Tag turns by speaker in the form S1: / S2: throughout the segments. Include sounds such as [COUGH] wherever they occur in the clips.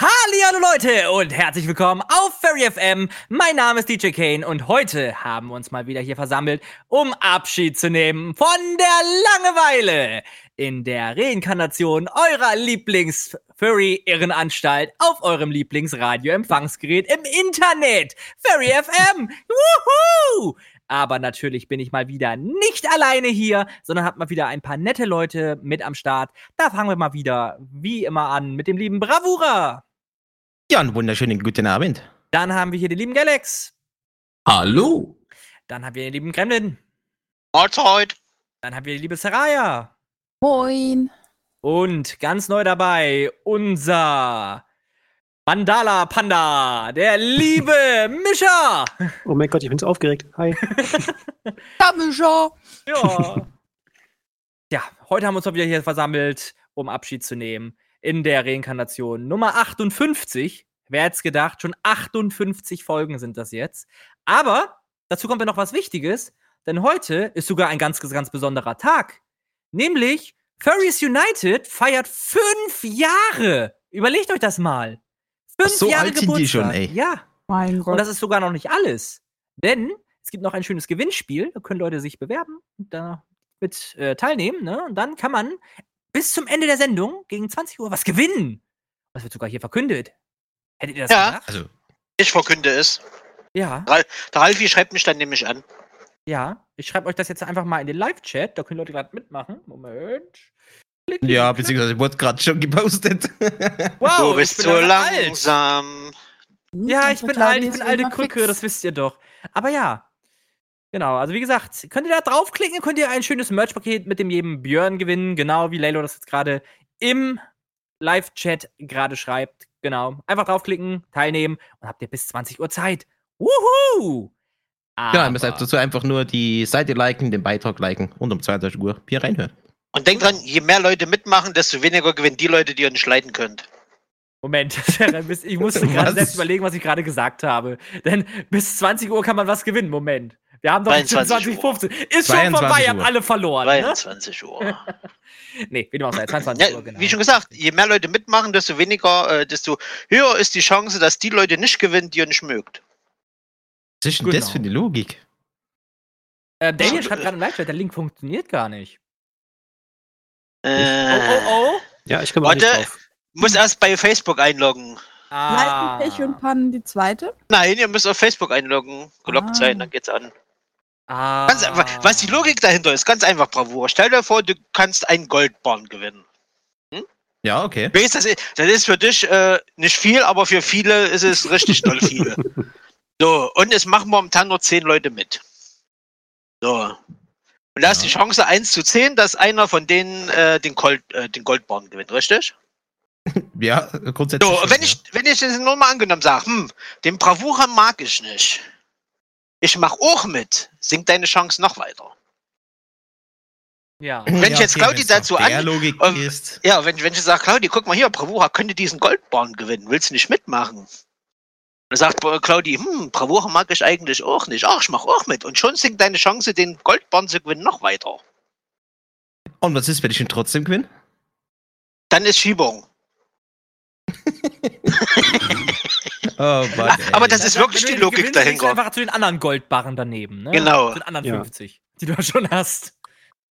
S1: Hallihallo Leute und herzlich willkommen auf Fairy FM. Mein Name ist DJ Kane und heute haben wir uns mal wieder hier versammelt, um Abschied zu nehmen von der Langeweile in der Reinkarnation eurer Lieblings Furry Irrenanstalt auf eurem Lieblingsradio Empfangsgerät im Internet. Fairy FM. Woohoo! Aber natürlich bin ich mal wieder nicht alleine hier, sondern hab mal wieder ein paar nette Leute mit am Start. Da fangen wir mal wieder, wie immer, an mit dem lieben Bravura.
S2: Ja, einen wunderschönen guten Abend.
S1: Dann haben wir hier den lieben Galax.
S3: Hallo.
S1: Dann haben wir den lieben Gremlin.
S4: Mahlzeit.
S1: Dann haben wir die liebe Seraya.
S5: Moin.
S1: Und ganz neu dabei unser Mandala Panda, der liebe Mischa.
S6: Oh mein Gott, ich bin so aufgeregt. Hi.
S5: Damischer.
S1: Ja. ja, heute haben wir uns mal wieder hier versammelt, um Abschied zu nehmen in der Reinkarnation Nummer 58. Wer hätte es gedacht, schon 58 Folgen sind das jetzt. Aber dazu kommt ja noch was Wichtiges, denn heute ist sogar ein ganz, ganz besonderer Tag. Nämlich Furries United feiert fünf Jahre. Überlegt euch das mal. Fünf
S2: so alt sind die schon, ey.
S1: Ja.
S5: Mein
S1: Und
S5: Gott.
S1: das ist sogar noch nicht alles. Denn es gibt noch ein schönes Gewinnspiel. Da können Leute sich bewerben und da mit äh, teilnehmen. Ne? Und dann kann man bis zum Ende der Sendung gegen 20 Uhr was gewinnen. Das wird sogar hier verkündet. Hättet ihr das
S4: Ja.
S1: gedacht?
S2: Also,
S4: Ich verkünde es.
S1: Ja,
S4: Der Ralfi schreibt mich dann nämlich an.
S1: ja. Ich schreibe euch das jetzt einfach mal in den Live-Chat. Da können Leute gerade mitmachen. Moment. Klick, klick,
S2: ja,
S1: klick.
S2: beziehungsweise wurde gerade schon [LAUGHS] gepostet.
S1: Wow,
S4: du bist
S1: ich
S4: so
S1: bin also alt.
S4: langsam.
S1: Ja, ich bin alt, ich bin alte Krücke,
S5: Krücke.
S1: das wisst ihr doch. Aber ja. Genau, also wie gesagt, könnt ihr da draufklicken, könnt ihr ein schönes Merch-Paket mit dem jedem Björn gewinnen, genau wie Lalo das jetzt gerade im Live-Chat gerade schreibt. Genau, einfach draufklicken, teilnehmen und habt ihr bis 20 Uhr Zeit. Wuhu!
S2: genau, ihr
S1: Aber-
S2: müsst dazu einfach nur die Seite liken, den Beitrag liken und um 22 Uhr hier reinhören.
S4: Und denkt dran, je mehr Leute mitmachen, desto weniger gewinnen die Leute, die ihr nicht leiden könnt.
S1: Moment, [LAUGHS] das wäre ein bisschen- ich
S2: [LAUGHS]
S1: musste gerade
S2: Was?
S1: selbst überlegen, was ich gerade gesagt habe. Denn bis 20 Uhr kann man was gewinnen, Moment. Wir haben doch bestimmt
S4: 22
S1: 20,
S4: Uhr.
S1: 15. Ist schon
S2: 22
S1: vorbei, haben
S2: Uhr.
S1: alle verloren. Ne? [LAUGHS]
S4: 23 Uhr.
S1: Nee, wie du auch sei, 22
S4: Ja,
S1: Uhr, genau.
S4: Wie schon gesagt, je mehr Leute mitmachen, desto weniger, äh, desto höher ist die Chance, dass die Leute nicht gewinnen, die ihr nicht mögt.
S2: Was ist denn
S1: Genau.
S2: das für eine Logik?
S1: Äh, Daniel schreibt gerade im Live-Chat, der Link funktioniert gar nicht. Oh,
S4: Äh,
S1: oh, oh.
S6: Ja, ich komme auch nicht
S4: Warte.
S6: drauf.
S4: Muss erst bei Facebook einloggen.
S1: Ah.
S5: Leiten, Pech und Pannen, die zweite.
S4: Nein, ihr müsst auf Facebook einloggen, geloggt
S5: Ah.
S4: sein, dann geht's an.
S1: Ah.
S4: Ganz einfach, was äh, die Logik dahinter ist, ganz einfach, Bravour. Stell dir vor, du kannst einen Goldborn gewinnen.
S2: Ja, okay.
S4: Ich Weiß, das, ist, das ist für dich äh, nicht viel, aber für viele ist es richtig doll viel. So, und es machen momentan nur 10 Leute mit. So. Und da
S2: Ja.
S4: ist die Chance 1 zu 10, dass einer von denen äh, den, Gold, äh, den Goldborn gewinnt, richtig?
S2: Ja, grundsätzlich.
S4: So,
S2: schon,
S4: wenn
S2: ja.
S4: ich, wenn ich jetzt nur mal angenommen sage, hm, den Bravura mag ich nicht. Ich mach auch mit, sinkt deine Chance noch weiter.
S1: Ja.
S4: wenn ich jetzt Claudi
S2: wenn's
S4: dazu
S2: nach der
S4: an-
S2: Logik
S4: ähm,
S2: ist.
S4: Ja, wenn, wenn ich sage, Claudi, guck mal hier, Bravura könnte diesen Goldborn gewinnen, willst du nicht mitmachen? Und dann sagt äh, Claudi, hm, Bravura mag ich eigentlich auch nicht. Ach, ich mach auch mit. Und schon sinkt deine Chance, den Goldborn zu gewinnen, noch weiter.
S2: Und was ist, wenn ich ihn trotzdem gewinne?
S4: Dann ist Schiebung.
S2: Oh
S4: [LAUGHS]
S2: Mann, ey.
S4: Aber das ist
S1: Wenn
S4: wirklich
S1: du
S4: die
S1: den
S4: Logik
S1: gewinnst, kriegst du
S4: dahinter.
S1: einfach zu den anderen Goldbarren daneben, ne?
S4: Genau.
S1: Zu den anderen
S6: Ja.
S1: 50, die du [LAUGHS] schon hast.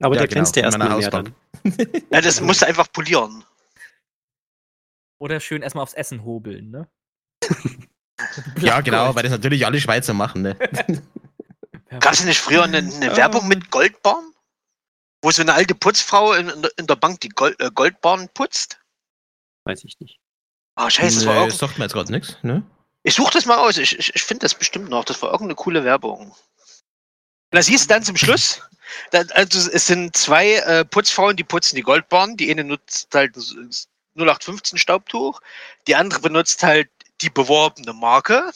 S6: Aber
S2: Ja,
S6: der
S2: genau,
S6: glänzt ja
S2: wenn man
S6: erstmal mehr
S2: ausbaut.
S6: dann.
S4: Ja, das musst du einfach polieren.
S1: Oder schön erstmal aufs Essen hobeln, ne?
S2: ja, genau, weil das natürlich alle Schweizer machen, ne?
S4: Gab es nicht früher eine, eine Werbung mit Goldborn? Wo so eine alte Putzfrau in, in, der- in der Bank die Gold, äh, Goldborn putzt?
S6: Weiß ich nicht.
S4: Ah, scheiße, das war
S2: Nö,
S4: auch.
S2: Äh, sagt mir jetzt gerade nichts, ne?
S4: Ich suche das mal aus. Ich, ich, ich finde das bestimmt noch. Das war irgendeine coole Werbung. Und das hieß dann zum Schluss. Da, also es sind zwei äh, Putzfrauen, die putzen die Goldbahn. Die eine nutzt halt ein 0815 Staubtuch. Die andere benutzt halt die beworbene Marke.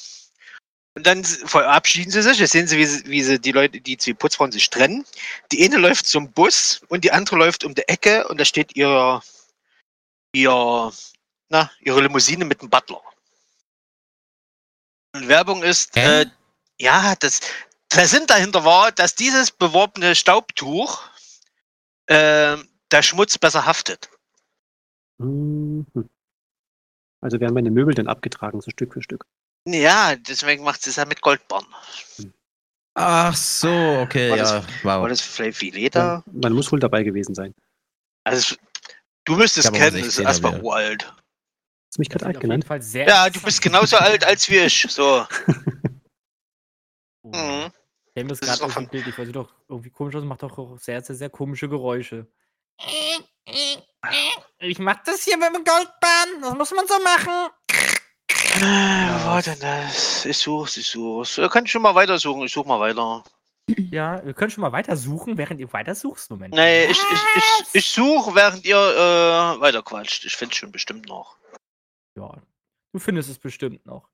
S4: Und dann s- verabschieden sie sich. Jetzt sehen sie, wie sie, wie sie die Leute, die zwei Putzfrauen sich trennen. Die eine läuft zum Bus und die andere läuft um die Ecke und da steht ihr, ihr, na, ihre Limousine mit dem Butler. Und Werbung ist,
S2: Hä?
S4: äh, ja, das, der Sinn dahinter war, dass dieses beworbene Staubtuch äh, der Schmutz besser haftet.
S6: Mhm. Also werden meine Möbel dann abgetragen, so Stück für Stück.
S4: Ja, deswegen macht sie es ja mit Goldborn.
S2: Ach so, okay,
S4: War das-
S2: ja.
S4: War
S2: Wow.
S4: das vielleicht wie Leder?
S6: Man, man muss wohl dabei gewesen sein.
S4: Also, du müsstest
S2: Ja,
S4: es
S2: aber man
S4: kennen, das ist
S2: sieht
S4: erstmal
S2: Leder,
S4: uralt.
S6: Hast du mich
S1: Klingt
S6: gerade alt
S1: auf jeden
S6: genannt?
S1: Fall sehr
S4: Ja, du
S1: interessant.
S4: bist genauso alt als wir. So.
S1: Oh.
S4: Mhm.
S1: Ich das
S4: Das
S1: gerade
S4: ist noch
S1: auf dem Bild. Ich weiß nicht, doch irgendwie komisch aus, macht doch auch sehr, sehr, sehr komische
S4: [LAUGHS]
S1: Geräusche. Ich mach das hier mit dem Goldbahn. Das muss man so machen.
S4: Äh, warte, das. Ich such's, ich such's. Äh, Kannst schon mal weitersuchen, ich such mal weiter.
S1: Ja, wir können schon mal weitersuchen, während ihr weitersuchst. Moment.
S4: Nee, ich, ich, ich, ich suche, während ihr äh, weiterquatscht. Ich find's schon bestimmt noch.
S1: Ja, du findest es bestimmt noch.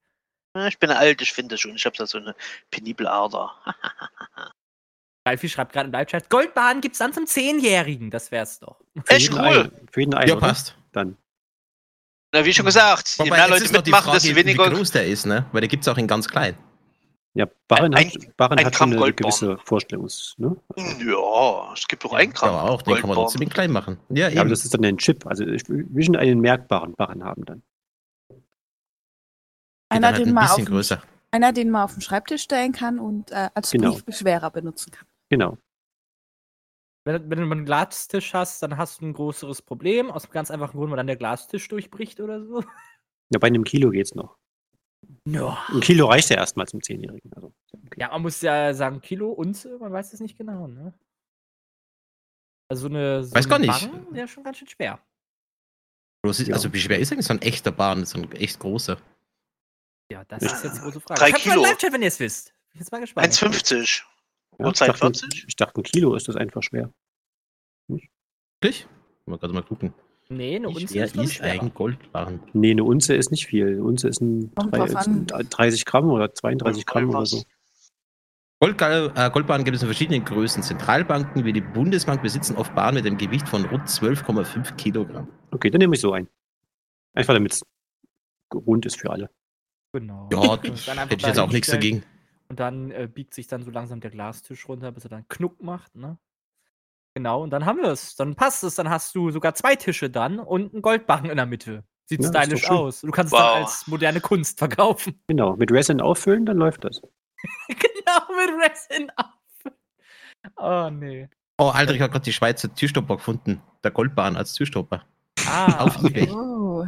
S4: Ja, Ich bin alt, ich finde schon. Ich habe da so eine penible Ader.
S1: Ralfi schreibt gerade im Live-Chat, Goldbahn gibt's dann zum Zehnjährigen. Das wär's doch.
S6: Für
S4: Echt
S6: jeden
S4: cool.
S6: Einen, für jeden einen,
S2: Ja,
S6: oder?
S2: passt.
S6: Dann.
S4: Na, wie schon gesagt, je
S2: Wobei,
S4: mehr
S2: jetzt
S4: Leute
S2: ist noch die
S4: mitmachen,
S2: Frage,
S4: desto
S2: wie
S4: weniger.
S2: groß der ist, ne? Weil der gibt's auch in ganz klein.
S6: Ja, Barren
S4: Ein-
S6: hat, Barren
S4: ein
S6: hat schon
S4: Gramm
S6: eine
S4: Goldborn.
S6: gewisse Vorstellungs. Ne?
S4: Hm, Ja, es gibt doch
S1: Ja,
S4: einen
S2: Ja,
S4: Gramm.
S2: aber auch, den kann man
S4: Goldborn.
S2: trotzdem in klein machen. Ja,
S6: Ja, aber
S2: eben.
S6: das ist dann ein Chip. Also ich will wir schon einen merkbaren Barren haben dann.
S2: Geht
S5: Einer,
S1: halt
S2: dann
S5: den
S2: ein
S5: man auf,
S2: bisschen größer.
S5: einer, den man auf den Schreibtisch stellen kann und äh, als
S6: Genau.
S5: Briefbeschwerer benutzen kann.
S6: Genau.
S1: Wenn, wenn du einen Glastisch hast, dann hast du ein größeres Problem. Aus einem ganz einfachen Grund, weil dann der Glastisch durchbricht oder so. [LAUGHS]
S6: Ja, bei einem Kilo geht's noch.
S1: Ja.
S6: Ein Kilo reicht ja erstmal zum Zehnjährigen. Also.
S1: Ja, man muss ja sagen, Kilo, Unze, man weiß es nicht genau, ne? Also so eine. So
S2: Weiß
S1: eine
S2: gar nicht.
S1: Barren wäre schon ganz schön schwer.
S2: Groß ist,
S6: Ja.
S2: Also wie schwer ist eigentlich so ein echter Bahn? So ein echt großer.
S1: Ja, das
S6: Ja.
S1: ist jetzt die große Frage.
S4: Drei
S1: Schreibt mal in
S4: Kilo.
S1: den Live-Chat, wenn ihr es wisst. Ich bin jetzt mal gespannt.
S4: 1,50.
S6: Ja, ich,
S4: Uhrzeit
S6: dachte,
S4: 40?
S6: ich dachte, ein Kilo ist das einfach schwer.
S2: Wirklich? Mal gerade mal gucken.
S1: Nee, eine
S2: Wie
S1: Unze
S2: schwer
S1: ist, glaub ich,
S2: ist
S1: schwerer.
S2: eigentlich Goldbarren?
S6: Nee, eine Unze ist nicht viel. Eine Unze ist ein
S5: Kommt
S6: drei,
S5: drauf an.
S6: äh, 30 Gramm oder 32 Gramm oder so.
S2: Gold, äh, Goldbarren gibt es in verschiedenen Größen. Zentralbanken wie die Bundesbank besitzen oft Barren mit einem Gewicht von rund 12,5 Kilogramm.
S6: Okay, dann nehme ich so ein. Einfach damit es rund ist für alle.
S1: Genau.
S2: Ja,
S1: Und dann einfach
S2: hätte ich jetzt
S1: da
S2: auch nichts
S1: hinstellen.
S2: dagegen.
S1: Und dann äh, biegt sich dann so langsam der Glastisch runter, bis er dann Knuck macht, ne? Genau, und dann haben wir es. Dann passt es. Dann hast du sogar zwei Tische dann und einen Goldbarren in der Mitte. Sieht
S6: Ja, ist doch
S1: stylisch
S6: schön.
S1: aus. Du kannst es dann
S4: Wow.
S1: als moderne Kunst verkaufen. [LAUGHS]
S6: Genau. Mit Resin auffüllen, dann läuft das.
S1: genau, mit Resin auf. Oh, nee.
S2: Oh, Aldrich hat gerade die Schweizer Türstopper gefunden. Der Goldbarren als Türstopper.
S1: Ah,
S2: Auf Ebay.
S5: Oh.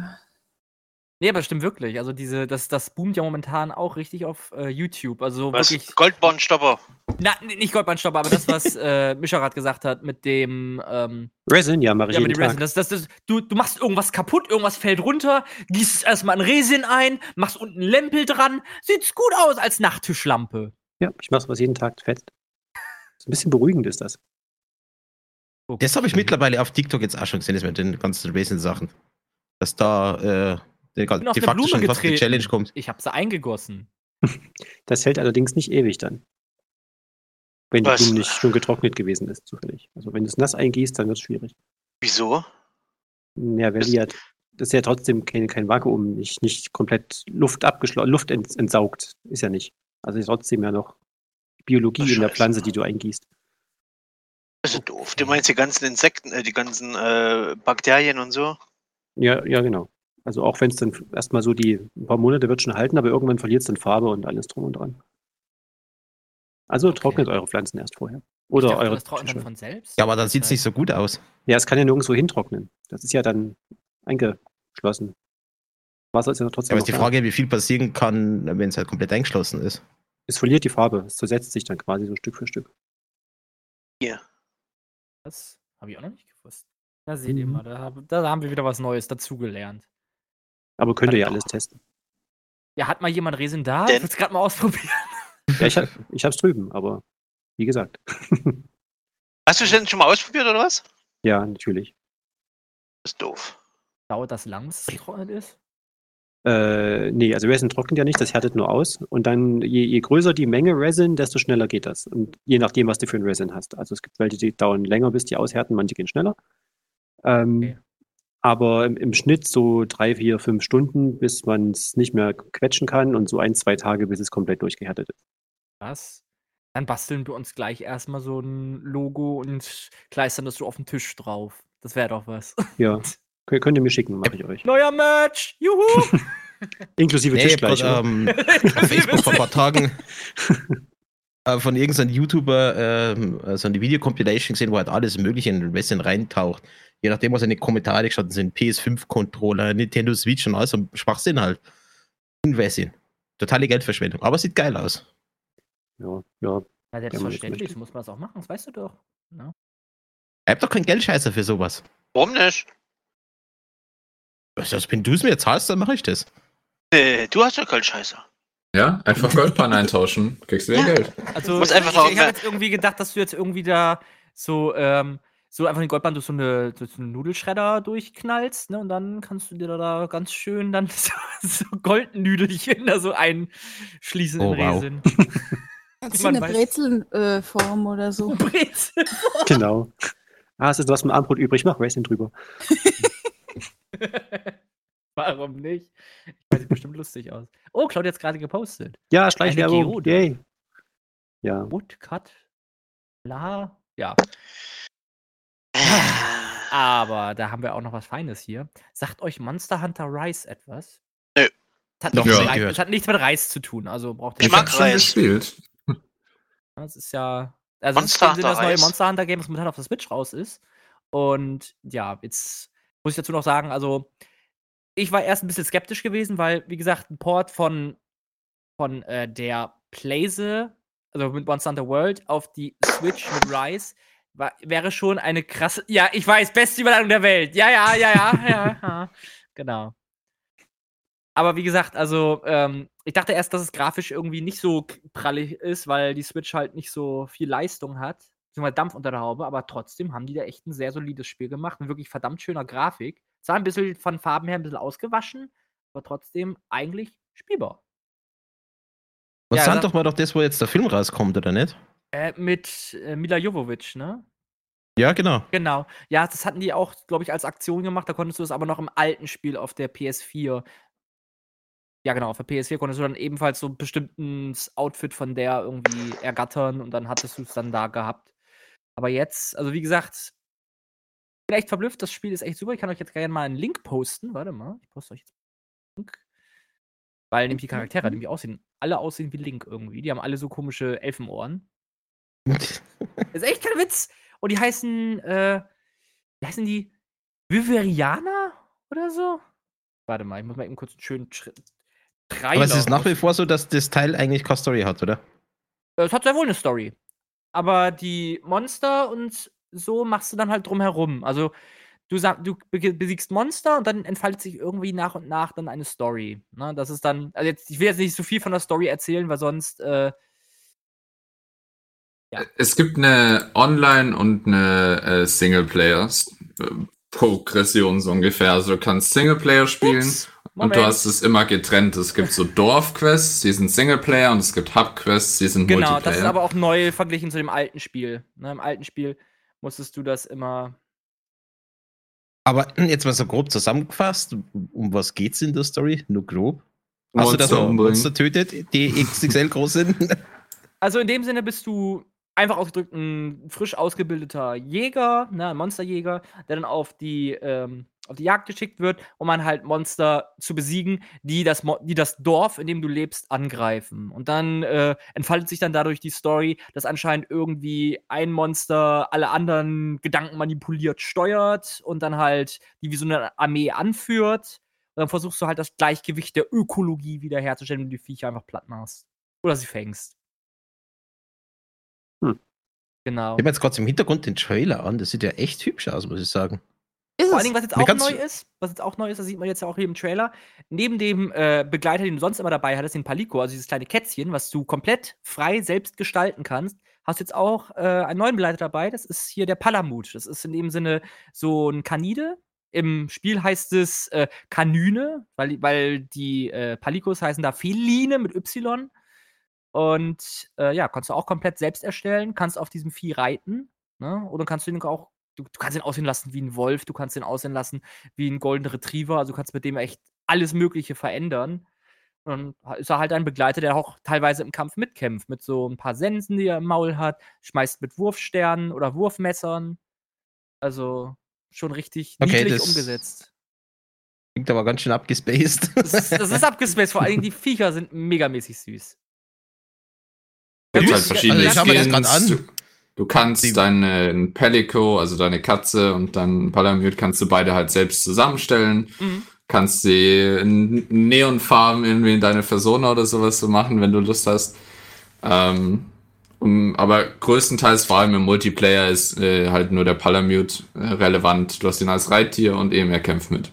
S1: Nee, aber stimmt wirklich. Also diese, das, das boomt ja momentan auch richtig auf äh, YouTube. Also
S4: Was?
S1: wirklich.
S4: Goldbornstopper.
S1: Na, n- nicht Goldbandstopp, aber das,
S4: [LAUGHS]
S1: was äh, Mischerat gesagt hat mit dem, ähm,
S6: Resin, ja, mache ich
S1: ja, mit
S6: jeden
S1: dem Resin.
S6: Tag.
S1: Das, das, das, du, du machst irgendwas kaputt, irgendwas fällt runter, gießt es erstmal in Resin ein, machst unten einen Lämpel dran, sieht's gut aus als Nachttischlampe.
S6: Ja, ich mache was jeden Tag fett. So ein bisschen beruhigend ist das.
S1: Oh
S2: Das habe ich mittlerweile auf TikTok jetzt auch schon gesehen, das mit den ganzen Resin-Sachen. Dass da äh, die,
S1: bin auf
S2: de
S1: eine
S2: facto
S1: Blume
S2: schon fast die
S1: getreten.
S2: Challenge kommt.
S1: Ich hab sie eingegossen.
S6: Das hält allerdings nicht ewig dann. Wenn die
S4: Was?
S6: Blume nicht schon getrocknet gewesen ist, zufällig. Also wenn du es nass eingießt, dann wird es schwierig.
S4: Wieso?
S6: Ja, weil
S4: Das-
S6: die ja, das ist ja trotzdem kein, kein Vakuum, nicht, nicht komplett Luft abgeschlossen, Luft ents entsaugt, ist ja nicht. Also ist trotzdem ja noch Biologie
S4: Ach,
S6: in der
S4: scheiße.
S6: Pflanze, die du eingießt.
S4: Das ist Also doof. Du meinst die ganzen Insekten, äh, die ganzen äh, Bakterien und so?
S6: Ja, ja, genau. Also auch wenn es dann erstmal so die ein paar Monate wird schon halten, aber irgendwann verliert es dann Farbe und alles drum und dran. Also trocknet eure Pflanzen erst vorher. Oder
S1: Ich dachte,
S6: eure.
S1: das trocknet dann von selbst.
S2: Ja, aber dann sieht es nicht so gut aus.
S6: Ja, es kann ja nirgendwo hintrocknen. Das ist ja dann eingeschlossen. Wasser ist ja
S2: Ja,
S6: trotzdem.
S2: aber
S6: noch
S2: ist die
S6: da.
S2: Frage, wie viel passieren kann, wenn es halt komplett eingeschlossen ist.
S6: Es verliert die Farbe. Es zersetzt sich dann quasi so Stück für Stück.
S1: Das habe ich auch noch nicht gewusst. Da seht ihr
S6: Mhm.
S1: mal, da, hab- da haben wir wieder was Neues dazugelernt.
S6: Aber könnt ihr ja
S4: Dann
S6: alles testen.
S1: Ja, hat mal jemand Resin da?
S4: Denn-
S1: Ich will's gerade mal ausprobieren. [LAUGHS]
S6: Ja, ich, hab, ich hab's drüben, aber wie gesagt.
S4: Hast du es denn schon mal ausprobiert oder was?
S6: Ja, natürlich.
S4: Das ist doof.
S1: Dauert das lang, bis es getrocknet ist?
S6: Äh, nee, also Resin trocknet ja nicht, das härtet nur aus. Und dann, je, je größer die Menge Resin, desto schneller geht das. Und je nachdem, was du für ein Resin hast. Also es gibt welche, die dauern länger, bis die aushärten, manche gehen schneller. Ähm,
S1: Okay.
S6: Aber im, im Schnitt so drei, vier, fünf Stunden, bis man es nicht mehr quetschen kann und so ein, zwei Tage, bis es komplett durchgehärtet ist.
S1: Was? Dann basteln wir uns gleich erstmal so ein Logo und kleistern das so auf den Tisch drauf. Das wäre doch was.
S6: Ja, Kö- Könnt ihr mir schicken, mache ich euch.
S1: Neuer Merch! Juhu!
S2: [LAUGHS]
S6: Inklusive
S2: Nee, ich hab
S6: Tischgleich.
S2: grad,
S6: oder?
S2: ähm,
S1: [LAUGHS]
S2: auf Facebook vor ein paar Tagen äh, von irgendeinem YouTuber ähm, äh, so eine Videocompilation gesehen, wo halt alles Mögliche in Resident reintaucht. Je nachdem, was in die Kommentare gestanden sind, PS5-Controller, Nintendo Switch und alles so ein Schwachsinn halt. In Resident. Totale Geldverschwendung. Aber sieht geil aus.
S6: ja, ja.
S1: Na,
S6: selbstverständlich,
S1: selbstverständlich muss man das auch machen, das weißt du doch.
S2: Ich hab doch keinen Geldscheißer für sowas.
S4: Warum nicht?
S2: Also, wenn du es mir zahlst, dann mache ich das.
S4: Nee, Äh, du hast ja keinen Scheißer.
S3: Ja,
S2: [LAUGHS]
S3: einfach Goldbahn eintauschen. Kriegst du dein
S4: Ja.
S3: Geld.
S1: Also,
S4: Muss
S1: ich,
S4: einfach
S1: ich, ich
S4: auch-
S1: habe jetzt irgendwie gedacht, dass du jetzt irgendwie da so, ähm, so einfach den Goldband durch so eine, durch so einen Nudelschredder durchknallst, ne? Und dann kannst du dir da, da ganz schön dann [LAUGHS] so, so Goldnüdelchen da so einschließen
S2: Oh,
S1: in
S2: wow. [LAUGHS]
S1: Resin.
S5: Kannst du
S1: Niemand
S5: eine
S1: weiß.
S5: Brezelform äh, Form oder
S1: [LAUGHS] Oh,
S5: so?
S1: Brezel.
S6: Genau. Ah, es ist was mit Armbrot übrig. Mach Racing drüber.
S1: Warum nicht? Ich weiß, sieht bestimmt lustig aus. Oh, Claudia hat's gerade gepostet.
S6: Ja, Schleichwerbung.
S1: Geode.
S6: Yay. Ja.
S1: Woodcut. La. Ja. Ah. Aber da haben wir auch noch was Feines hier. Sagt euch Monster Hunter Rise etwas?
S4: Nö.
S1: Das hat,
S2: Noch
S1: nichts
S3: nie
S1: mit Reis,
S2: gehört.
S1: das hat nichts mit Reis zu tun. Also braucht ihr
S4: Ich
S3: Ich
S4: mag
S3: hab's schon
S4: Reis.
S3: gespielt.
S1: Das ist ja. Also
S4: Monster
S1: Monster das, ist im Sinne,
S4: Hunter
S1: das neue
S4: Rise.
S1: Monster Hunter Game, das momentan auf der Switch raus ist. Und ja, jetzt muss ich dazu noch sagen, also ich war erst ein bisschen skeptisch gewesen, weil, wie gesagt, ein Port von, von äh, der Playse, also mit Monster Hunter World, auf die Switch mit Rise, war, wäre schon eine krasse. Ja, ich weiß, beste Überleitung der Welt. Ja, ja, ja, ja, ja, ja. Genau. Aber wie gesagt, also ähm, ich dachte erst, dass es grafisch irgendwie nicht so k- prallig ist, weil die Switch halt nicht so viel Leistung hat. Beziehungsweise Dampf unter der Haube, aber trotzdem haben die da echt ein sehr solides Spiel gemacht. Mit wirklich verdammt schöner Grafik. Zwar ein bisschen von Farben her ein bisschen ausgewaschen, aber trotzdem eigentlich spielbar.
S2: Und
S1: Ja,
S2: sag
S1: also-
S2: doch mal doch das, wo jetzt der Film rauskommt, oder nicht?
S1: Äh, mit äh, Mila Jovovic, ne?
S2: Ja, genau.
S1: Genau. Ja, das hatten die auch, glaube ich, als Aktion gemacht. Da konntest du es aber noch im alten Spiel auf der PS4. Ja, genau, auf der PS4 konntest du dann ebenfalls so ein bestimmtes Outfit von der irgendwie ergattern und dann hattest du es dann da gehabt. Aber jetzt, also wie gesagt, ich bin echt verblüfft. Das Spiel ist echt super. Ich kann euch jetzt gerne mal einen Link posten. Warte mal, ich poste euch jetzt einen Link. Weil nämlich die Charaktere nämlich aussehen, alle aussehen wie Link irgendwie. Die haben alle so komische Elfenohren. Ist echt kein Witz. Und die heißen, äh, wie heißen die? Viveriana oder so? Warte mal, ich muss mal eben kurz einen schönen Schritt.
S2: Aber es ist nach wie vor so, dass das Teil eigentlich keine Story hat, oder?
S1: Es hat sehr wohl eine Story. Aber die Monster und so machst du dann halt drumherum. Also du, sa- du be- besiegst Monster und dann entfaltet sich irgendwie nach und nach dann eine Story. Ne? Das ist dann, also jetzt, ich will jetzt nicht so viel von der Story erzählen, weil sonst, äh, Ja.
S3: Es gibt eine Online- und eine äh, Singleplayer-Progression so ungefähr. Also du kannst Singleplayer spielen
S1: ups,
S3: und du hast es immer getrennt. Es gibt so Dorfquests, die sind Singleplayer und es gibt Hub-Quests, die sind
S1: Genau,
S3: Multiplayer.
S1: das ist aber auch neu verglichen zu dem alten Spiel. Ne, Im alten Spiel musstest du das immer.
S2: Aber hm, jetzt mal so grob zusammengefasst, um was geht's in der Story? Nur grob. Hast du das
S3: Monster
S2: noch
S3: umbringen.
S2: Monster tötet, die XXL groß [LAUGHS] sind?
S1: Also in dem Sinne bist du einfach ausgedrückt ein frisch ausgebildeter Jäger, ne, ein Monsterjäger, der dann auf die, ähm, auf die Jagd geschickt wird, um dann halt Monster zu besiegen, die das, Mo die das Dorf, in dem du lebst, angreifen. Und dann äh, entfaltet sich dann dadurch die Story, dass anscheinend irgendwie ein Monster alle anderen Gedanken manipuliert steuert und dann halt die wie so eine Armee anführt. Und dann versuchst du halt das Gleichgewicht der Ökologie wiederherzustellen, wenn du die Viecher einfach platt machst. Oder sie fängst.
S6: Hm.
S1: Genau.
S2: Ich habe jetzt gerade im Hintergrund den Trailer an, das sieht ja echt hübsch aus, muss ich sagen.
S5: Ist
S1: Vor allen
S5: es?
S1: Dingen, was jetzt
S2: Mir
S1: auch
S2: kannst-
S1: neu ist, was jetzt auch neu ist, das sieht man jetzt ja auch hier im Trailer, neben dem äh, Begleiter, den du sonst immer dabei hattest, den Palico, also dieses kleine Kätzchen, was du komplett frei selbst gestalten kannst, hast du jetzt auch äh, einen neuen Begleiter dabei, das ist hier der Palamut. Das ist in dem Sinne so ein Kanide. Im Spiel heißt es äh, Kanüne, weil, weil die äh, Palikos heißen da Feline mit Y. Und äh, ja, kannst du auch komplett selbst erstellen, kannst auf diesem Vieh reiten. Ne? Oder kannst du ihn auch du, du kannst ihn aussehen lassen wie ein Wolf, du kannst ihn aussehen lassen wie ein Golden Retriever, also du kannst mit dem echt alles Mögliche verändern. Und dann ist er halt ein Begleiter, der auch teilweise im Kampf mitkämpft, mit so ein paar Sensen, die er im Maul hat, schmeißt mit Wurfsternen oder Wurfmessern. Also schon richtig
S2: Okay,
S1: niedlich
S2: das-
S1: umgesetzt.
S2: Klingt aber ganz schön abgespaced.
S1: Das ist, das ist abgespaced, vor allem die Viecher sind megamäßig süß.
S3: gibt
S2: Süß?
S3: halt verschiedene
S2: Also ich schau mir das grad an.
S3: Du, du kannst
S2: Die-
S3: deinen Pelico, also deine Katze und dann Palamute, kannst du beide halt selbst zusammenstellen.
S1: Mhm.
S3: Kannst sie in Neonfarben irgendwie in deine Persona oder sowas so machen, wenn du Lust hast. Ähm, um, aber größtenteils, vor allem im Multiplayer, ist äh, halt nur der Palamute äh, relevant. Du hast ihn als Reittier und eben er kämpft mit.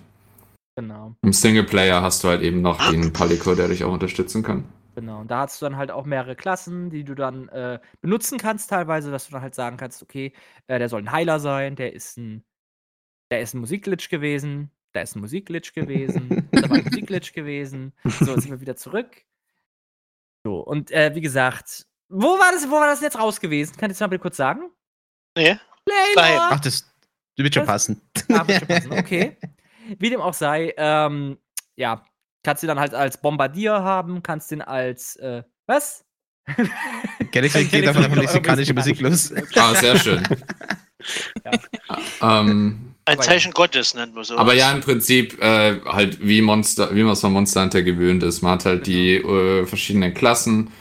S1: Genau,
S3: Im Singleplayer hast du halt eben noch den Palico, der dich auch unterstützen kann.
S1: genau. Und da hast du dann halt auch mehrere Klassen, die du dann äh, benutzen kannst teilweise, dass du dann halt sagen kannst, okay, äh, der soll ein Heiler sein, der ist ein, der ist ein Musikglitch gewesen, da ist ein Musikglitch gewesen, da war ein Musikglitch gewesen. So, jetzt sind wir wieder zurück. So, und äh, wie gesagt, wo war das, wo war das jetzt raus gewesen? Kann ich das mal bitte kurz sagen?
S4: Nee. Nein.
S1: Layla!
S2: [LAUGHS] Ach, das wird schon
S1: Das-
S2: passen.
S1: Ah, wird schon passen, okay. Wie dem auch sei, ähm, ja, kannst du dann halt als Bombardier haben, kannst den als, äh, was?
S2: Galaxy
S1: [LAUGHS] Galaxy
S2: geht einfach
S1: kommt
S2: von
S1: auf
S2: mexikanische Musik los.
S1: mexikanische
S3: Ah, sehr schön.
S1: Ja.
S3: Ähm,
S4: Ein
S1: Aber
S4: Zeichen Gottes nennt man so.
S3: aber ja, im Prinzip äh, halt wie Monster, wie man es von Monster Hunter gewöhnt ist. Man hat halt die äh, verschiedenen Klassen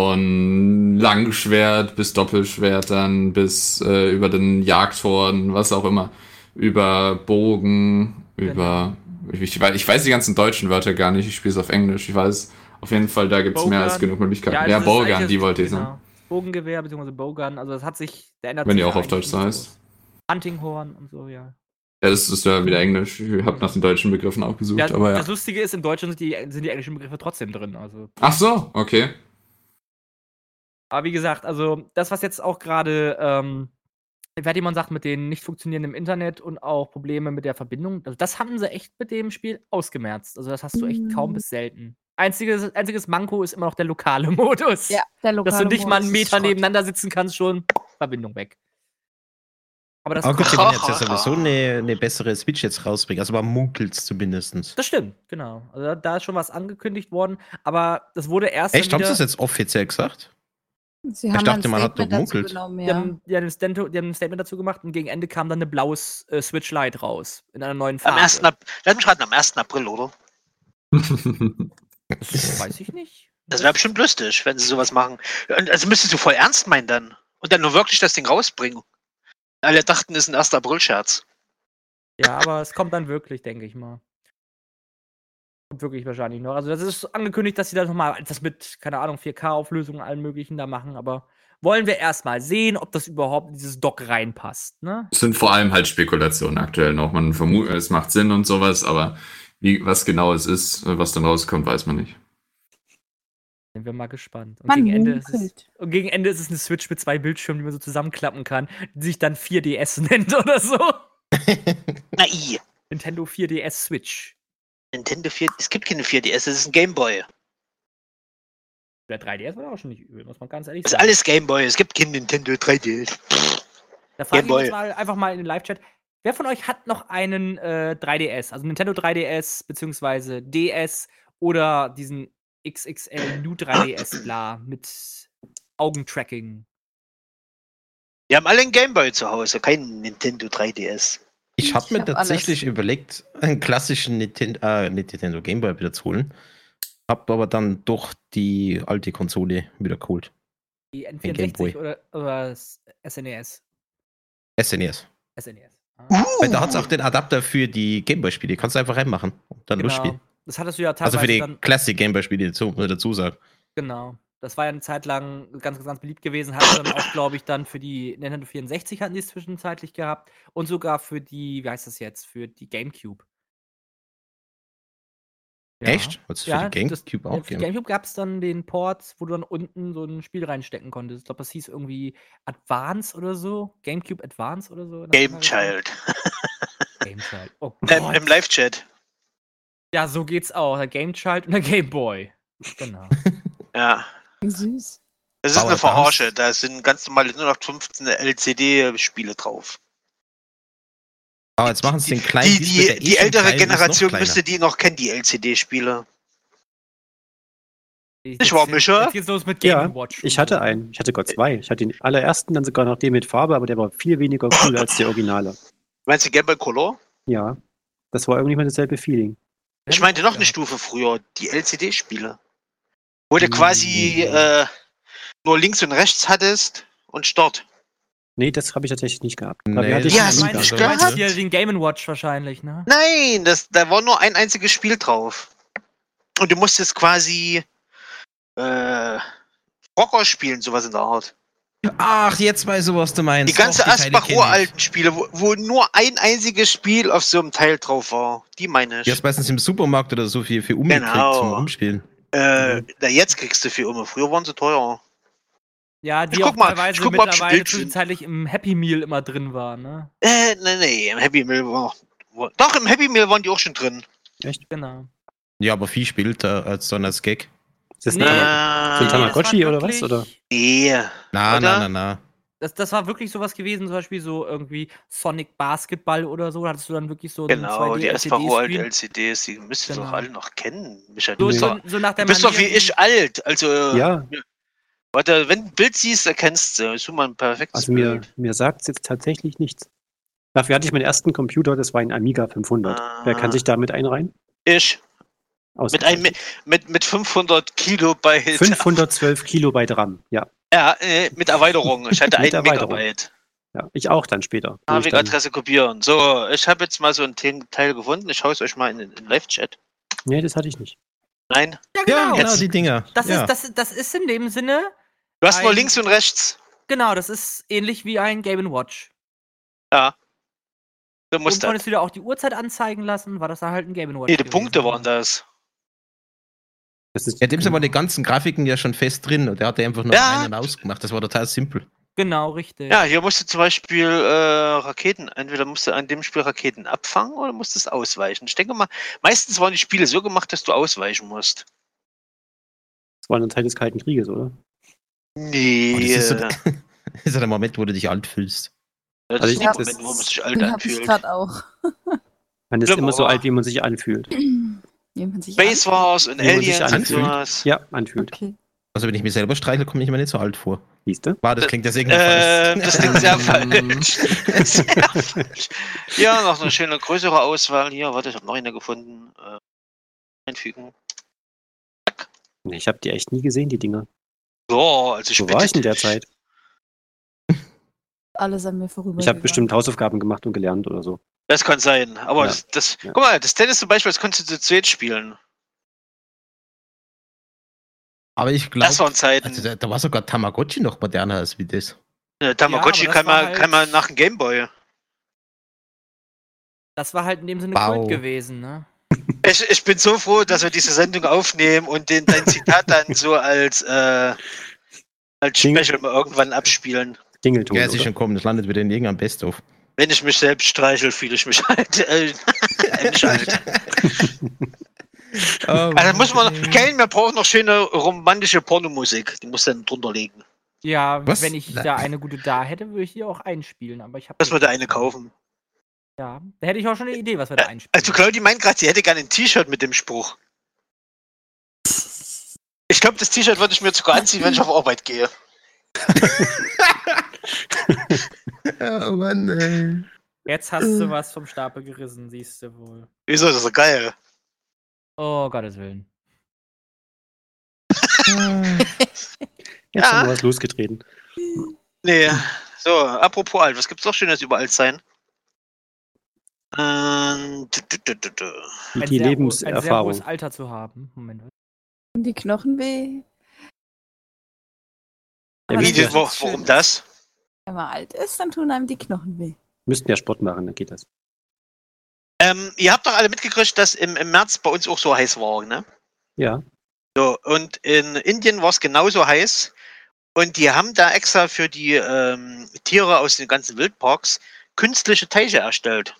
S3: von Langschwert bis Doppelschwertern bis äh, über den Jagdhorn, was auch immer, über Bogen, über
S1: Genau.
S3: ich, weiß, ich weiß die ganzen deutschen Wörter gar nicht. Ich spiele es auf Englisch. Ich weiß auf jeden Fall, da gibt es mehr als
S1: Bogan.
S3: genug Möglichkeiten. Ja,
S1: also das ist
S3: Bogan,
S1: eigentlich-
S3: die wollte ich
S1: genau.
S3: sagen.
S1: Bogengewehr bzw. Bogan, also das hat sich, der ändert
S3: Wenn
S1: sich
S3: die
S1: ja
S3: auch auf
S1: eigentlich
S3: Deutsch so
S1: nicht
S3: heißt.
S1: groß. Huntinghorn und so, ja.
S3: Ja, das ist ja wieder Englisch. Ich habe nach den deutschen Begriffen auch gesucht,
S1: ja
S3: aber ja.
S1: Das Lustige ist, im Deutschen sind die, sind die englischen Begriffe trotzdem drin, also.
S3: Ach so,
S1: [LAUGHS]
S3: okay.
S1: Aber wie gesagt, also das, was jetzt auch gerade ähm, Vertimon sagt mit den nicht funktionierenden im Internet und auch Probleme mit der Verbindung, also das haben sie echt mit dem Spiel ausgemerzt. Also das hast du echt
S5: Mhm.
S1: kaum bis selten. Einziges, einziges Manko ist immer noch der lokale [LAUGHS] Modus.
S5: Ja, der lokale
S1: dass du nicht mal einen
S5: Modus ist
S1: Meter
S5: Schrott.
S1: nebeneinander sitzen kannst, schon Verbindung weg. Aber das,
S2: Aber gut,
S1: kommt- [LAUGHS]
S2: die werden jetzt ja sowieso eine, eine bessere Switch jetzt rausbringen. Also man munkelt es zumindest.
S1: das stimmt, genau. Also da, da ist schon was angekündigt worden, aber das wurde erst
S2: Echt,
S1: dann
S2: haben sie
S1: wieder...
S2: das jetzt offiziell gesagt?
S5: Sie haben
S2: dachte,
S5: ein
S2: man hat
S5: Statement
S2: doch
S5: dazu
S2: munkelt.
S5: genommen,
S1: Die
S5: ja.
S1: haben, die, haben ein Stento, die haben ein Statement dazu gemacht und gegen Ende kam dann eine blaues äh, Switch Lite raus. In einer neuen
S4: Am
S1: Farbe.
S4: 1. April, lass mich raten, am 1. April, oder?
S1: Das weiß ich nicht.
S4: Das wäre bestimmt lustig, wenn sie sowas machen. Und- Also müsstest du voll ernst meinen dann. Und dann nur wirklich das Ding rausbringen. Alle dachten, das ist ein 1. April-Scherz.
S1: Ja, aber es kommt dann wirklich, denke ich mal. Kommt wirklich wahrscheinlich noch. Also, das ist angekündigt, dass sie da nochmal etwas mit, keine Ahnung, 4K-Auflösungen, allen möglichen da machen, aber wollen wir erstmal sehen, ob das überhaupt in dieses Dock reinpasst, ne?
S3: Es sind vor allem halt Spekulationen aktuell noch. Man vermutet, es macht Sinn und sowas, aber wie, was genau es ist, äh, was dann rauskommt, weiß man nicht.
S1: Sind wir mal gespannt. Und,
S5: Man
S1: gegen Ende, ist es,
S5: munkelt.
S1: und gegen Ende ist es eine Switch mit zwei Bildschirmen, die man so zusammenklappen kann, die sich dann 4DS [LAUGHS] nennt oder so.
S4: Na, i.
S1: Nintendo 4DS Switch.
S4: Nintendo 4, es gibt keine 4DS, es ist ein Gameboy.
S1: Der 3DS war auch schon nicht übel, muss man ganz ehrlich
S4: Es
S1: sagen.
S4: ist alles Gameboy, es gibt kein Nintendo 3DS.
S1: Da frage ich
S4: Gameboy.
S1: jetzt mal einfach mal in den Live-Chat. Wer von euch hat noch einen äh, 3DS? Also Nintendo 3DS, beziehungsweise DS oder diesen XXL New 3DS bla mit Augentracking.
S4: Wir haben alle ein Gameboy zu Hause, kein Nintendo 3DS.
S2: Ich habe
S5: Ich
S2: mir
S5: hab
S2: tatsächlich überlegt, einen klassischen Nintendo, äh, nicht Nintendo Game Boy wieder zu holen. Hab aber dann doch die alte Konsole wieder geholt.
S1: Die
S2: Game Boy.
S1: N64 oder, oder E das SNES.
S2: SNES.
S1: SNES. Ah,
S2: E Weil da hat es auch den Adapter für die Gameboy-Spiele. Kannst du einfach reinmachen und dann losspielen.
S1: Das hattest du ja Genau, teilweise
S2: Also für die
S1: dann.
S2: Classic Gameboy-Spiele dazu, muss ich dazu sagen.
S1: Genau. Das war ja eine Zeit lang ganz, ganz beliebt gewesen. Hat dann auch, glaube ich, dann für die Nintendo 64 hatten die es zwischenzeitlich gehabt. Und sogar für die, wie heißt das jetzt, für die Gamecube. Ja.
S2: Echt? Hat's für
S1: Ja,
S2: die Gamecube
S1: das,
S2: auch
S1: Für
S2: gegeben?
S1: Gamecube gab es dann den Port, wo du dann unten so ein Spiel reinstecken konntest. Ich glaube, das hieß irgendwie Advance oder so. Gamecube Advance oder so. in der
S4: Game
S1: Richtung.
S4: Child.
S1: Game Child. Oh
S4: Ähm,
S1: Gott.
S4: [LAUGHS] Im Live-Chat.
S1: ja, so geht's auch. Der Game Child und der Game Boy.
S4: [LAUGHS]
S1: Genau.
S4: Ja.
S5: Süß.
S4: Das ist
S2: Power
S4: eine
S2: Dance.
S4: Verarsche. Da sind ganz normale 0815 LCD-Spiele drauf.
S2: Aber jetzt machen sie den kleinen.
S4: Die,
S2: Display, der eh
S4: die, die
S2: schon
S4: ältere
S2: klein ist, noch
S4: Generation
S2: kleiner.
S4: müsste die noch kennen, die LCD-Spiele.
S1: Jetzt-
S4: war
S1: jetzt-
S4: Mischa.
S1: Jetzt geht's los mit Game
S6: Ja,
S1: Watch.
S6: Ich hatte einen. Ich hatte Gott zwei. Ich hatte den allerersten, dann sogar noch den mit Farbe, aber der war viel weniger cool als der Originale.
S4: Meinst du Gameboy Color?
S6: Ja. Das war irgendwie mal dasselbe Feeling.
S4: Ich meinte noch eine Stufe früher, die LCD-Spiele. Wo du quasi
S2: Hm.
S4: äh, nur links und rechts hattest und Start.
S6: Nee, das habe ich tatsächlich nicht gehabt.
S2: Nee,
S6: Dafür hatte
S2: das
S6: ich
S4: Ja,
S6: einen
S4: ist
S6: Amiga.
S1: meinst,
S4: nicht
S1: du
S4: gehabt.
S1: meinst hier den Game Watch wahrscheinlich, ne?
S4: Nein, das, da war nur ein einziges Spiel drauf. Und du musstest quasi äh, Rocker spielen, sowas in der Art.
S2: Ach, jetzt weiß ich, was du meinst.
S4: Die ganze
S2: Doch, Teile kenn ich.
S4: Asbach-Uralten Spiele, wo, wo nur ein einziges Spiel auf so einem Teil drauf war. Die meine ich.
S2: Die hast meistens im Supermarkt oder so viel, viel umgekriegt
S4: Genau.
S2: zum Umspielen.
S4: Äh, na, jetzt kriegst du viel um. Früher waren sie teuer.
S1: Ja, die
S4: Ich
S1: auch
S4: guck mal,
S1: teilweise
S4: ich guck mal, ob ich ein
S1: mittlerweile
S4: Bild finde.
S1: zwischenzeitlich im Happy Meal immer drin waren, ne?
S4: Äh, nee, nee, im Happy Meal war. war- Doch, im Happy Meal waren die auch schon drin.
S1: Genau.
S6: Äh,
S2: Ja, aber viel später als dann als Gag.
S6: Ist das
S1: Nee.
S6: ein
S4: Äh,
S6: so ein
S1: das war
S6: Tamagotchi oder
S1: wirklich-
S6: was? Oder?
S4: nee.
S2: Na,
S4: Oder?
S2: na, na, na.
S1: Das, das war wirklich sowas gewesen, zum Beispiel so irgendwie Sonic Basketball oder so. Da hattest du dann wirklich so einen
S4: Genau, die
S1: 2D
S4: Esparo alt
S1: LCD-Screen.
S4: LCDs, die müsst ihr doch
S1: Genau.
S4: alle noch kennen. Micha, du
S1: So,
S4: bist,
S1: so,
S4: doch,
S1: so nach der
S4: du bist doch wie
S1: Manier
S4: ich alt. Also,
S6: Ja,
S4: warte, wenn du ein Bild siehst, erkennst du. Ich suche mal ein perfektes
S6: also mir,
S4: Bild.
S6: mir sagt es jetzt tatsächlich nichts. Dafür hatte ich meinen ersten Computer, das war ein Amiga 500. Wer kann sich damit einreihen?
S4: Ich, Ah. mit, einem,
S6: Ausgezeichnet.
S4: mit, mit 500 Kilobyte.
S6: 512 Kilobyte RAM, ja.
S4: Ja, äh, mit Erweiterung. Ich hatte
S6: [LAUGHS] Mit
S4: ein
S6: Erweiterung.
S4: Megabyte.
S6: ja. Ich auch dann später.
S4: Ah,
S6: wo ich dann,
S4: Navigadresse kopieren. So, ich habe jetzt mal so einen Te- Teil gefunden. Ich schaue es euch mal in den in den Live-Chat.
S6: nee, das hatte ich nicht.
S4: Nein,
S1: Ja,
S2: Ja,
S1: genau.
S2: genau,
S4: Jetzt-
S2: die Dinger.
S1: das,
S2: ja.
S1: ist, das, das ist in dem Sinne,
S4: du hast nur
S1: Ein-
S4: links und rechts.
S1: genau, das ist ähnlich wie ein Game Watch.
S4: Du
S1: Und
S4: musst da.
S1: konntest du dir auch die Uhrzeit anzeigen lassen, war das dann halt ein Game Watch.
S4: Nee, die
S1: gewesen.
S4: Punkte waren das.
S6: Das ist,
S2: ja, dem sind aber die ganzen Grafiken ja schon fest drin und der hat ja einfach nur
S4: Ja.
S2: einen rausgemacht. Das war total simpel. [LAUGHS]
S1: Genau, richtig.
S4: Ja, hier musst du zum Beispiel äh, Raketen, entweder musst du an dem Spiel Raketen abfangen oder musst es ausweichen. Ich denke mal, meistens waren die Spiele so gemacht, dass du ausweichen musst.
S6: das war in der Zeit des Kalten Krieges, oder?
S4: Nee.
S2: Oh, das ist so-
S4: [LAUGHS] Ja,
S2: Das ist ja der Moment, wo du dich alt fühlst.
S4: das
S6: Also
S4: ist
S6: ich-
S4: der
S6: das-
S4: Moment, wo man sich alt
S5: Den hab ich
S4: anfühlt.
S5: gerade auch.
S6: Man ist
S4: Stimmt,
S6: immer so
S4: aber-
S6: alt, wie man sich anfühlt.
S5: Jemand sich
S4: Space
S5: an-
S4: Wars und
S6: Wie man sich
S4: Aliens und
S2: anfühlt.
S4: sowas.
S6: Ja, anfühlt.
S5: Okay.
S2: Also wenn ich mich selber streichle, komme ich mir nicht so alt vor.
S6: Siehst du?
S2: War das klingt jetzt irgendwie
S6: [LAUGHS]
S4: Äh,
S2: falsch.
S4: das klingt sehr
S3: Ähm.
S4: falsch. sehr falsch. Ja, noch eine schöne größere Auswahl hier. Warte, ich habe noch eine gefunden. Äh, einfügen.
S6: Nee, Ich habe die echt nie gesehen, die Dinger.
S4: Ja, also
S6: Wo war ich in der Zeit?
S5: Alles an mir vorüber.
S6: Ich habe bestimmt Hausaufgaben gemacht und gelernt oder so.
S4: Das kann sein. Aber
S6: Ja.
S4: das, das
S6: Ja.
S4: guck mal, das Tennis zum Beispiel, das konntest du zu zweit spielen.
S2: [LAUGHS] Aber ich glaube,
S4: Das waren Zeiten.
S2: also da, da war sogar Tamagotchi noch moderner als wie das.
S4: Äh, Tamagotchi
S1: Ja, aber das
S4: kann,
S1: war
S4: man,
S1: halt-
S4: kann man nach dem Gameboy.
S1: Das war halt in dem Sinne
S2: Wow.
S1: Kult gewesen, ne?
S4: Ich, ich bin so froh, dass wir diese Sendung aufnehmen und den, dein Zitat dann so als, äh, als
S6: Jingle.
S4: Special mal irgendwann abspielen.
S6: Klingelton.
S2: Ja, es ist
S6: oder?
S2: schon kommen, das landet wieder in irgendeinem Best-of.
S4: Wenn ich mich selbst streichel, fühle ich mich [LAUGHS] halt. Äh, nicht alt.
S2: Oh,
S4: Ah, dann muss man noch, Kellen, wir brauchen noch schöne romantische Pornomusik. Die muss dann drunter legen.
S1: Ja,
S2: Was?
S1: wenn ich
S2: Na-
S1: da eine gute da hätte, würde ich die auch einspielen. Aber ich habe.
S4: Dass wir da eine kaufen.
S1: Ja, da hätte ich auch schon eine Idee, was wir da einspielen.
S4: Also Claudi meint gerade, sie hätte gerne ein T-Shirt mit dem Spruch. Ich glaube, das T-Shirt würde ich mir sogar anziehen, wenn ich auf Arbeit gehe.
S2: Oh Mann, ey.
S1: Jetzt hast du was vom Stapel gerissen, siehst du wohl.
S4: Wieso, das ist so geil.
S1: Oh, Gottes Willen.
S2: Ah.
S6: Jetzt
S4: Ja.
S6: haben wir was losgetreten.
S4: Nee. So, apropos alt, was gibt's noch Schönes über alt sein? Ähm, tü- tü- tü- tü- tü.
S1: Ein sehr ho-
S6: Die, die
S1: Ein sehr
S6: Lebenserfahrung.
S1: hohes Alter zu haben. Moment.
S5: Und die Knochen weh.
S6: Ja,
S5: Aber
S4: Wie,
S6: müsst
S5: das
S4: denn,
S5: ist
S4: wo,
S5: was
S4: warum
S5: Schönes.
S4: das?
S5: Wenn man alt ist, dann tun einem die Knochen weh.
S6: müssten ja Sport machen, dann geht das.
S4: Ähm, ihr habt doch alle mitgekriegt, dass im, im März bei uns auch so heiß war, ne?
S6: Ja.
S4: So, und in Indien war es genauso heiß. Und die haben da extra für die ähm, Tiere aus den ganzen Wildparks künstliche Teiche erstellt.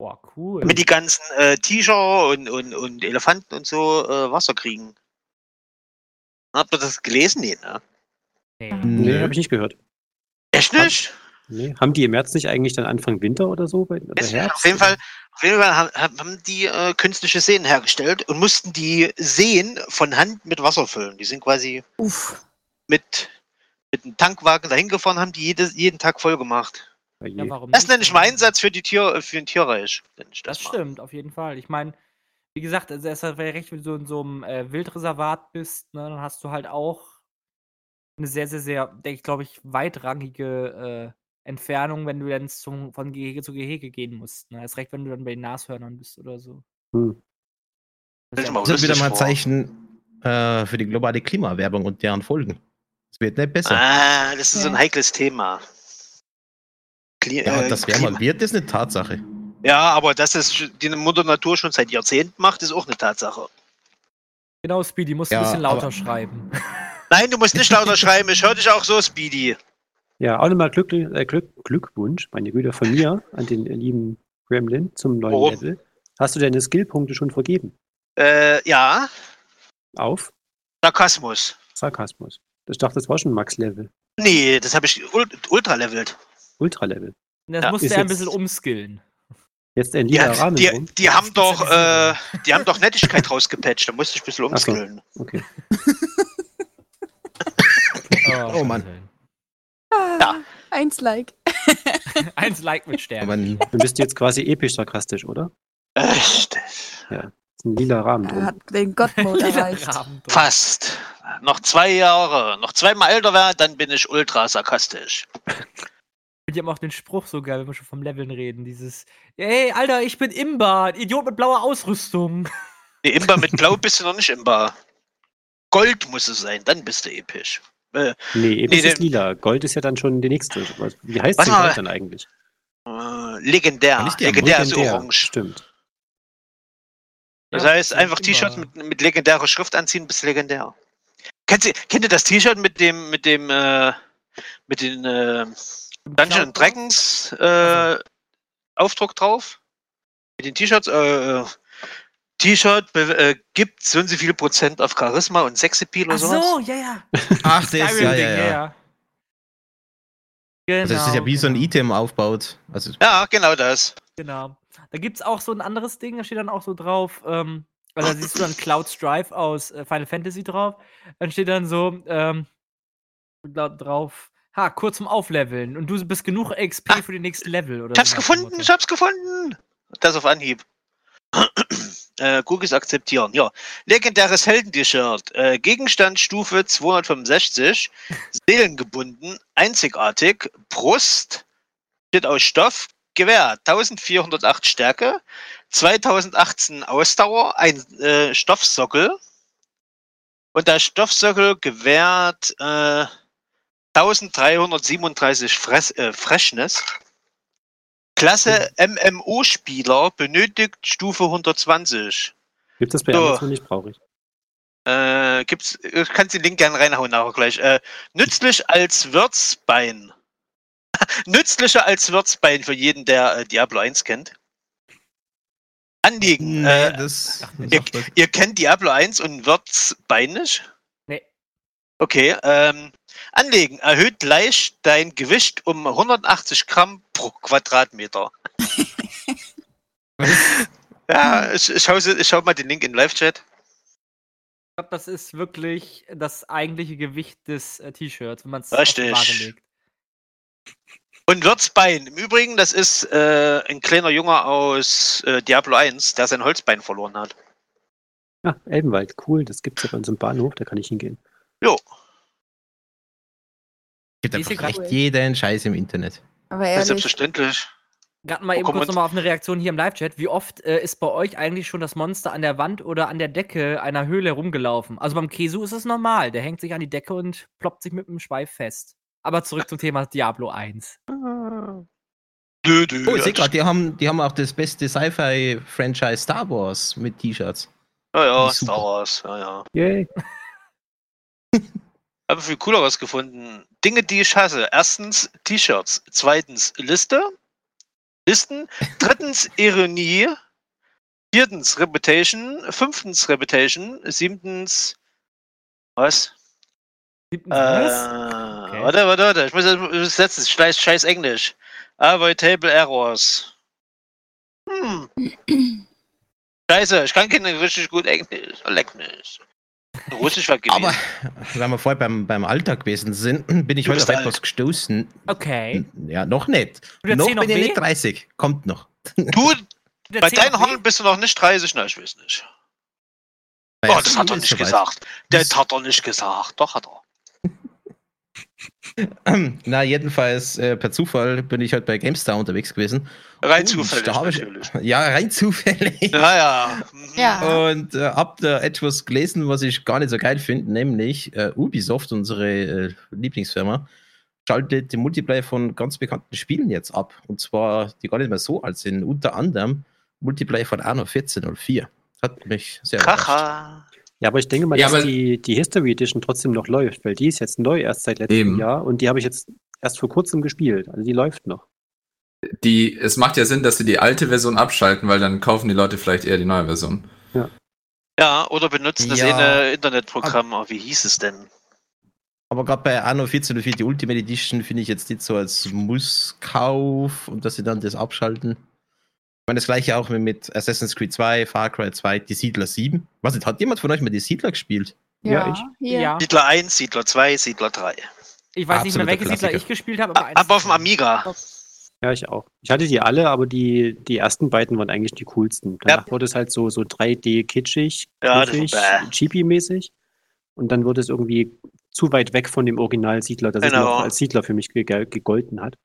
S1: Boah, cool.
S4: Damit die ganzen äh, Tiger und, und, und Elefanten und so äh, Wasser kriegen. Habt ihr das gelesen? Nee, ne?
S1: Nee.
S6: Nee,
S2: Nö.
S6: habe ich nicht gehört.
S4: Echt nicht?
S6: Nee. Haben die im März nicht eigentlich dann Anfang Winter oder so? Bei, oder
S4: Weiß nicht. Auf jeden Fall, auf jeden Fall haben, haben die äh, künstliche Seen hergestellt und mussten die Seen von Hand mit Wasser füllen. Die sind quasi
S5: Uff.
S4: mit, mit einem Tankwagen dahin gefahren, haben die jedes, jeden Tag voll gemacht.
S6: Oje.
S1: Ja, warum
S4: Das
S1: nicht?
S4: nenne ich mal Einsatz für, die Tier, für den Tierreich. Nenne ich das
S1: Mhm. Das
S4: mal.
S1: stimmt, auf jeden Fall. Ich meine, wie gesagt, also es wäre recht, wenn du in so einem äh, Wildreservat bist, ne, dann hast du halt auch eine sehr, sehr, sehr, denke ich, glaube ich, weitrangige äh, Entfernung, wenn du dann zum, von Gehege zu Gehege gehen musst. Ne? Erst recht, wenn du dann bei den Nashörnern bist oder so.
S6: Hm.
S1: Das ist
S4: Stell
S1: ja
S4: dir mal
S1: auch-
S2: Das ist wieder
S4: lustig
S2: mal ein
S4: vor.
S2: Zeichen äh, für die globale Klimawerbung und deren Folgen. Es wird nicht besser.
S4: Ah, das ist so ein
S5: Ja.
S4: heikles Thema. Kli
S2: ja,
S4: äh,
S2: und das Wärmer
S4: Klima-
S2: wird, ist eine Tatsache.
S4: ja, aber dass es sch- die Mutter Natur schon seit Jahrzehnten macht, ist auch eine Tatsache.
S1: Genau, Speedy, musst
S2: Ja,
S1: ein bisschen lauter
S2: aber-
S1: schreiben. [LAUGHS]
S4: Nein, du musst nicht lauter schreiben. Ich höre dich auch so, Speedy.
S6: Ja, auch nochmal Glück, äh, Glück, Glückwunsch, meine Güte, von mir an den lieben Gremlin zum neuen
S4: Warum?
S6: Level. Hast du deine Skillpunkte schon vergeben?
S4: Äh, ja,
S6: Auf
S4: Sarkasmus.
S6: Sarkasmus. Ich dachte, das war schon Max-Level,
S4: Nee, das habe ich ul ultra-levelt.
S6: Ultra-Level.
S1: Das
S4: Ja,
S1: musst
S6: ist
S1: du ja ein
S6: jetzt-
S1: bisschen umskillen.
S6: Jetzt ein
S4: Die,
S6: lila
S4: hat-
S6: Rahmen
S4: die,
S6: rum.
S4: die haben
S1: Das ist
S4: doch,
S1: ja
S4: äh, die haben doch Nettigkeit [LAUGHS] rausgepatcht. Da musste ich ein bisschen
S6: Ach so.
S4: umskillen.
S6: Okay.
S2: Oh Mann.
S5: Ah, Eins Like.
S1: [LAUGHS] Eins Like mit Stern.
S2: Aber nie.
S6: Dann bist du jetzt quasi episch sarkastisch, oder?
S4: Echt?
S6: Ist ein lila Rahmen
S5: Er
S6: drum.
S5: hat den [LAUGHS] Gottmode
S1: Jeder
S5: erreicht.
S1: Rahmen drum.
S4: Fast. Noch zwei Jahre. Noch zweimal älter werden, dann bin ich ultra sarkastisch.
S1: Die haben auch den Spruch so geil, wenn wir schon vom Leveln reden. Dieses, hey, Alter, ich bin Imba, ein Idiot mit blauer Ausrüstung.
S4: Nee, Imba mit Blau bist du noch nicht Imba. Gold muss es sein, dann bist du episch. Äh,
S6: Nee, episch
S4: Nee,
S6: ist
S4: der-
S6: lila. Gold ist ja dann schon die nächste. Was- Wie heißt
S4: Warte
S6: denn
S4: mal.
S6: Gold dann eigentlich?
S4: äh, legendär.
S2: Kann ich dir am
S4: legendär ist
S6: Legendär.
S4: orange.
S6: Stimmt.
S4: [LAUGHS] Das
S1: Ja,
S4: heißt,
S1: ist
S4: einfach
S1: Imba.
S4: T-Shirts mit, mit legendärer Schrift anziehen, bist legendär. Kennt ihr, kennt ihr das T-Shirt mit dem, mit dem, äh, mit den äh, Dungeon and Dragons äh, Aufdruck drauf? Mit den T-Shirts, äh, äh, T-Shirt be- äh, gibt so und so viel Prozent auf Charisma und Sexappeal oder
S1: Ach
S4: sowas.
S1: so, ja, ja.
S2: Ach, das ist [LAUGHS] ja, ja, ja.
S1: Genau,
S2: Also das ist ja wie so ein
S1: genau,
S2: Item aufbaut. Also
S4: Ja, genau das.
S1: Genau. Da gibt es auch so ein anderes Ding, da steht dann auch so drauf, ähm, also da siehst du dann Cloud Strife aus äh, Final Fantasy drauf. Dann steht dann so ähm, da drauf, ha, kurz zum Aufleveln und du bist genug XP für den nächsten Level. Oder
S4: Ah. Ich hab's
S1: so nach dem
S4: gefunden,
S1: Motto.
S4: ich hab's gefunden. Das auf Anhieb. [CLEARS THROAT] äh, Cookies akzeptieren, ja. Legendäres Helden-T-Shirt. Äh, Gegenstandsstufe 265. Seelengebunden. Einzigartig. Brust. Steht aus Stoff. Gewehr. 1408 Stärke. 2018 Ausdauer. Ein äh, Stoffsockel. Und der Stoffsockel gewährt äh, 1337 Fress, äh, Freshness. Klasse MMO-Spieler benötigt Stufe 120.
S6: Gibt es bei
S4: So.
S6: Amazon nicht, brauche ich.
S4: Äh, gibt's, äh, kannst den Link gerne reinhauen nachher gleich. Äh, nützlich als Würzbein. [LAUGHS] Nützlicher als Würzbein für jeden, der äh, Diablo 1 kennt. Anliegen.
S2: nee,
S4: Äh,
S2: das, das
S4: ihr,
S2: sagt was.
S4: ihr kennt Diablo 1 und Würzbein nicht?
S1: Nee.
S4: Okay, ähm, anlegen. Erhöht leicht dein Gewicht um 180 Gramm pro Quadratmeter. [LAUGHS] Ja, ich, ich, schau, ich schau mal den Link in den Live-Chat.
S1: Ich glaube, das ist wirklich das eigentliche Gewicht des äh, T-Shirts, wenn man es
S4: Richtig. Und Würzbein. Im Übrigen, das ist äh, ein kleiner Junge aus äh, Diablo 1, der sein Holzbein verloren hat.
S6: Ah, Elbenwald, cool. Das gibt es ja bei uns im Bahnhof, da kann ich hingehen.
S2: gibt
S1: Ist hier
S2: einfach echt
S5: grad-
S2: jeden Scheiß im Internet.
S5: Aber
S4: Das ist
S5: ehrlich,
S4: selbstverständlich.
S1: Gerade mal
S4: Oh,
S1: eben
S4: komm,
S1: kurz
S4: und-
S1: nochmal auf eine Reaktion hier im Live-Chat. Wie oft äh, ist bei euch eigentlich schon das Monster an der Wand oder an der Decke einer Höhle rumgelaufen? Also beim Kesu ist es normal. Der hängt sich an die Decke und ploppt sich mit dem Schweif fest. Aber zurück zum Thema Diablo 1.
S4: Dö, dö,
S2: Oh, ich sehe
S4: ja,
S2: gerade, die haben, die haben auch das beste Sci-Fi-Franchise Star Wars mit T-Shirts.
S4: ja,
S2: Super.
S4: Star Wars. Ja, ja. [LAUGHS]
S6: Yay.
S4: Habe viel cooleres gefunden. Dinge, die ich hasse. Erstens T-Shirts. Zweitens Liste. Listen. Drittens Ironie. Viertens Reputation. Fünftens Reputation. Siebtens. Was?
S1: Siebten
S4: Äh,
S1: Satz.
S4: Warte, warte, warte. Ich muss das übersetzen. Scheiß, scheiß Englisch. Avoid Table Errors.
S5: [CLEARS THROAT]
S4: Hm. Scheiße, ich kann kein richtig gut Englisch. Leck Oh, mich. Russisch war gewesen.
S2: Aber weil wir vorher beim, beim Alter gewesen sind, bin ich
S4: Du
S2: heute auf
S4: bist alt.
S2: etwas gestoßen.
S1: Okay.
S2: Ja, noch nicht.
S1: Tut der
S2: Noch
S1: Zeh
S2: bin
S1: noch
S2: ich
S1: weh?
S2: nicht 30. Kommt noch. [LAUGHS]
S4: du,
S1: Der
S4: bei
S1: Zeh noch
S4: deinen
S1: weh?
S4: Horn bist du noch nicht 30, na, ich weiß nicht.
S2: Naja,
S4: oh, das hat er
S2: ist
S4: nicht
S2: soweit. Oh,
S4: gesagt. Das
S2: Das-
S4: hat er nicht gesagt. Doch, hat er.
S2: [CLEARS THROAT] Na, jedenfalls, äh, per Zufall bin ich heute bei GameStar unterwegs gewesen.
S4: Rein
S2: Und
S4: zufällig
S2: da hab ich-
S4: natürlich.
S2: Ja, rein [LAUGHS] zufällig.
S4: Ja, ja. Mhm.
S5: Ja.
S2: Und äh, hab da etwas gelesen, was ich gar nicht so geil finde, nämlich äh, Ubisoft, unsere äh, Lieblingsfirma, schaltet den Multiplayer von ganz bekannten Spielen jetzt ab. Und zwar, die gar nicht mehr so alt sind. Unter anderem Multiplayer von Anno 1404. Hat mich sehr überrascht.
S4: Kracher.
S6: Ja, aber ich denke mal,
S3: Ja,
S6: dass
S3: aber-
S6: die, die History Edition trotzdem noch läuft, weil die ist jetzt neu erst seit letztem
S3: Eben.
S6: Jahr und die habe ich jetzt erst vor kurzem gespielt. Also die läuft noch.
S3: Die, es macht ja Sinn, dass sie die alte Version abschalten, weil dann kaufen die Leute vielleicht eher die neue Version.
S4: Ja, oder benutzen das
S2: Ja.
S4: eine Internetprogramm. Oh, wie hieß es denn?
S2: Aber gerade bei Anno 1404, die Ultimate Edition, finde ich jetzt nicht so als Musskauf und dass sie dann das abschalten. Ich meine, das gleiche auch mit Assassin's Creed 2, Far Cry 2, die Siedler 7. Was nicht, hat jemand von euch mal die Siedler gespielt?
S6: Ja,
S5: Hier.
S1: Ja.
S4: Siedler 1, Siedler 2, Siedler 3.
S1: Ich weiß nicht mehr,
S2: Absoluter
S1: welches Siedler
S2: Klassiker.
S1: ich gespielt habe, aber eins.
S4: Aber auf dem Amiga.
S6: Ja, ich auch. Ich hatte die alle, aber die, die ersten beiden waren eigentlich die coolsten. Danach wurde es halt so, so 3D-kitschig,
S4: Ja, das- bäh.
S6: cheapy-mäßig. Und dann wurde es irgendwie zu weit weg von dem Original-Siedler, dass es
S4: Genau.
S6: noch als Siedler für mich ge gegolten hat.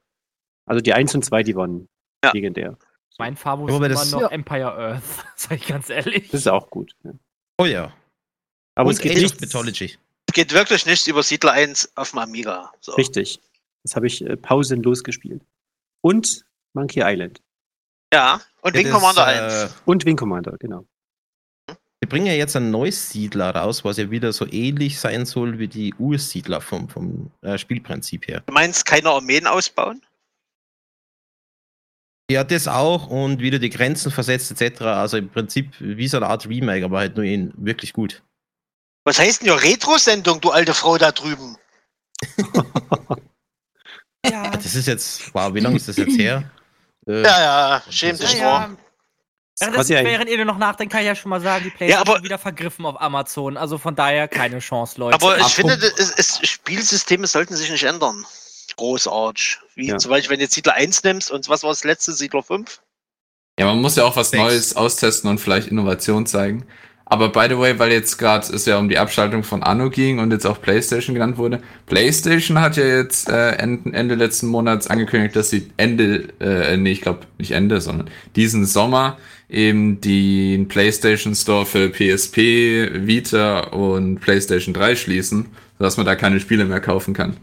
S6: Also die 1 und 2, die waren
S4: Ja.
S6: legendär.
S1: Mein Favo
S2: Wobei
S1: ist immer
S2: das-
S1: noch
S5: Ja.
S1: Empire Earth, [LAUGHS] sag ich ganz ehrlich.
S6: Das ist auch gut. Ja.
S2: Oh ja.
S6: Aber
S2: und
S6: es geht
S2: Age of
S6: nicht.
S2: Mythology.
S4: Es geht wirklich nichts über Siedler 1 auf dem Amiga. So.
S6: Richtig. Das habe ich äh, pausenlos gespielt. Und Monkey Island.
S4: Ja, und Wing
S2: Ja, das,
S4: Commander
S2: äh,
S4: 1.
S6: Und Wing Commander, genau.
S2: Sie bringen ja jetzt ein neues Siedler raus, was ja wieder so ähnlich sein soll wie die Ursiedler vom, vom äh, Spielprinzip her.
S4: Du meinst, keine Armeen ausbauen?
S2: Ja, das auch und wieder die Grenzen versetzt etc. Also im Prinzip wie so eine Art Remake, aber halt nur in wirklich gut.
S4: Was heißt denn ja Retro-Sendung, du alte Frau da drüben?
S5: Ja.
S2: Das ist jetzt, wow, wie lange ist das jetzt
S3: [CLEARS THROAT]
S2: her? Äh,
S4: Ja, ja, schäm dich
S5: Ja,
S4: vor.
S5: ja.
S1: Während,
S6: Was ja-
S1: während ihr nur noch nachdenkt, kann ich ja schon mal sagen, die Playstation
S4: Ja, aber-
S1: ist wieder vergriffen auf Amazon. Also von daher keine Chance, Leute.
S4: Aber ich
S3: Ab-
S4: finde, das, es, Spielsysteme sollten sich nicht ändern. Großartig. Wie
S6: Ja.
S4: zum Beispiel, wenn du jetzt Siedler 1 nimmst und was war das letzte, Siedler 5?
S3: Ja, man muss ja auch was
S2: Sechs.
S3: Neues austesten und vielleicht Innovation zeigen. Aber by the way, weil jetzt gerade es ja um die Abschaltung von Anno ging und jetzt auch PlayStation genannt wurde, PlayStation hat ja jetzt äh, Ende, Ende letzten Monats angekündigt, dass sie Ende, äh, nee, ich glaube nicht Ende, sondern diesen Sommer eben den PlayStation Store für PSP, Vita und PlayStation 3 schließen, sodass man da keine Spiele mehr kaufen kann.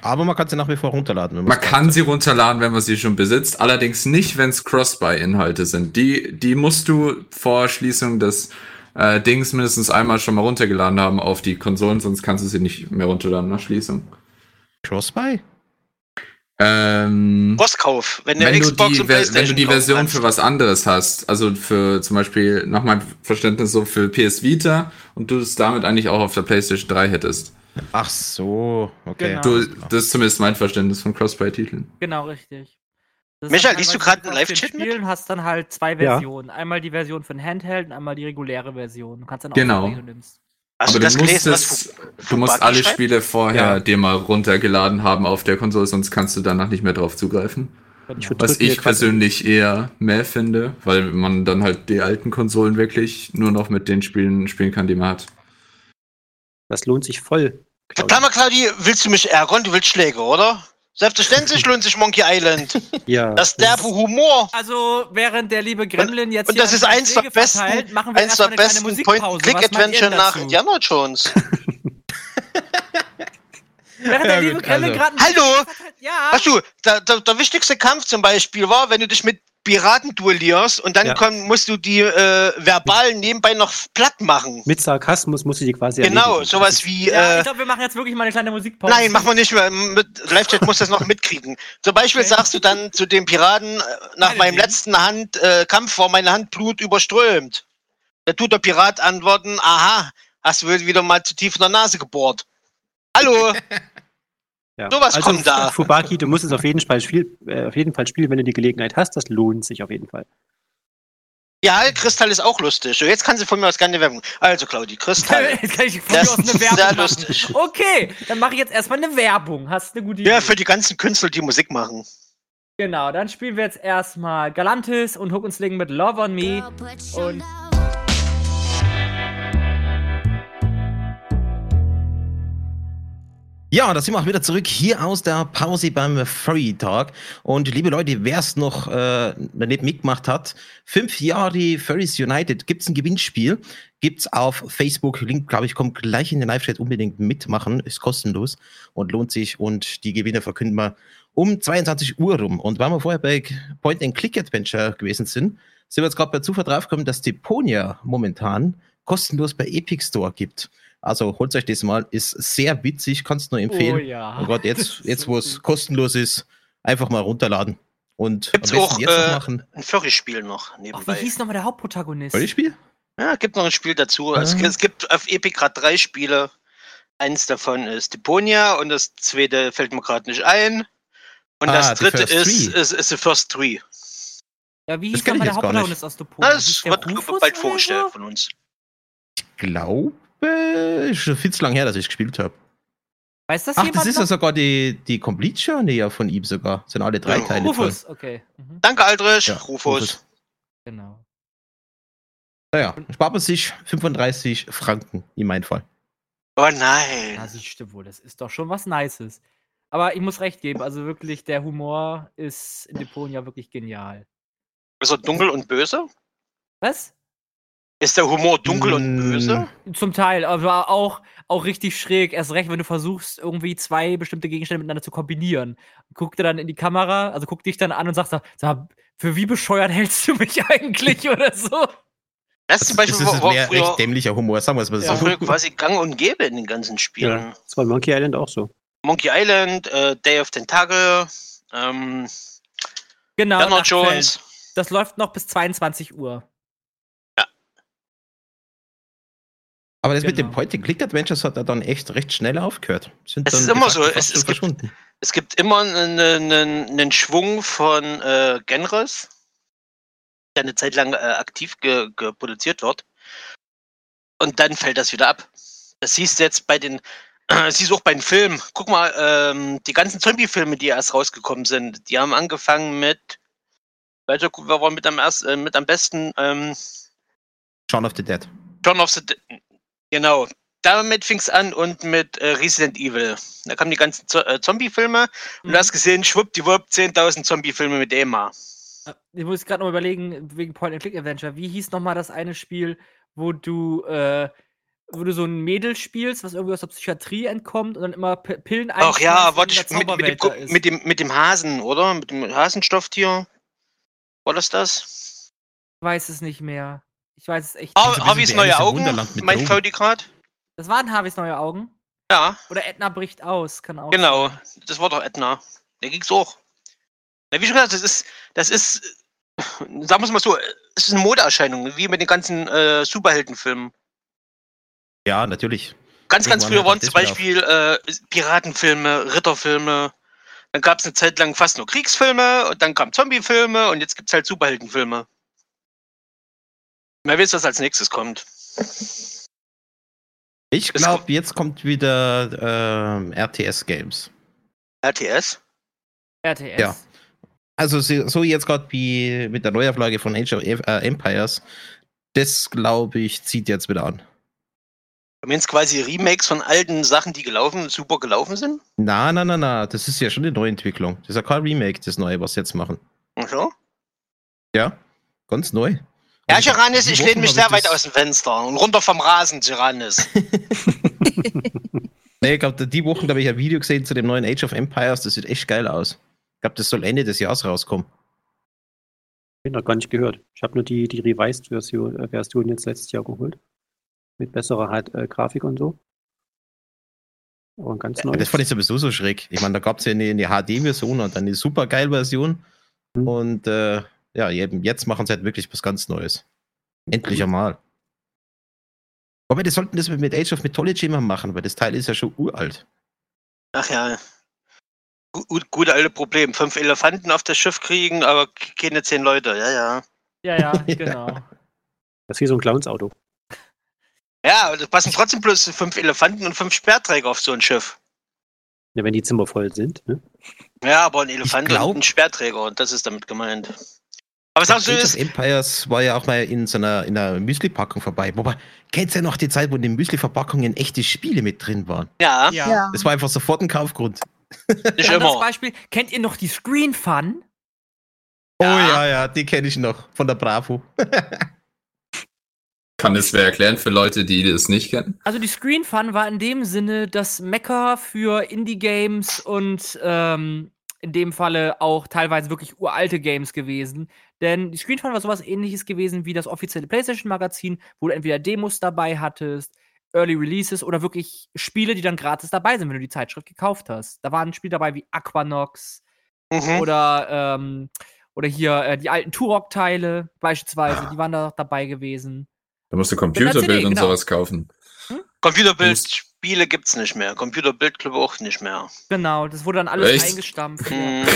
S2: Aber man kann sie nach wie vor runterladen. wenn
S3: Man kann sie runterladen, wenn man sie schon besitzt, allerdings nicht, wenn es Cross-Buy-Inhalte sind. Die, die musst du vor Schließung des äh, Dings mindestens einmal schon mal runtergeladen haben auf die Konsolen, sonst kannst du sie nicht mehr runterladen nach Schließung.
S2: Crossbuy?
S3: Ähm,
S4: Bosskauf, wenn,
S3: wenn,
S4: du
S3: du
S4: Xbox
S3: die,
S4: und
S3: Ver- wenn du
S4: Playstation
S3: die
S4: kaufen
S3: Version
S4: kannst.
S3: für was anderes hast, also für zum Beispiel nach meinem Verständnis so für PS Vita und du es damit eigentlich auch auf der PlayStation 3 hättest.
S2: Ach so, okay.
S1: Genau.
S3: Du,
S2: Alles klar.
S3: das ist zumindest mein Verständnis von Cross-Buy-Titeln.
S1: Genau, richtig. Das ist
S4: Michael,
S1: halt
S4: liest
S1: teilweise
S4: du gerade einen
S1: auf den
S4: Live-Chat mit?
S1: Spielen hast dann halt zwei Versionen. Einmal die Version für den Handheld und einmal die reguläre Version. Du kannst dann
S3: Genau.
S1: auswählen, die du nimmst.
S4: Hast du
S3: Aber
S4: das
S3: du musst,
S4: gelesen, was
S3: es-
S4: Fu-
S3: du musst
S4: Fubaki
S3: alle
S4: schreibt?
S3: Spiele vorher
S2: Ja.
S3: dir mal runtergeladen haben auf der Konsole, sonst kannst du danach nicht mehr drauf zugreifen.
S1: Genau.
S6: würd-
S3: Was
S6: Drücken wir
S3: ich
S6: gerade-
S3: persönlich eher mehr finde, weil man dann halt die alten Konsolen wirklich nur noch mit den Spielen spielen kann, die man hat.
S6: Das lohnt sich
S4: [LAUGHS]
S6: voll.
S4: Verdammt, mal, Claudi, willst du mich ärgern? Du willst Schläge, oder? Selbstverständlich lohnt sich Monkey
S3: [LAUGHS]
S4: Island.
S6: Ja.
S4: Das derbe Humor.
S1: Also, während der liebe Gremlin jetzt
S4: und das ist
S1: seine
S4: eins der
S1: Schläge
S4: besten-
S1: verteilt, machen wir
S4: Eins
S1: erstmal
S4: der
S1: eine kleine
S4: besten
S1: Musikpause.
S4: Point-and-Click-Adventure nach
S1: Was meint ihr dazu?
S4: Indiana Jones.
S1: Während der
S2: Ja,
S1: liebe
S2: gut,
S1: Gremlin
S2: also.
S1: gerade einen
S4: Hallo?
S1: Schläger verteilt- Ja!
S4: Ach du, der, der, der wichtigste Kampf zum Beispiel war, wenn du dich mit Piraten duellierst und dann
S6: Ja.
S4: komm, musst du die äh, Verbalen nebenbei noch platt machen.
S6: Mit Sarkasmus musste die quasi
S4: Genau,
S6: erledigen.
S4: sowas wie.
S1: Ja,
S4: äh,
S1: ich glaube, wir machen jetzt wirklich mal eine kleine Musikpause.
S4: Nein, machen wir nicht mehr. Mit- Live-Chat muss das noch mitkriegen. Zum Beispiel sagst du dann zu dem Piraten, äh, nach meinem
S1: Meinetwegen.
S4: letzten Hand, äh, Kampf war meine Hand Blut überströmt. Da tut der Pirat antworten, aha, hast du wohl wieder mal zu tief in der Nase gebohrt.
S1: [LAUGHS]
S4: Hallo,
S6: Ja. Also
S4: Sowas kommt da.
S6: [LAUGHS] Fubaki, du musst es auf jeden, Fall spiel, äh, auf jeden Fall spielen, wenn du die Gelegenheit hast. Das lohnt sich auf jeden Fall.
S4: Ja, Kristall ist auch lustig. So, Jetzt kann sie von mir aus gerne Werbung. Also, Claudi,
S1: [LAUGHS]
S4: Kristall.
S1: [LAUGHS] Jetzt kann ich von mir
S4: Das
S1: aus eine
S4: ist
S1: Werbung
S4: sehr
S1: machen.
S4: lustig.
S1: Okay, dann mache ich jetzt erstmal eine Werbung. Hast du eine gute Idee?
S4: Ja, für die ganzen Künstler, die Musik machen.
S1: genau, dann spielen wir jetzt erstmal Galantis und Hook und Sling mit Love on Me. Und
S2: Ja, da sind wir auch wieder zurück hier aus der Pause beim Furry Talk. Und liebe Leute, wer es noch äh, nicht mitgemacht hat, fünf Jahre Furries United gibt's ein Gewinnspiel. Gibt's auf Facebook. Link, glaube ich, kommt gleich in den Live-Chat unbedingt mitmachen. Ist kostenlos und lohnt sich. Und die Gewinne verkünden wir um 22 Uhr rum. Und weil wir vorher bei Point-and-Click-Adventure gewesen sind, sind wir jetzt gerade bei Zufall draufgekommen, dass Deponia momentan kostenlos bei Epic Store gibt. Also holt euch das mal, ist sehr witzig, kannst nur empfehlen.
S1: Oh ja.
S2: Oh Gott, jetzt,
S1: Das ist
S2: jetzt
S1: so
S2: wo es
S1: gut.
S2: kostenlos ist, einfach mal runterladen. Und
S4: Gibt's
S2: am besten
S4: auch,
S2: jetzt noch
S4: äh,
S2: machen.
S4: Ein Furry-Spiel noch
S1: Ach, wie
S4: nebenbei.
S1: hieß nochmal der Hauptprotagonist?
S2: Spiel?
S4: ja, gibt noch ein Spiel dazu. Es,
S2: Ah.
S4: es gibt auf Epic gerade drei Spiele. Eins davon ist Deponia und das zweite fällt mir gerade nicht ein. Und
S2: Ah,
S4: das
S2: The
S4: dritte
S2: First
S4: ist,
S2: Three.
S4: ist, ist The First Three.
S1: Ja, wie
S2: Das
S1: hieß
S2: kenn
S1: nochmal der
S2: ich jetzt gar Ah,
S1: Hauptprotagonist aus Dupont?
S4: Das wird bald vorgestellt von uns.
S2: Ich glaube, ist schon viel zu lange her, dass ich gespielt habe.
S1: Weiß das
S2: Ach,
S1: jemand?
S2: das ist ja
S1: noch?
S2: sogar die, die Complete Journey ja von ihm sogar. Sind alle drei
S4: Ja.
S2: Teile voll.
S1: Rufus, okay. Mhm.
S4: Danke, Aldrich.
S2: Ja,
S4: Rufus.
S2: Rufus.
S1: Genau.
S2: Naja, spart man sich 35 Franken, in meinem Fall.
S4: Oh
S1: Ja,
S4: nein.
S1: siehst du wohl, das ist doch schon was Nices. Aber ich muss recht geben, also wirklich, der Humor ist in Deponia wirklich genial.
S4: Ist er dunkel und böse?
S1: Was?
S4: Ist der Humor dunkel und
S2: Mm.
S4: böse?
S1: Zum Teil, aber auch, auch richtig schräg. Erst recht, wenn du versuchst, irgendwie zwei bestimmte Gegenstände miteinander zu kombinieren. Guck dir dann in die Kamera, also guck dich dann an und sagst, sag, sag, für wie bescheuert [LAUGHS] hältst du mich
S4: [LAUGHS]
S1: eigentlich oder so?
S4: Das ist zum Beispiel,
S2: das ist
S4: wo, wo
S2: mehr recht
S4: früher,
S2: dämlicher Humor, sagen wir es mal
S4: wo
S2: so.
S4: früher quasi gang und gäbe in den ganzen Spielen.
S6: Das war in Monkey Island auch so.
S4: Monkey Island, äh, Day of Tentacle, ähm,
S1: Genau.
S4: Bernard
S1: Nachtfeld.
S4: Jones.
S1: Das läuft noch bis 22 Uhr.
S2: Aber das mit
S1: Genau.
S2: dem Point-and-Click-Adventures hat er dann echt recht schnell aufgehört. Sind
S4: Es
S2: dann
S4: ist immer
S2: de facto
S4: so,
S2: fast
S4: es-
S2: schon
S4: es gibt-
S2: verschwunden.
S4: Es gibt immer einen, einen, einen Schwung von äh, Genres, der eine Zeit lang äh, aktiv ge, ge produziert wird. Und dann fällt das wieder ab. Das siehst du jetzt bei den, [CLEARS THROAT] das siehst du auch bei den Filmen. Guck mal, ähm, die ganzen Zombie-Filme, die erst rausgekommen sind, die haben angefangen mit, welcher wer war mit am, erst, äh, mit am besten? Ähm,
S2: Shaun of the Dead.
S4: Dawn of the Dead. Genau. Damit fing es an und mit äh, Resident Evil. Da kamen die ganzen Zo äh, Zombie-Filme und
S1: Mhm.
S4: du hast gesehen, schwuppdiwupp, 10.000 Zombie-Filme mit Emma.
S1: Äh, Ich muss gerade noch mal überlegen, wegen Point-and-Click-Adventure, wie hieß nochmal das eine Spiel, wo du, äh, wo du so ein Mädel spielst, was irgendwie aus der Psychiatrie entkommt und dann immer P Pillen
S4: Ach ja,
S1: einschmeißt
S4: warte,
S1: und
S4: ich,
S1: in der
S4: mit, mit, dem,
S1: Zauberwelt da
S4: Ko-
S1: ist.
S4: mit, dem, mit dem Hasen, oder? Mit dem Hasenstofftier. War das das?
S1: Ich weiß es nicht mehr. Ich weiß es echt
S4: Har
S1: nicht.
S4: Harveys
S2: wie
S4: neue
S2: Alice im
S4: Augen,
S2: Wunderland mit
S4: mein
S2: Drogen.
S4: Faudi gerade.
S1: Das waren Harveys neue Augen.
S4: Ja,
S1: Oder Edna bricht aus, kann auch.
S4: genau.
S1: sein.
S4: Das war doch Edna. Der ging's auch. Na, wie schon gesagt, das ist, das ist, äh, sagen wir es mal so, es ist eine Modeerscheinung, wie mit den ganzen äh, Superheldenfilmen.
S2: Ja, natürlich.
S4: Ganz, ganz
S2: Irgendwann
S4: früher
S2: hört
S4: waren
S2: das
S4: zum
S2: Disney
S4: Beispiel äh, Piratenfilme, Ritterfilme. Dann gab es eine Zeit lang fast nur Kriegsfilme und dann kamen Zombiefilme und jetzt gibt es halt Superheldenfilme. Wer weiß, was als nächstes kommt.
S2: Ich glaube, jetzt kommt wieder ähm, RTS Games.
S4: RTS?
S1: RTS.
S2: Ja. Also so so jetzt gerade wie mit der Neuauflage von Age of Ev- äh, Empires. Das glaube ich zieht jetzt wieder an.
S4: Haben wir jetzt quasi Remakes von alten Sachen, die gelaufen, super gelaufen sind?
S2: Na, na, na, na, das ist ja schon eine Neuentwicklung. Das ist ja kein Remake, das neue, was sie jetzt machen.
S4: Ach so.
S2: Ja, ganz neu.
S4: Ja,
S2: Also,
S4: Geranis,
S2: die
S4: ich
S2: Wochen
S4: lehne mich
S2: habe ich
S4: sehr weit
S2: das-
S4: aus dem Fenster und runter vom Rasen, Geranis.
S2: Nee, ich glaube, die Wochen habe ich ein Video gesehen zu dem neuen Age of Empires. Das sieht echt geil aus. Ich glaube, das soll Ende des Jahres rauskommen.
S6: Ich noch gar nicht gehört. Ich habe nur die, die Revised-Version äh, Version jetzt letztes Jahr geholt. Mit besserer halt, äh, Grafik und so. Aber ein ganz
S2: Aber
S6: neues.
S2: das fand ich sowieso so schräg. Ich meine, da gab es ja eine, eine HD-Version und dann eine super geil Version.
S6: Mhm.
S2: Und äh, ja, eben jetzt machen sie halt wirklich was ganz Neues. Endlich einmal. Aber die sollten das mit Age of Mythology immer machen, weil das Teil ist ja schon uralt.
S4: Ach ja. Gu- Gut, gute alte Problem. Fünf Elefanten auf das Schiff kriegen, aber keine zehn Leute. [LAUGHS] Ja, ja.
S1: Ja, ja, genau.
S6: Das ist wie so ein Clownsauto.
S4: Ja, aber da passen trotzdem bloß fünf Elefanten und fünf Sperrträger auf so ein Schiff.
S6: Ja, wenn die Zimmer voll sind. Ne?
S4: Ja, aber ein Elefant
S2: glaub-
S4: und ein Sperrträger und das ist damit gemeint. Aber sagst du,
S2: Age
S4: ist
S2: of Empires war ja auch mal in so einer, in einer Müsli-Packung vorbei. Wobei, kennt ihr noch die Zeit, wo in den Müsli-Verpackungen echte Spiele mit drin waren?
S1: eh
S4: ja,
S7: Ja.
S5: Ja.
S2: Das war einfach sofort ein Kaufgrund.
S4: nicht
S1: Anderes
S4: immer.
S1: Beispiel, kennt ihr noch die Screen Fun?
S2: Oh ja, ja, die kenne ich noch von der Bravo.
S3: Kann es wer erklären für Leute, die das nicht kennen?
S1: Also die Screen Fun war in dem Sinne das Mecker für Indie-Games und ähm, in dem Falle auch teilweise wirklich uralte Games gewesen. Denn die Screen Fun war sowas ähnliches gewesen wie das offizielle PlayStation-Magazin, wo du entweder Demos dabei hattest, Early Releases oder wirklich Spiele, die dann gratis dabei sind, wenn du die Zeitschrift gekauft hast. Da waren Spiele dabei wie Aquanox
S4: Mhm.
S1: oder, ähm, oder hier äh, die alten Turok-Teile beispielsweise, die waren da noch dabei gewesen.
S3: Da musst du
S1: Mit einer
S3: Computerbild
S1: CD,
S3: und
S1: genau.
S3: sowas kaufen.
S4: Computerbildspiele gibt's nicht mehr. Computerbildclub auch nicht mehr.
S1: Genau, das wurde dann alles
S3: Echt?
S1: eingestampft. ja.
S4: Hm.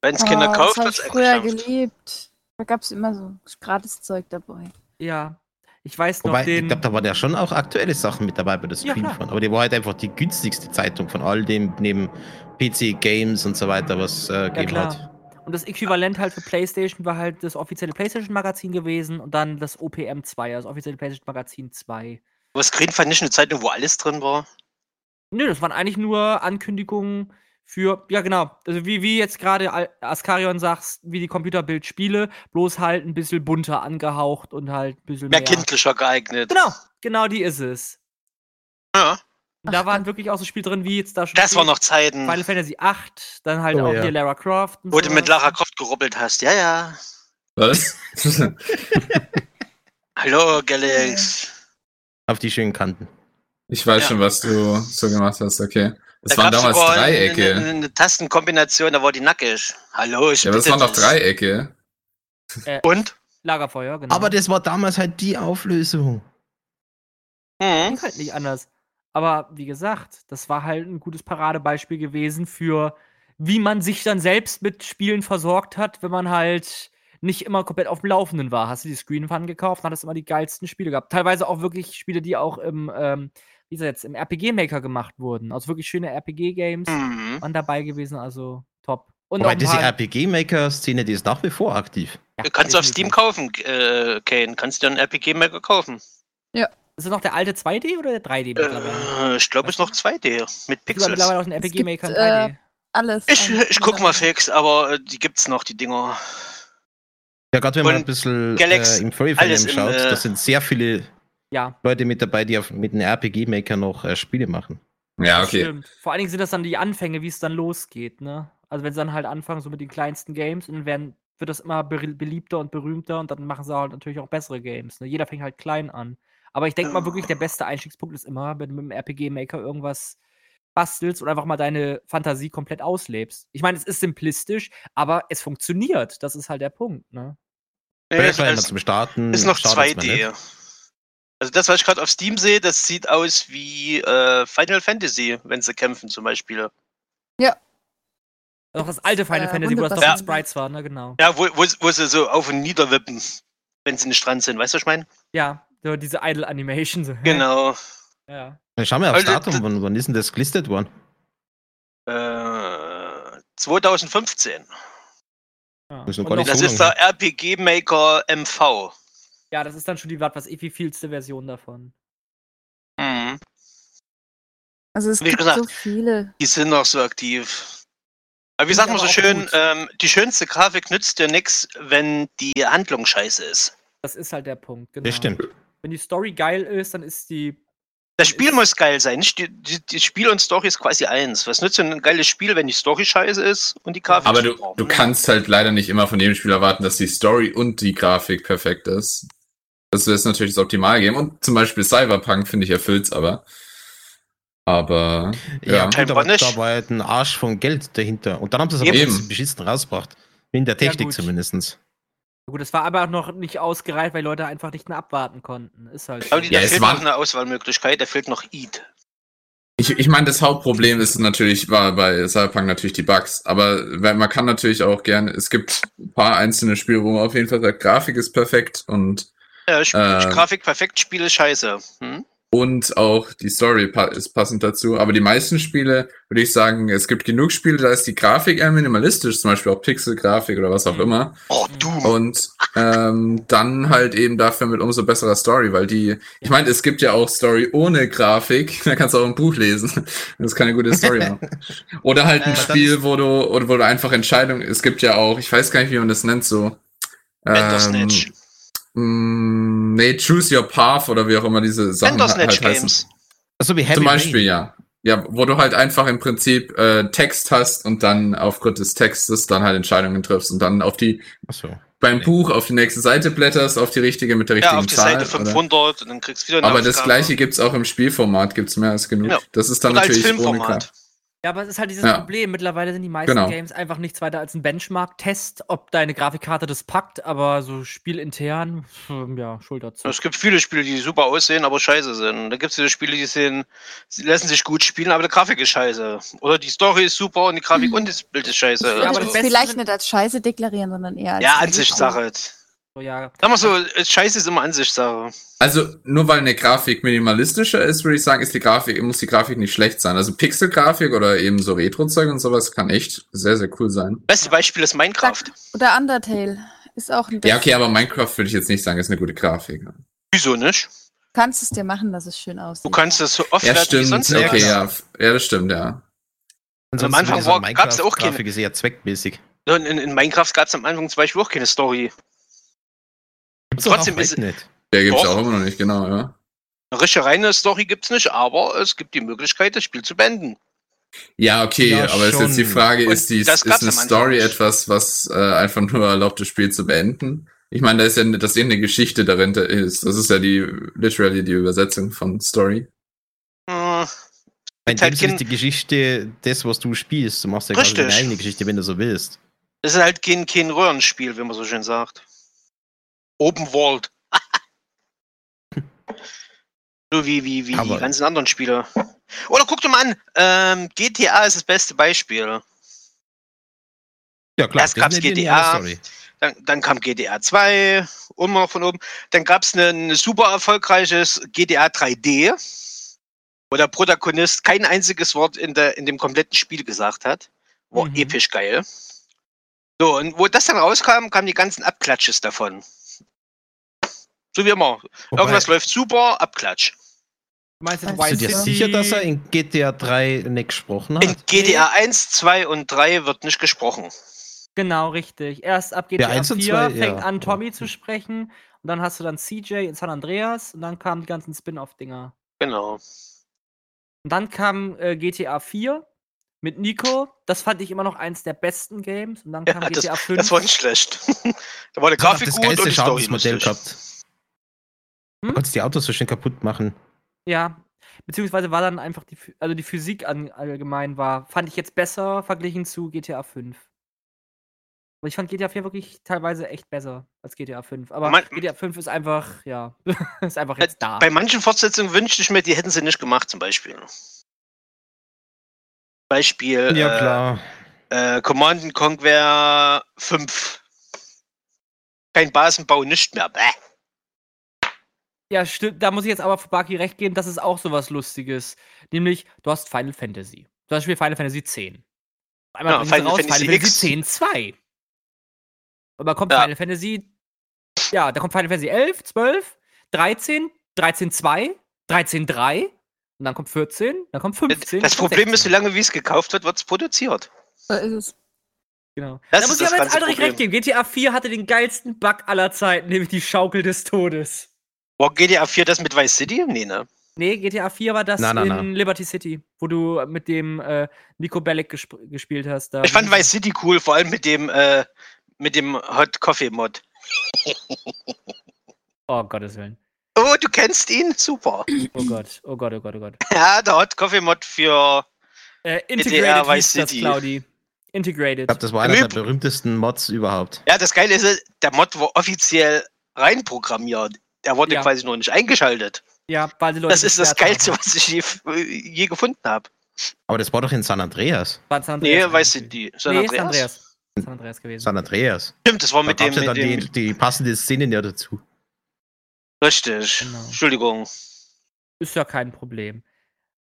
S4: Wenn es Kinder kauft,
S5: Ah, Oh, Das hab
S4: wird's
S5: ich früher
S4: eingestampft.
S5: geliebt. Da gab es immer so gratis Zeug dabei.
S1: Ja. Ich weiß noch
S2: Wobei, ich
S1: den.
S2: glaube, da waren ja schon auch aktuelle Sachen mit dabei bei der
S1: Ja,
S2: Screen
S1: klar.
S2: Fun. Aber die war halt einfach die günstigste Zeitung von all dem, neben PC Games und so weiter, was äh, gegeben
S1: klar.
S2: hat.
S1: und das Äquivalent halt für PlayStation war halt das offizielle PlayStation-Magazin gewesen und dann das OPM 2, also das offizielle PlayStation-Magazin 2.
S4: Aber Screen fand nicht eine Zeitung, wo alles drin war.
S1: Nö, das waren eigentlich nur Ankündigungen für. Ja, genau. Also, wie, wie jetzt gerade Al- Askarion sagst, wie die Computerbildspiele, bloß halt ein bisschen bunter angehaucht und halt ein bisschen.
S4: Mehr kindlicher geeignet.
S1: Genau, genau die ist es.
S4: Ja,
S1: Und
S5: Ach,
S1: da waren wirklich auch so Spiele drin, wie jetzt da schon.
S4: das
S1: steht,
S4: waren noch Zeiten,
S1: Final Fantasy 8, dann halt
S2: Oh,
S1: auch
S2: ja.
S1: hier Lara Croft. und
S4: wo du mit
S1: sowas.
S4: Lara Croft gerubbelt hast. Ja, ja. [LAUGHS]
S3: Was?
S4: Hallo, Galax.
S2: Auf die schönen Kanten.
S1: Mhm.
S3: Ich weiß
S4: Ja.
S3: schon, was du so gemacht hast, okay. Das
S4: Da
S3: waren
S4: gab's
S3: damals
S4: sogar
S3: Dreiecke.
S4: Eine, eine, eine Tastenkombination, da war die nackig. Hallo, ich
S3: ja, aber das
S4: bitte
S3: waren doch
S4: dich.
S3: Dreiecke.
S4: Und?
S1: Äh, Lagerfeuer, genau.
S2: Aber das war damals halt die Auflösung.
S4: Mhm.
S1: ging halt nicht anders. Aber wie gesagt, das war halt ein gutes Paradebeispiel gewesen für, wie man sich dann selbst mit Spielen versorgt hat, wenn man halt nicht immer komplett auf dem Laufenden war. Hast du die Screen Fun gekauft, dann hattest du immer die geilsten Spiele gehabt. Teilweise auch wirklich Spiele, die auch im, ähm, wie ist das jetzt, im RPG-Maker gemacht wurden. Also wirklich schöne RPG-Games
S4: Mhm.
S1: waren dabei gewesen, also top. Und
S2: Wobei
S1: ein
S2: diese
S1: paar-
S2: RPG-Maker-Szene, die ist nach wie vor aktiv.
S1: Ja,
S4: Du kannst auf
S1: definitiv.
S4: Steam kaufen, äh, Kane. Kannst du dir einen RPG-Maker kaufen?
S1: Ist das noch der alte 2D oder der 3D mittlerweile?
S4: Äh, ich glaube, es ist noch 2D mit
S1: Sogar
S4: Pixels.
S1: mittlerweile auch ein RPG-Maker in
S5: gibt, äh,
S1: 3D.
S5: Alles.
S4: Ich,
S5: eigentlich
S4: ich guck mal
S5: dabei.
S4: fix, aber äh, die gibt's noch, die Dinger.
S2: Ja, gerade wenn man
S4: Und
S2: ein bisschen
S4: Galax-
S2: äh, im Furry Fandom
S4: alles im,
S2: schaut,
S4: äh,
S2: da sind sehr viele
S1: ja.
S2: Leute mit dabei, die auf, mit einem RPG-Maker noch äh, Spiele machen.
S3: Ja, okay.
S1: Stimmt. Vor allen Dingen sind das dann die Anfänge, wie es dann losgeht, ne? Also wenn sie dann halt anfangen, so mit den kleinsten Games, und dann werden, wird das immer be beliebter und berühmter und dann machen sie halt natürlich auch bessere Games. Ne? Jeder fängt halt klein an. Aber ich denke mal wirklich, der beste Einstiegspunkt ist immer, wenn du mit dem RPG-Maker irgendwas bastelst und einfach mal deine Fantasie komplett auslebst. Ich meine, es ist simplistisch, aber es funktioniert. Das ist halt der Punkt, ne?
S4: Nee,
S2: Ja,
S4: es-
S2: immer
S4: es-
S2: zum Starten.
S4: Ist noch
S2: schaut jetzt mal nicht.
S4: 2D. Also das, was ich gerade auf Steam sehe, das sieht aus wie äh, Final Fantasy, wenn sie kämpfen zum Beispiel.
S1: Noch Also das alte Final
S5: Äh,
S1: Fantasy, wo das doch
S5: Ja.
S1: mit Sprites war, ne? Genau.
S4: Ja, wo, wo, wo sie so auf und nieder wippen, wenn sie nicht dran sind. Weißt du, was ich meine?
S1: Ja, so diese Idle [LAUGHS] Animation. So.
S4: Genau.
S1: Ja.
S2: Dann schauen wir aufs
S4: Also,
S2: Datum, wann, wann ist denn das gelistet worden?
S4: Äh, 2015.
S1: ja.
S2: Ist noch
S1: Und
S2: gar nicht
S1: noch-
S4: Das
S2: so
S4: ist
S2: lange.
S3: ne?
S4: der RPG Maker MV.
S1: Ja, das ist dann schon die was weiß ich, wie vielste Version davon.
S4: Mhm.
S5: Also es
S4: Wie
S5: gibt
S4: gesagt.
S5: so viele.
S4: Die sind noch so aktiv. Aber wie
S1: Sind
S4: sagt man
S1: aber
S4: so
S1: auch
S4: schön,
S1: gut.
S4: ähm, die schönste Grafik nützt dir nichts, wenn die Handlung scheiße ist.
S1: Das ist halt der Punkt, genau.
S2: Das stimmt.
S1: Wenn die Story geil ist, dann ist die.
S4: Das Spiel muss geil sein. nicht Die, die, die Spiel und Story ist quasi eins. Was nützt denn ein geiles Spiel, wenn die Story scheiße ist und die Grafik
S3: Aber du,
S4: super?
S3: du kannst halt leider nicht immer von jedem Spiel erwarten, dass die Story und die Grafik perfekt ist. Das wäre natürlich das Optimalgame. Und zum Beispiel Cyberpunk, finde ich, erfüllt's aber.
S2: Ja,
S3: Aber Ja.
S2: gut, aber
S4: Scheinbar nicht.
S2: da war halt ein Arsch von Geld dahinter. Und dann haben sie es aber
S3: Eben.
S2: ganz beschissen rausgebracht. In der
S1: Ja,
S2: Technik
S1: gut.
S2: zumindest.
S1: Gut, das war aber auch noch nicht ausgereift, weil Leute einfach nicht mehr abwarten konnten. Ist halt.
S4: Aber die,
S1: so.
S3: Ja,
S4: da
S3: es
S4: fehlt
S3: waren-
S4: noch eine Auswahlmöglichkeit, da fehlt noch Eid.
S3: Ich, ich meine, das Hauptproblem ist natürlich, war bei Cyberpunk natürlich die Bugs. Aber wenn- man kann natürlich auch gerne, es gibt ein paar einzelne Spiele, wo man auf jeden Fall sagt, Grafik ist perfekt und
S4: Äh, Sp-
S3: Ähm.
S4: Grafik perfekt, Spiele scheiße. Hm?
S3: Und auch die Story pa ist passend dazu. Aber die meisten Spiele, würde ich sagen, es gibt genug Spiele, da ist die Grafik eher minimalistisch, zum Beispiel auch Pixelgrafik oder was auch
S1: Mhm.
S3: immer.
S4: Oh, Doom.
S3: Und ähm, dann halt eben dafür mit umso besserer Story, weil die, ich meine, es gibt ja auch Story ohne Grafik, [LAUGHS] da kannst du auch ein Buch lesen. Das ist keine gute
S4: [LAUGHS]
S3: Story. mehr. oder halt ein
S4: Äh,
S3: Spiel, wo du, oder wo du einfach Entscheidungen, es gibt ja auch, ich weiß gar nicht, wie man das nennt, so. ähm,
S4: Bandersnatch.
S3: mh, ähm, mm, nee, Choose Your Path oder wie auch immer diese Sachen ha- halt
S4: Bandersnatch
S3: heißen.
S4: Games.
S2: Also wie Heavy
S3: Zum Beispiel,
S2: Rain.
S3: ja. Ja, wo du halt einfach im Prinzip äh, Text hast und dann aufgrund des Textes dann halt Entscheidungen triffst und dann auf die
S4: Also
S2: Achso.
S3: beim
S2: Nee.
S3: Buch auf die nächste Seite blätterst, auf die richtige mit der richtigen
S4: Ja, auf die
S3: Zahl.
S4: Seite
S3: oder-
S4: 500 und dann kriegst du wieder eine
S3: Aber das
S4: Aufgabe.
S3: gleiche gibt's auch im Spielformat, gibt's mehr als genug.
S4: Ja.
S3: Das ist dann
S4: Oder als
S3: natürlich ohne Grafik.
S4: Filmformat.
S1: Ja, aber es ist halt dieses
S3: Ja.
S1: Problem. Mittlerweile sind die meisten
S3: Genau.
S1: Games einfach nichts weiter als ein Benchmark-Test, ob deine Grafikkarte das packt, aber so spielintern, hm, ja, Schulter zu.
S4: Es gibt viele Spiele, die super aussehen, aber scheiße sind. Da gibt es wieder Spiele, die sehen, sie lassen sich gut spielen, aber die Grafik ist scheiße. Oder die Story ist super und die Grafik und das Bild ist scheiße.
S1: Hm.
S4: Also,
S1: Ja,
S5: Ja,
S1: aber
S5: aber
S1: das Beste
S5: Also vielleicht
S1: sind-
S5: nicht als Scheiße deklarieren, sondern eher als.
S4: ja Ansichtssache.
S1: So, ja.
S4: Sag mal so, äh, Scheiße ist immer Ansichtssache.
S3: Also nur weil eine Grafik minimalistischer ist, würde ich sagen, ist die Grafik, muss die Grafik nicht schlecht sein. Also Pixelgrafik oder eben so Retro-Zeug und sowas kann echt sehr, sehr cool sein.
S4: Beste Beispiel ist Minecraft.
S5: Oder Undertale. Ist auch ein
S3: Ja, okay, aber Minecraft würde ich jetzt nicht sagen, ist eine gute Grafik.
S4: Wieso nicht?
S5: Du kannst es dir machen, dass es schön aussieht.
S4: Du kannst das so oft
S3: Ja,
S4: werden wie
S3: stimmt.
S4: sonst
S3: Okay,
S4: irgendwas.
S3: ja. Ja, das stimmt, ja.
S4: Am Anfang war- gab's ja auch keine-
S2: Grafik ist eher zweckmäßig.
S4: So, In, in Minecraft gab es am Anfang zum Beispiel auch keine Story.
S2: Gibt's
S4: Trotzdem
S2: auch
S4: ist-
S2: heute nicht.
S3: Der gibt's
S4: Doch.
S3: auch immer noch nicht, genau, ja.
S4: Eine richtige reine Story gibt es nicht, aber es gibt die Möglichkeit, das Spiel zu beenden.
S3: Ja, okay,
S2: Ja,
S3: aber ist
S2: schon.
S3: jetzt die Frage,
S4: Und
S3: ist, die,
S4: das
S3: ist
S4: gab's
S3: eine
S4: am Anfang
S3: Story
S4: nicht.
S3: etwas, was äh, einfach nur erlaubt, das Spiel zu beenden? Ich meine, da ist ja ne- dass eben eine Geschichte darin da ist. Das ist ja die literally die Übersetzung von Story.
S4: Hm,
S2: In
S4: halt
S2: dem Sinne
S4: kein-
S2: ist die Geschichte das, was du spielst. Du machst ja quasi
S4: Richtig.
S2: deine eigene Geschichte, wenn du so willst.
S4: Es ist halt kein, kein Röhrenspiel, wie man so schön sagt. Open World. so wie, wie, wie
S2: Aber-
S4: die ganzen anderen Spiele. Oder guck dir mal an, ähm, GTA ist das beste Beispiel.
S2: Ja,
S4: Erst gab's GTA. Dann, dann kam GTA 2, immer noch um von oben. Dann gab es ein super erfolgreiches GTA 3D, wo der Protagonist kein einziges Wort in, der, in dem kompletten Spiel gesagt hat. War
S1: Mhm.
S4: episch geil. So, und wo das dann rauskam, kamen die ganzen Abklatsches davon. So wie immer. Irgendwas läuft super, Abklatsch.
S1: Meinst du,
S5: Bist
S2: Bist du
S1: Vice
S2: dir
S5: Ja.
S1: City?
S2: sicher, dass er in GTA 3 nicht gesprochen
S4: In
S2: hat?
S4: GTA 1, 2 und 3 wird nicht gesprochen.
S1: Genau, richtig. Erst ab GTA
S2: eins
S1: 4
S2: und zwei,
S1: fängt
S2: ja.
S1: an, Tommy zu sprechen. Und dann hast du dann CJ in San Andreas. Und dann kamen die ganzen Spin-Off-Dinger.
S4: Genau.
S1: Und dann kam äh, GTA 4 mit Nico. Das fand ich immer noch eins der besten Games. Und dann kam
S4: Ja,
S1: GTA 5.
S4: [LAUGHS] Das war nicht schlecht. [LAUGHS] da war die
S2: Das hat auch
S4: Grafik
S2: das
S4: gut und
S2: geilste
S4: die Story
S2: Schadensmodell
S4: lustig.
S2: gehabt. Du
S1: Hm?
S2: konntest die Autos so schön kaputt machen.
S1: Ja, beziehungsweise war dann einfach die, Phy- also die Physik an, allgemein war, fand ich jetzt besser verglichen zu GTA 5. Und ich fand GTA 4 wirklich teilweise echt besser als GTA 5. Aber
S4: Man-
S1: GTA 5 ist einfach, ja, [LAUGHS] ist einfach
S4: Äh,
S1: jetzt da.
S4: Bei manchen Fortsetzungen wünschte ich mir, die hätten sie nicht gemacht, zum Beispiel. Beispiel
S2: Ja, klar.
S4: Äh, äh, Command and Conquer 5. Kein Basenbau, nicht mehr. Bäh.
S1: Ja, stimmt. Da muss ich jetzt aber für Baki recht geben, das ist auch sowas Lustiges. Nämlich, du hast Final Fantasy. Zum Beispiel Final Fantasy 10. Einmal
S4: Ja,
S1: bringen sie
S4: Final Fantasy
S1: Final
S4: X.
S1: Fantasy 10 2. Und dann kommt
S4: Ja.
S1: Final Fantasy. Ja, da kommt Final Fantasy 11, 12, 13, 13 2, 13 3. Und dann kommt 14, dann kommt 15.
S4: Das
S1: dann kommt
S4: Problem ist,
S1: 16.
S4: solange wie es gekauft wird, wird es produziert.
S5: So ist es.
S1: Genau.
S4: das
S1: da
S4: ist
S1: muss ich
S4: das
S1: aber jetzt
S4: ganze
S1: Aldrich recht
S4: Problem.
S1: geben. GTA 4 hatte den geilsten Bug aller Zeiten, nämlich die Schaukel des Todes.
S4: War GTA 4 das mit Vice City? Nee, ne?
S1: Nee, GTA 4 war das
S2: Na, na,
S1: in
S2: na.
S1: Liberty City, wo du mit dem äh, Nico Bellic gesp gespielt hast. Da.
S4: Ich fand Vice City cool, vor allem mit dem, äh, mit dem Hot Coffee Mod.
S1: Oh Gottes Willen.
S4: Oh, du kennst ihn? Super. [CLEARS THROAT]
S1: Oh Gott, oh Gott, oh Gott, oh Gott.
S4: Ja, der Hot Coffee Mod für.
S1: Äh,
S4: GTA
S1: integrated hieß
S4: Vice
S1: das,
S4: City.
S1: Claudi.
S2: Ich
S1: Integrated.
S2: glaube, das war
S4: Im
S2: einer der
S4: Übrigen-
S2: berühmtesten Mods überhaupt.
S4: Ja, das Geile ist, der Mod war offiziell reinprogrammiert. Der wurde
S1: Ja.
S4: quasi noch nicht eingeschaltet.
S1: Ja, weil die Leute
S4: Das ist das
S1: gesperrt
S4: Geilste,
S1: haben.
S4: was ich je, je gefunden habe.
S2: Aber das war doch in San Andreas.
S1: War San
S4: Nee,
S1: Andreas
S4: weißt du,
S1: eigentlich.
S4: die San
S1: Nee,
S4: Andreas.
S1: San Andreas. San Andreas gewesen.
S2: San Andreas.
S4: Stimmt, das war
S2: Da
S4: mit
S2: gab
S4: dem,
S2: es ja dann
S4: mit dem
S2: die, die passende Szene ja dazu.
S4: Richtig.
S1: Genau.
S4: Entschuldigung.
S1: Ist ja kein Problem.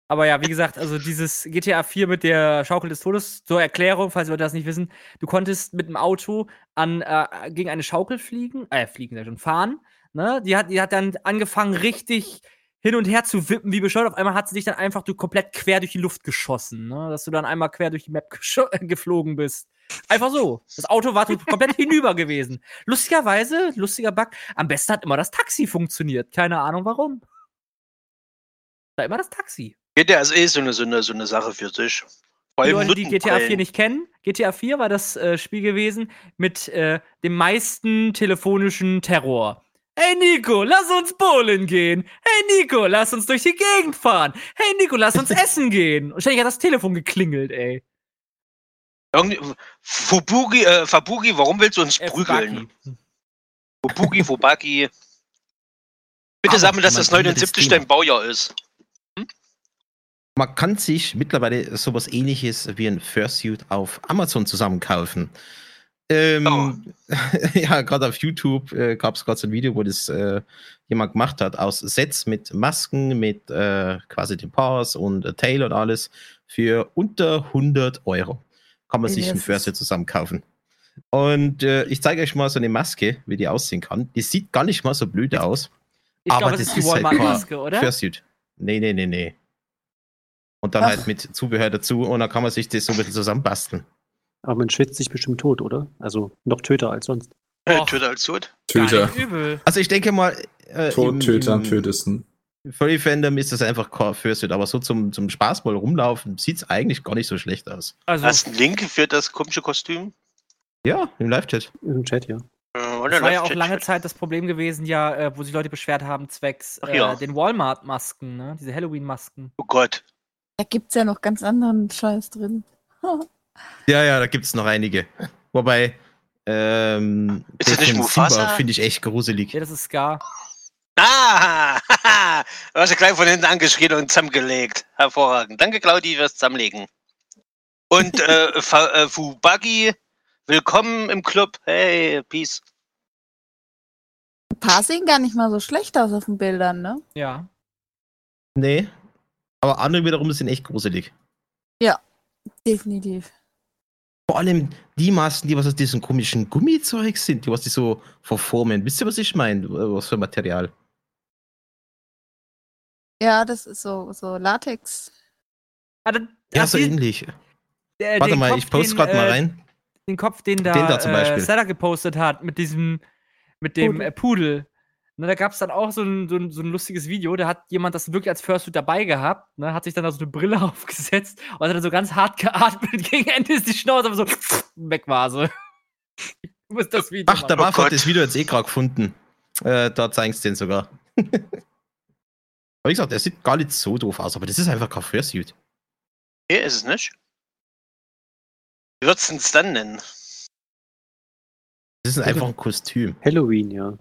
S1: Aber ja, wie gesagt, also dieses GTA 4 mit der Schaukel des Todes, zur Erklärung, falls Leute das nicht wissen, du konntest mit dem Auto an, äh, gegen eine Schaukel fliegen, äh, fliegen sag ich schon, fahren, ne? Die hat, die hat dann angefangen, richtig hin und her zu wippen, wie bescheuert. Auf einmal hat sie dich dann einfach du komplett quer durch die Luft geschossen, ne? Dass du dann einmal quer durch die Map gescho- äh, geflogen bist. Einfach so. Das Auto war so komplett hinüber gewesen. Lustigerweise, lustiger Bug, am besten hat immer das Taxi funktioniert. Keine Ahnung warum. Da immer das Taxi.
S4: GTA ist eh so eine, so eine, so eine Sache für sich. Vor
S1: Die
S4: allem
S1: Leute, die GTA 4
S4: Nuttenbrillen.
S1: nicht kennen, GTA 4 war das äh, Spiel gewesen mit äh, dem meisten telefonischen Terror. Hey Nico, lass uns bowlen gehen. Hey Nico, lass uns durch die Gegend fahren. Hey Nico, lass
S4: [LAUGHS]
S1: uns essen gehen. Und ständig hat das Telefon geklingelt, ey.
S4: Irgendwie, Fubugi, äh, Fabugi, warum willst du uns
S1: Äh,
S4: prügeln?
S1: Baki.
S4: Fubugi, Fubaki. Bitte
S2: Aber
S4: sag mir, dass
S2: man
S4: das
S2: findet das
S4: 79
S2: Thema.
S4: dein Baujahr ist.
S2: Man kann sich mittlerweile sowas ähnliches wie ein Fursuit auf Amazon zusammenkaufen. Ähm, [LAUGHS] Ja, gerade auf YouTube äh, gab es gerade so ein Video, wo das äh, jemand gemacht hat, aus Sets mit Masken, mit äh, quasi den Paars und äh, Tail und alles für unter 100 Euro. Kann man sich
S5: Ja,
S2: ein
S5: das
S2: Fursuit zusammenkaufen. Und äh, ich zeige euch mal so eine Maske, wie die aussehen kann. Die sieht gar nicht mal so blöd aus.
S1: Ich
S2: Aber
S1: glaube, das
S2: das
S1: ist die
S2: ist halt
S1: Walmart-Maske, oder?
S2: Fursuit. Nee, nee, nee, nee. Und dann
S5: Ach.
S2: halt mit Zubehör dazu und dann kann man sich das so ein bisschen zusammenbasteln.
S6: Aber man schwitzt sich bestimmt tot, oder? Also noch töter als sonst.
S4: Äh,
S1: Och.
S4: Töter als Tod.
S1: Gar nicht
S3: Töter.
S1: Übel.
S2: Also ich denke mal, äh, im-
S3: Tot, Töter am
S2: im-
S3: tötesten.
S2: Furry Fandom ist das einfach kein Fursuit, aber so zum, zum Spaß mal rumlaufen, sieht es eigentlich gar nicht so schlecht aus.
S1: Also,
S4: Hast du einen Link für das komische Kostüm?
S2: Ja, im Live-Chat.
S6: Im Chat, ja.
S4: Äh,
S1: Das war ja auch lange Zeit das Problem gewesen, ja, äh, wo sich Leute beschwert haben, zwecks
S4: Ach
S1: äh,
S4: ja.
S1: den Walmart-Masken, ne? Diese Halloween-Masken.
S4: Oh Gott.
S5: Da gibt's ja noch ganz anderen Scheiß drin.
S2: Ja, ja, da gibt es noch einige. Wobei, ähm,
S4: Ist das
S2: der
S4: nicht
S2: von
S4: Mufasa?
S2: Simba finde ich echt gruselig.
S1: Ja, das ist Scar.
S4: Ah! [LAUGHS] haha. du hast ja gleich von hinten angeschrien und zusammengelegt. Hervorragend. Danke, Claudi, fürs Zusammenlegen.
S1: [LAUGHS]
S4: Und äh, Fa- äh, Fubagi, willkommen im Club. Hey, peace.
S5: Ein paar sehen gar nicht mal so schlecht aus auf den Bildern, ne?
S1: Ja.
S2: Nee. Aber andere wiederum sind echt gruselig.
S5: Definitiv.
S2: Vor allem die Masken, die was aus diesem komischen Gummizeug sind, die was die so verformen. Wisst ihr, was ich meine? Was für Material?
S5: Ja, das ist so, so Latex.
S1: Ah, dann-
S2: Ja,
S1: ach,
S2: so
S1: die-
S2: ähnlich.
S1: äh,
S2: Warte
S1: den
S2: mal,
S1: Kopf,
S2: ich poste
S1: den,
S2: gerade mal
S1: äh,
S2: rein.
S1: Den Kopf, den da,
S2: Den da zum
S1: äh,
S2: Beispiel.
S1: Seller gepostet hat, mit diesem, mit dem Pudel. Äh,
S5: Pudel.
S1: Pudel. Ne, da gab es dann auch so ein, so, ein, so ein lustiges Video, da hat jemand das wirklich als Fursuit dabei gehabt, ne, hat sich dann da so eine Brille [LAUGHS] aufgesetzt und hat dann so ganz hart geatmet. [LAUGHS] Gegen Ende ist die Schnauze aber so [LAUGHS] weg war [LAUGHS] so. Du musst das Video
S2: Ach, der
S1: machen.
S2: Buff
S4: Gott.
S2: hat das Video jetzt eh gerade gefunden. Äh, da zeigst du den sogar. [LAUGHS] aber wie gesagt, der sieht gar nicht so doof aus, aber das ist einfach kein Fursuit.
S4: Nee, ist es nicht. Wie würdest du es dann nennen?
S2: Das ist einfach ein Kostüm.
S6: Halloween, ja.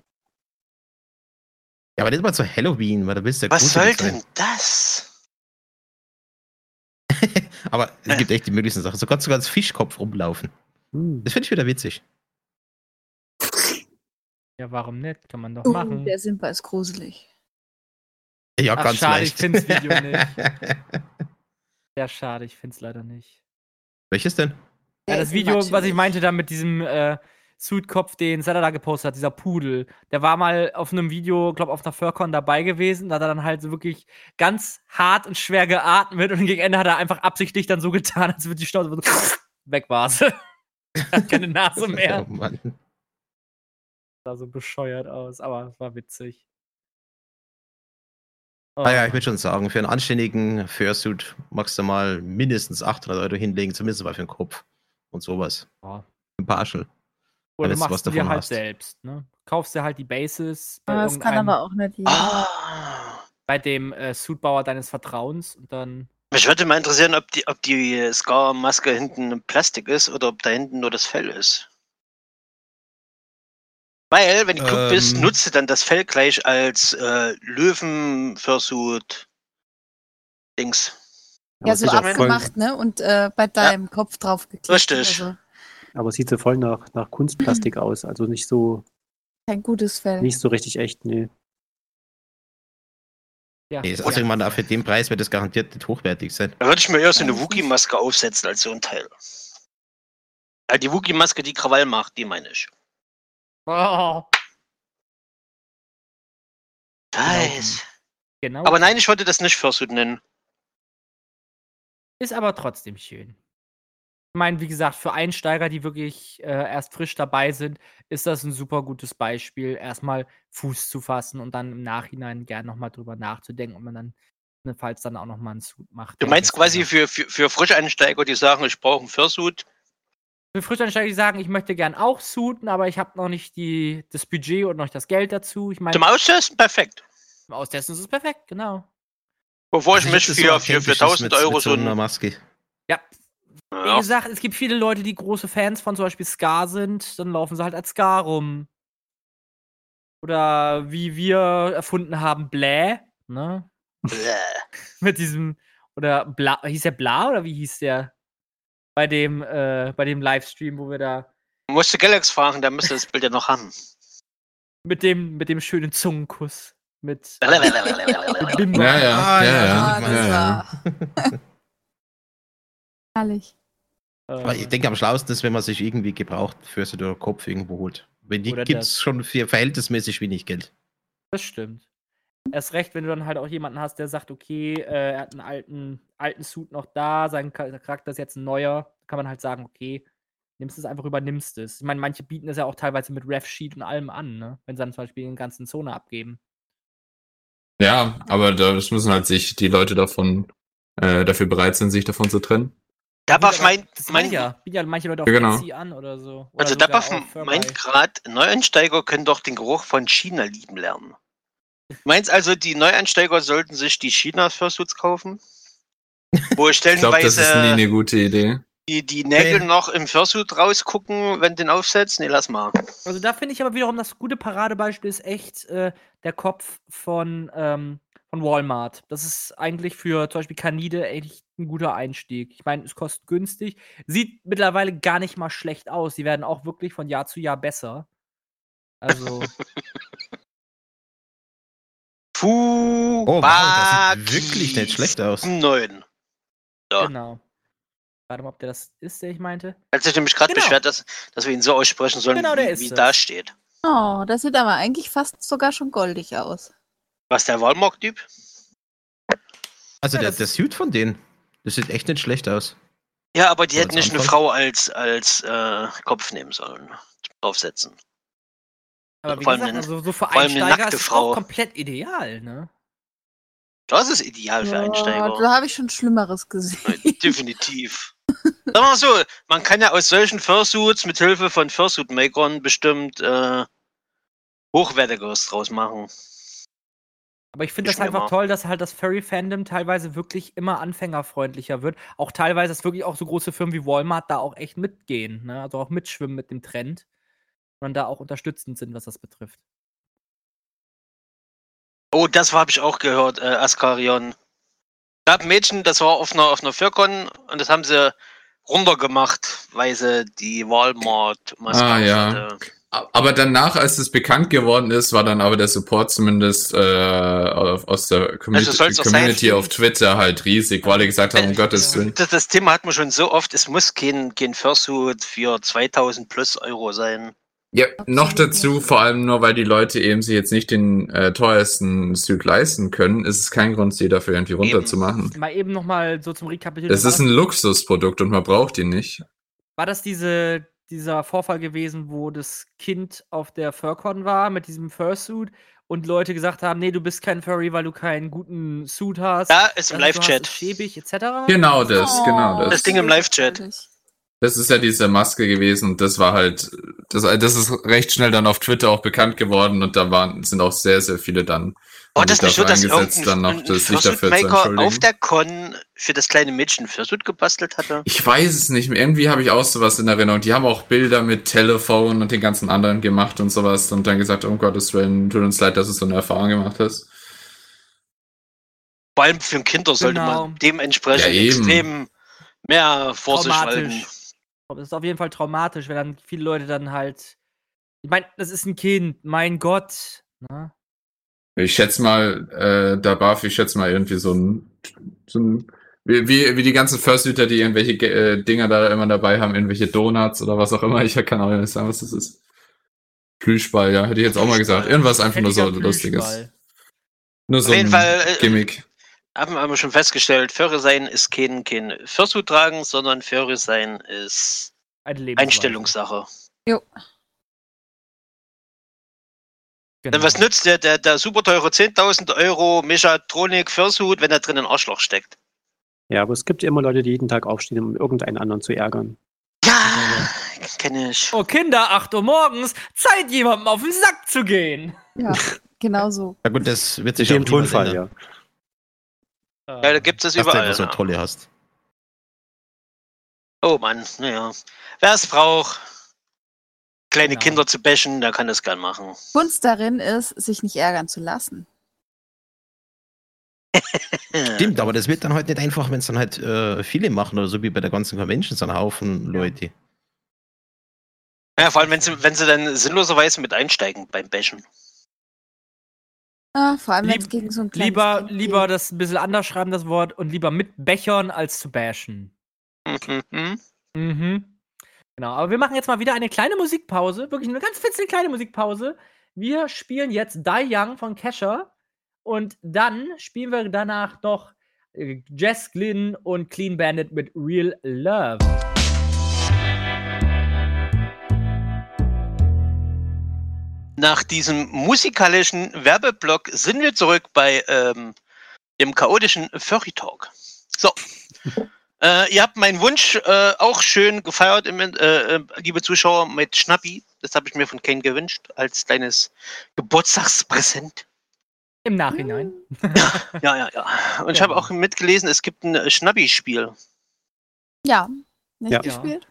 S2: Ja, aber nicht mal zu Halloween, weil da bist du ja
S4: Was soll
S2: gruselig
S4: denn das?
S2: sein. Aber es gibt echt die möglichsten Sachen. So kannst du sogar als Fischkopf rumlaufen.
S6: Hm.
S2: Das finde ich wieder witzig.
S1: Ja, warum nicht? Kann man doch
S5: Uh,
S1: machen.
S5: der Simba ist gruselig.
S2: Ja,
S1: Ach,
S2: ganz
S1: schade, ich
S2: leicht.
S1: find's Video nicht. Sehr schade, ich find's leider nicht.
S2: [LAUGHS] Welches denn?
S1: Ja,
S5: Der
S1: das
S5: ist
S1: Video, was ich
S5: natürlich-
S1: meinte, da mit diesem äh, Suitkopf, den Zelda da gepostet hat, dieser Pudel, der war mal auf einem Video, glaube auf einer Furcon dabei gewesen. Da hat er dann halt so wirklich ganz hart und schwer geatmet und gegen Ende hat er einfach absichtlich dann so getan, als würde die Schnauze so [LAUGHS] weg war's. [LAUGHS] hat keine
S2: [LAUGHS]
S1: Nase mehr.
S2: Oh Mann.
S1: Sah so bescheuert aus, aber es war witzig. Oh,
S2: Ah
S1: Äh,
S2: ja, ich würde schon sagen, für einen anständigen Fursuit magst du mal mindestens 800 Euro hinlegen, zumindest mal für den Kopf und sowas.
S1: Ja.
S2: Ein Partial.
S1: Oder du
S2: wenn du was
S1: machst du
S2: davon
S1: dir halt
S2: hast.
S1: selbst, ne? Kaufst dir halt die Bases bei,
S5: Ah, das kann
S1: irgendeinem-
S5: aber auch nicht jeder.
S4: Ah.
S1: bei dem äh, Suitbauer deines Vertrauens und dann.
S4: Mich würde mal interessieren, ob die, ob die Scar-Maske hinten in Plastik ist oder ob da hinten nur das Fell ist. Weil, wenn du klug bist,
S2: Ähm.
S4: nutze dann das Fell gleich als äh, Löwen-Fursuit. Dings.
S6: Aber,
S5: Ja,
S6: es
S5: so
S6: sieht auch voll,
S5: abgemacht, ne? Und äh, bei deinem Kopf draufgeklebt.
S4: Richtig.
S5: Also
S6: aber es sieht so voll nach, nach Kunstplastik aus. Also nicht so,
S5: kein gutes Fell.
S6: nicht so richtig echt, nee.
S1: Ja.
S2: Nee, ist außerdem man für den Preis wird das garantiert nicht hochwertig sein.
S4: Da würde ich mir eher so eine Wookie-Maske aufsetzen als so ein Teil. Ja, die Wookie-Maske, die Krawall macht, die meine ich.
S1: Oh,
S4: Scheiß.
S1: genau.
S4: Aber nein, ich wollte das nicht Fursuit nennen.
S1: Ist aber trotzdem schön. Ich meine, wie gesagt, für Einsteiger, die wirklich äh, erst frisch dabei sind, ist das ein super gutes Beispiel, erstmal Fuß zu fassen und dann im Nachhinein gern nochmal drüber nachzudenken, ob man dann ne, falls dann auch nochmal einen Suit macht.
S4: Du
S1: der
S4: meinst
S1: das
S4: quasi
S1: dann-
S4: für, für, für Frischeinsteiger, die sagen, ich brauche einen Fursuit.
S1: Für Frischeinsteiger, die sagen, ich möchte gern auch suiten, aber ich habe noch nicht die, das Budget und noch nicht das Geld dazu. Ich meine,
S4: Zum Austesten perfekt.
S1: aus dessen ist es perfekt, genau.
S4: Bevor ich
S2: Also
S4: mich
S2: hab das
S4: für,
S2: so
S4: für, für
S2: authentisch,
S4: 1000
S2: das mit-
S4: Euro
S2: mit
S4: so
S2: einer
S4: ein.
S2: Maske.
S1: Ja, Wie
S4: Ja.
S1: gesagt, es gibt viele Leute, die große Fans von zum Beispiel Ska sind, dann laufen sie halt als Ska rum. Oder wie wir erfunden haben, Bläh, ne? [LAUGHS]
S4: Bläh.
S1: Mit diesem, oder Bla, hieß der Bla oder wie hieß der? Bei dem, äh, bei dem Livestream, wo wir da
S4: Musst du Galax fragen, dann müsste das Bild ja noch [LAUGHS] haben.
S1: mit dem, mit dem schönen Zungenkuss mit
S4: Bläh.
S1: Bimbo.
S3: Ja, ja,
S2: Ah,
S3: ja,
S2: ja,
S5: Ah,
S3: ja.
S5: das
S3: ja, ja.
S5: war [LAUGHS] herrlich.
S1: äh,
S2: Aber
S3: eh
S2: ich denke, am schlauesten ist, wenn man sich irgendwie gebraucht für so den Kopf irgendwo holt. Wenn die
S1: Oder
S2: gibt
S1: das.
S2: es schon für verhältnismäßig wenig Geld.
S1: Das stimmt. Erst recht, wenn du dann halt auch jemanden hast, der sagt, okay, äh, er hat einen alten, alten Suit noch da, sein Cha- Charakter ist jetzt ein neuer, kann man halt sagen, okay, nimmst es einfach, übernimmst es. Ich meine, manche bieten es ja auch teilweise mit Ref-Sheet und allem an, ne? Wenn sie dann zum Beispiel den ganzen Zone abgeben.
S3: Ja, aber das müssen halt sich die Leute davon, äh, dafür bereit sind, sich davon zu trennen.
S4: Da
S1: Gut,
S4: warf
S1: aber
S4: mein,
S1: das
S4: mein,
S1: meine ja, bieten ja manche Leute auf
S3: Ja, genau.
S1: Etsy an oder so. Oder
S4: Also da
S1: sogar
S4: darf
S1: auf
S4: man, meint
S1: Furby.
S4: gerade, Neueinsteiger können doch den Geruch von China lieben lernen. Meinst also, die Neueinsteiger sollten sich die China-Fursuits kaufen? [LAUGHS] Wo
S3: Ich glaube, das ist nie
S4: stellenweise
S3: eine gute Idee.
S4: die, die Nägel
S2: Nee.
S4: noch im Fursuit rausgucken, wenn du den aufsetzt? Nee, lass mal.
S1: Also da finde ich aber wiederum das gute Paradebeispiel ist echt äh, der Kopf von, ähm, von Walmart. Das ist eigentlich für zum Beispiel Kanide echt ein guter Einstieg. Ich meine, es kostet günstig, sieht mittlerweile gar nicht mal schlecht aus. Die werden auch wirklich von Jahr zu Jahr besser. Also
S4: Fu
S2: Oh, wow, das sieht wirklich nicht schlecht aus.
S4: Neun. [LAUGHS] Ja.
S1: genau. Warte mal, ob der das ist, der ich meinte.
S4: Hat sich nämlich gerade
S1: Genau.
S4: beschwert, dass, dass wir ihn so aussprechen sollen,
S1: Genau, der
S4: wie,
S1: ist
S4: wie
S1: es.
S4: da steht.
S5: Oh, das sieht aber eigentlich fast sogar schon goldig aus.
S4: Was der Walmart-Typ?
S2: Also
S1: Ja,
S2: der,
S1: das-
S2: der Suit von denen, das sieht echt nicht schlecht aus.
S4: Ja, aber die
S2: Soll
S4: hätten
S2: ich's
S4: nicht eine
S2: anfangen?
S4: Frau als, als äh, Kopf nehmen sollen. Draufsetzen.
S1: Aber wie
S4: Vor allem
S1: gesagt,
S4: eine-
S1: also so für
S4: vor allem eine
S1: Einsteiger ist
S4: nackte
S1: es
S4: Frau.
S1: auch komplett ideal, ne?
S4: Das ist ideal für
S5: Ja,
S4: Einsteiger.
S5: da habe ich schon Schlimmeres gesehen.
S4: Definitiv. [LAUGHS] Sagen wir mal so, man kann ja aus solchen Fursuits mit Hilfe von Fursuit-Makern bestimmt äh, Hochwertigeres draus machen.
S1: Aber ich finde
S4: Ich
S1: das
S4: mir
S1: einfach
S4: mal.
S1: toll, dass halt das Furry-Fandom teilweise wirklich immer anfängerfreundlicher wird. Auch teilweise, dass wirklich auch so große Firmen wie Walmart da auch echt mitgehen, ne? also auch mitschwimmen mit dem Trend. Und da auch unterstützend sind, was das betrifft.
S4: Oh, das habe ich auch gehört, äh, Askarion. gab ein Mädchen, das war auf einer, auf einer Firkon und das haben sie runtergemacht, weil sie die Walmart-Maske
S3: Ah, ja.
S4: aufhatte.
S3: Aber danach, als es bekannt geworden ist, war dann aber der Support zumindest äh, auf, aus der Commu
S4: Also soll's auch sein,
S3: Community
S4: stimmt.
S3: auf Twitter halt riesig, weil er gesagt hat, um
S4: Äh,
S3: Gottes Willen.
S4: Das, das Thema hat man schon so oft, es muss kein, kein Fursuit für 2000 plus Euro sein.
S3: Ja, noch
S5: Absolut
S3: dazu,
S5: nicht.
S3: vor allem nur, weil die Leute eben sich jetzt nicht den äh, teuersten Suit leisten können, ist es kein Grund, sie dafür irgendwie runterzumachen.
S1: Mal eben nochmal so zum Rekapitulieren.
S3: Es ist
S1: war,
S3: ein
S1: das,
S3: Luxusprodukt und man braucht ihn nicht.
S1: war das diese, dieser Vorfall gewesen, wo das Kind auf der Furcon war mit diesem Fursuit und Leute gesagt haben, nee, du bist kein Furry, weil du keinen guten Suit hast.
S4: Da ist im
S1: das, was du hast,
S4: Live-Chat.
S1: ist Schäbig, etc.
S3: Genau das,
S5: Oh,
S3: genau das.
S4: Das Ding im Live-Chat.
S3: Das ist ja diese Maske gewesen und das war halt, das, das ist recht schnell dann auf Twitter auch bekannt geworden und da waren, sind auch sehr, sehr viele dann.
S4: Oh,
S3: haben
S4: das
S3: sich
S4: ist nicht so, dass
S3: dafür eingesetzt,
S4: irgendein
S3: dann noch
S4: ein
S3: das sich dafür zu
S4: Fursuit-Maker auf
S3: entschuldigen.
S4: der Con für das kleine Mädchen Fursuit gebastelt hatte.
S3: Ich weiß es nicht mehr. Irgendwie habe ich auch sowas in Erinnerung. Die haben auch Bilder mit Telefon und den ganzen anderen gemacht und sowas und dann gesagt, um Gottes Willen, tut uns leid, dass du so eine Erfahrung gemacht hast.
S4: Vor allem für Kinder sollte
S1: Genau.
S4: man dementsprechend
S3: Ja, eben.
S4: extrem mehr Vorsicht walten.
S1: traumatisch. Das ist auf jeden Fall traumatisch, wenn dann viele Leute dann halt. Ich meine, das ist ein Kind, mein Gott. Ne?
S3: Ich schätze mal, äh, da barf ich schätze mal irgendwie so ein, so ein wie, wie, wie die ganzen Fursuiter, die irgendwelche Ge- äh, Dinger da immer dabei haben, irgendwelche Donuts oder was auch immer. Ich kann auch nicht sagen, was das ist. Plüschball, ja, hätte ich jetzt auch mal gesagt. Irgendwas einfach nur so
S1: Fertiger
S3: lustiges.
S1: Plüschball.
S3: Nur so
S4: Auf jeden
S3: ein
S4: Fall, äh,
S3: Gimmick.
S4: Haben wir aber schon festgestellt, Föhre sein ist kein, kein Fursuit tragen, sondern Föhre sein ist
S1: Eine Lebensweise.
S4: Einstellungssache.
S1: Genau.
S4: Denn was nützt der, der, der super teure 10.000 Euro Mechatronik Fursuit, wenn da drin ein Arschloch steckt?
S6: Ja, aber es gibt immer Leute, die jeden Tag aufstehen, um irgendeinen anderen zu ärgern.
S4: Ja, kenne ich.
S1: Oh Kinder, 8 Uhr morgens, Zeit jemandem auf den Sack zu gehen.
S5: Ja, genau so.
S2: Na gut, das wird
S6: In
S2: sich
S6: dem
S2: auch niemals
S6: Tonfall,
S2: ändern,
S6: ja.
S4: Ja, da gibt es
S2: dass du
S4: überall.
S2: einfach so
S4: ne?
S2: tolle hast.
S4: Oh Mann, naja. Wer es braucht, kleine
S1: Genau.
S4: Kinder zu bashen, der kann das gern machen.
S5: Kunst darin ist, sich nicht ärgern zu lassen.
S2: Stimmt, aber das wird dann halt nicht einfach, wenn es dann halt äh, viele machen oder so wie bei der ganzen Convention, so ein Haufen Leute.
S4: Ja, vor allem, wenn sie, wenn sie dann sinnloserweise mit einsteigen beim Bashen.
S5: Ah, vor allem, wenn es
S1: Lieb-
S5: gegen so ein kleines
S1: lieber,
S5: Kind
S1: lieber
S5: geht.
S1: das ein bisschen anders schreiben, das Wort, und lieber mit Bechern als zu bashen.
S4: Mhm.
S1: Mhm. Genau, aber wir machen jetzt mal wieder eine kleine Musikpause, wirklich eine ganz fitzige kleine Musikpause. Wir spielen jetzt Die Young von Kesha und dann spielen wir danach noch äh, Jess Glynn und Clean Bandit mit Real Love.
S4: Nach diesem musikalischen Werbeblock sind wir zurück bei ähm, dem chaotischen Furry Talk. [LAUGHS] So. äh, ihr habt meinen Wunsch äh, auch schön gefeiert, im, In- äh, äh, liebe Zuschauer, mit Schnappi. Das habe ich mir von Ken gewünscht, als kleines Geburtstagspräsent.
S1: Im Nachhinein.
S4: Ja, ja, ja. Und ich habe auch mitgelesen, es gibt ein äh, Schnappi-Spiel.
S5: Ja. Nicht
S6: Ja.
S5: gespielt?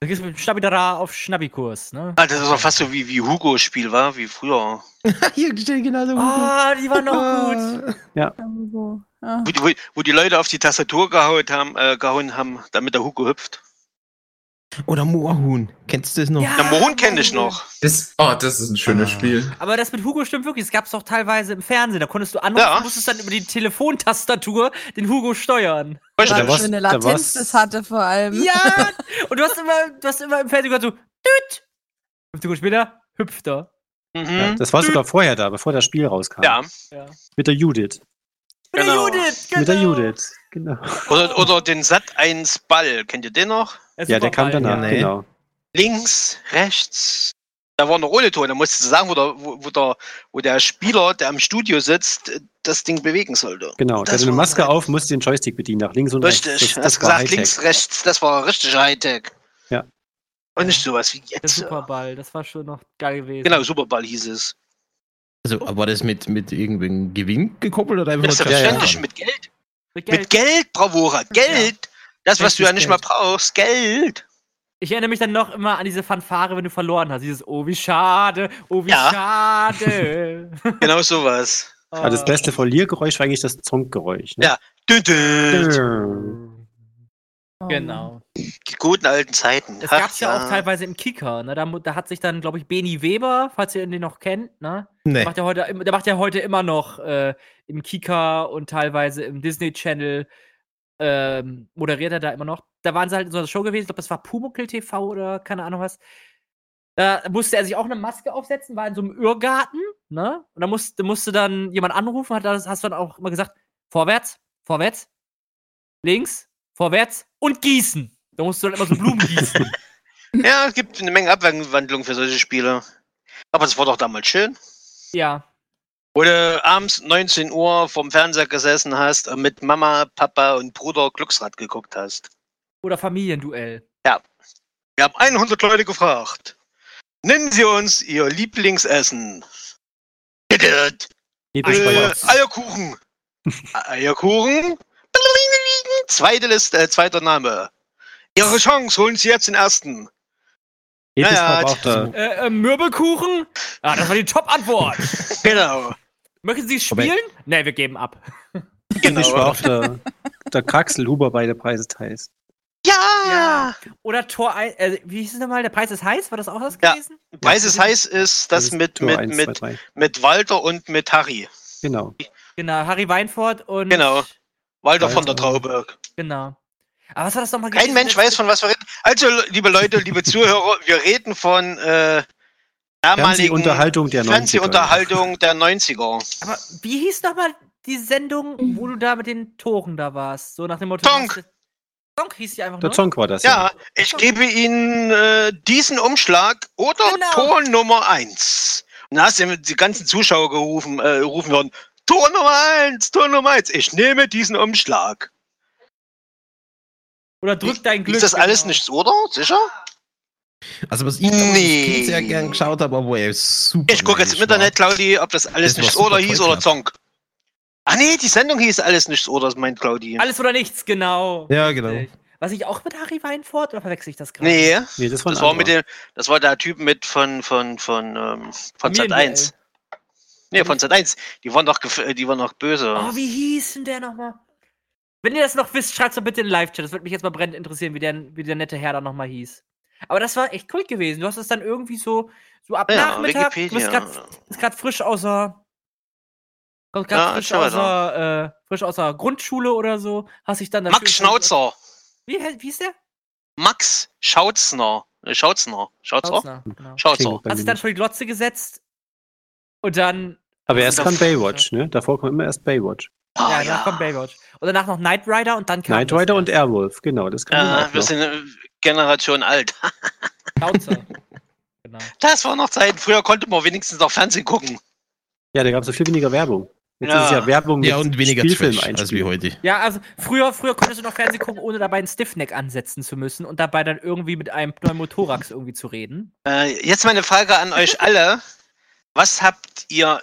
S1: Da geht's mit Schnabidara auf Schnabbikurs, ne?
S4: Ah, das ist auch fast so wie, wie Hugo-Spiel, war, wie früher.
S2: Hier steht genau so.
S1: Ah, die waren
S2: Ah.
S1: noch gut.
S5: Irgendwo. Ah.
S4: Wo, die- wo, wo die Leute auf die Tastatur gehauen haben, äh, gehauen haben damit der Hugo hüpft.
S2: Oder Moorhuhn. Kennst du das noch?
S4: Der Mohn kenne ich noch.
S3: Das, oh, das ist ein schönes
S2: Ah.
S3: Spiel.
S1: Aber das mit Hugo stimmt wirklich. Es gab es doch teilweise im Fernsehen. Da konntest du anrufen,
S4: Ja.
S1: musstest dann über die Telefontastatur den Hugo steuern.
S4: Weißt du
S5: Was
S6: da
S5: für
S6: war's-
S4: das?
S5: eine
S6: da
S5: Latenz
S6: war's-
S5: das hatte vor allem.
S1: Ja! [LAUGHS] Und du hast immer, du hast immer im Fernsehen gehört so, düt! Fünf Sekunden später hüpft er.
S6: ja.
S4: Mhm.
S6: Das war sogar vorher da, bevor das Spiel rauskam.
S4: Ja,
S6: Mit der Judith.
S1: Mit
S4: Genau.
S1: der Judith! Genau.
S6: Mit der Judith. Genau.
S4: oder, oder den Sat 1 Ball. Kennt ihr den noch?
S1: Es
S6: Ja,
S1: ist
S6: der kam
S1: überall,
S6: danach,
S2: ja. Nee.
S6: genau.
S4: Links, rechts. Da war noch ohne Ton. Da musst du sagen, wo der, wo, wo, der, wo der Spieler, der am Studio sitzt, äh, das Ding bewegen sollte.
S6: Genau. Der
S4: Das
S6: hatte eine
S4: war
S6: Maske
S4: halt-
S6: auf, musste den Joystick bedienen, nach links und rechts.
S4: Richtig.
S6: Das- das
S4: Hast
S6: war
S4: gesagt,
S6: Hightech.
S4: links, rechts. Das war richtig Hightech.
S6: Ja.
S4: Und nicht sowas wie
S1: Der
S4: jetzt.
S1: Superball, das war schon noch geil gewesen.
S4: Genau, Superball hieß es.
S2: Also, war das mit, mit irgendeinem Gewinn gekoppelt oder einfach
S4: Das ist
S2: nur
S4: verständlich
S2: Kapital?
S4: mit Geld.
S1: Mit Geld.
S4: Mit Geld, Bravura, Geld. Das, was du ja
S1: Echtes
S4: nicht
S1: Geld.
S4: mal brauchst, Geld.
S1: [LAUGHS] Ich erinnere mich dann noch immer an diese Fanfare, wenn du verloren hast. Dieses, oh wie schade, oh wie
S4: Ja.
S1: [LAUGHS] schade.
S4: Genau sowas.
S6: Also das beste Verliergeräusch war eigentlich das Zonkgeräusch. Ne?
S4: Ja. Dün, dün.
S6: Dürr.
S1: Oh.
S5: Oh,
S1: Genau.
S4: Die guten alten Zeiten.
S1: Es
S4: Ach,
S1: gab es ja, auch teilweise im Kicker, ne? Da, mu- da hat sich dann, glaube ich, Beni Weber, falls ihr den noch kennt, ne?
S2: Nee.
S1: Der macht ja heute, im- der macht ja heute immer noch äh, im Kicker und teilweise im Disney Channel ähm, moderiert er da immer noch. Da waren sie halt in so einer Show gewesen, ich glaube, das war Pumuckl TV oder keine Ahnung was. Da musste er sich auch eine Maske aufsetzen, war in so einem Irrgarten, ne? Und da musste, musste dann jemand anrufen, hat das, hast du dann auch immer gesagt, vorwärts, vorwärts, links, vorwärts und gießen. Da musst du dann immer so Blumen gießen.
S4: Ja, es gibt eine Menge Abwandlungen für solche Spiele. Aber es war doch damals schön.
S1: Ja,
S4: Wo du abends 19 Uhr vorm Fernseher gesessen hast und mit Mama, Papa und Bruder Glücksrad geguckt hast.
S1: oder Familienduell.
S4: Wir haben 100 Leute gefragt. Nennen Sie uns Ihr Lieblingsessen. Tütüt. Äh,
S6: Nebelspeier.
S4: Eierkuchen. Eierkuchen. Zweite Liste, äh, zweiter Name. Ihre Chance, holen Sie jetzt den ersten.
S6: Nebelspeier war
S4: ja,
S6: auch da.
S1: Äh, äh, Mürbelkuchen? Ah, das war die Top-Antwort.
S4: Genau.
S1: Möchten Sie es
S2: Moment.
S1: spielen? Nee, wir geben ab.
S6: Nebelspeier war
S4: genau.
S6: auch der, der Kraxelhuber bei der Preiseteils.
S4: Ja!
S1: Oder Tor 1, äh, wie hieß es nochmal? Der Preis ist heiß? War das auch das
S4: Ja.
S1: gewesen?
S4: Preis ist heiß ist das
S6: ist
S4: mit,
S6: Tor
S4: mit,
S6: eins,
S4: mit,
S6: zwei, drei.
S4: mit Walter und mit Harry.
S6: Genau.
S1: Genau, Harry Weinfurt und.
S4: Genau. Walter von der Trauberg.
S1: Genau. Aber was war das nochmal
S4: Kein
S1: gewesen?
S4: Mensch weiß, von was wir reden. Also, liebe Leute, liebe Zuhörer, [LAUGHS] wir reden von äh, damaligen
S6: Fernsehunterhaltung der 90er.
S4: Fernsehunterhaltung der 90er.
S1: Aber wie hieß nochmal die Sendung, wo du da mit den Toren da warst? So nach dem Motto.
S4: Zonk.
S1: Zonk hieß die einfach
S6: Der
S1: nur.
S6: Zonk war das.
S4: Ja, ich gebe Ihnen äh, diesen Umschlag oder
S1: Genau.
S4: Ton Nummer 1. Und da hast du die ganzen Zuschauer gerufen, äh, rufen hören, Ton Nummer 1, Ton Nummer 1, ich nehme diesen Umschlag.
S1: Oder drück dein Glück.
S4: Ist das alles
S1: genau.
S4: nichts, oder? Sicher?
S2: Also was ich damals als
S4: Nee.
S2: Kind sehr gern geschaut habe, aber ey, super.
S4: Ich gucke jetzt im
S2: neidisch war.
S4: Internet, Claudi, ob das alles
S2: Das war
S4: nichts
S2: super
S4: oder hieß
S2: toll,
S4: oder
S2: ja.
S4: Zonk. Ah nee, die Sendung hieß alles nichts oder, das meint Claudi.
S1: Alles oder nichts, genau.
S2: Ja, genau.
S1: Richtig. Was ich auch mit Harry Weinfurt oder verwechsel ich das gerade?
S4: Nee,
S6: Nee, das war, ein
S4: das war mit
S6: anderer.
S4: dem, das war der Typ mit von, von, von, ähm, von
S1: Familienduell.
S4: Sat1. Nee, von Sat1. Die waren doch, gef- die waren doch böse.
S1: Oh, wie hieß denn der nochmal? Wenn ihr das noch wisst, schreibt doch bitte in den Live-Chat. Das würde mich jetzt mal brennend interessieren, wie der, wie der nette Herr da nochmal hieß. Aber das war echt cool gewesen. Du hast es dann irgendwie so, so ab
S4: Ja,
S1: Nachmittag. Du bist
S4: Wikipedia.
S1: grad- bist gerade frisch außer. Kommt
S4: Ja,
S1: gerade frisch,
S4: erzähl
S1: außer, äh, frisch außer Grundschule oder so. Hast dich dann. da schön-
S4: Max Schnauzer.
S1: Wie, hä- wie ist der?
S4: Max Schautzner. Äh, Schautzner. Schautzner?
S1: Schnauzner, Genau.
S4: Schautzner.
S6: Klingt bei
S1: Hast
S6: mir
S1: dich dann
S6: nicht.
S1: vor die Glotze gesetzt. Und dann
S6: Aber erst kam
S4: Davor-
S6: Baywatch, ne? Davor kam immer erst Baywatch.
S1: ja,
S4: Ah,
S1: ja. kommt Baywatch. Und danach noch Knight Rider und dann kam
S6: Knight Rider und Airwolf, genau, das kam dann
S4: Ja,
S6: auch
S4: wir
S6: noch.
S4: sind äh, Generation alt. [LAUGHS]
S6: [LAUGHS]
S1: Schnauzer. genau.
S4: Das war noch Zeiten. Früher konnte man wenigstens noch Fernsehen gucken.
S6: Ja, da gab es so viel weniger Werbung. Jetzt
S4: Ja.
S6: ist es ja Werbung
S2: Ja, und weniger Trash
S6: Spielfilm
S2: als wie heute.
S1: Ja, also früher, früher konntest du noch Fernsehen gucken, ohne dabei einen Stiffneck ansetzen zu müssen und dabei dann irgendwie mit einem Pneumothorax irgendwie zu reden.
S4: Äh, jetzt meine Frage an euch alle. Was habt ihr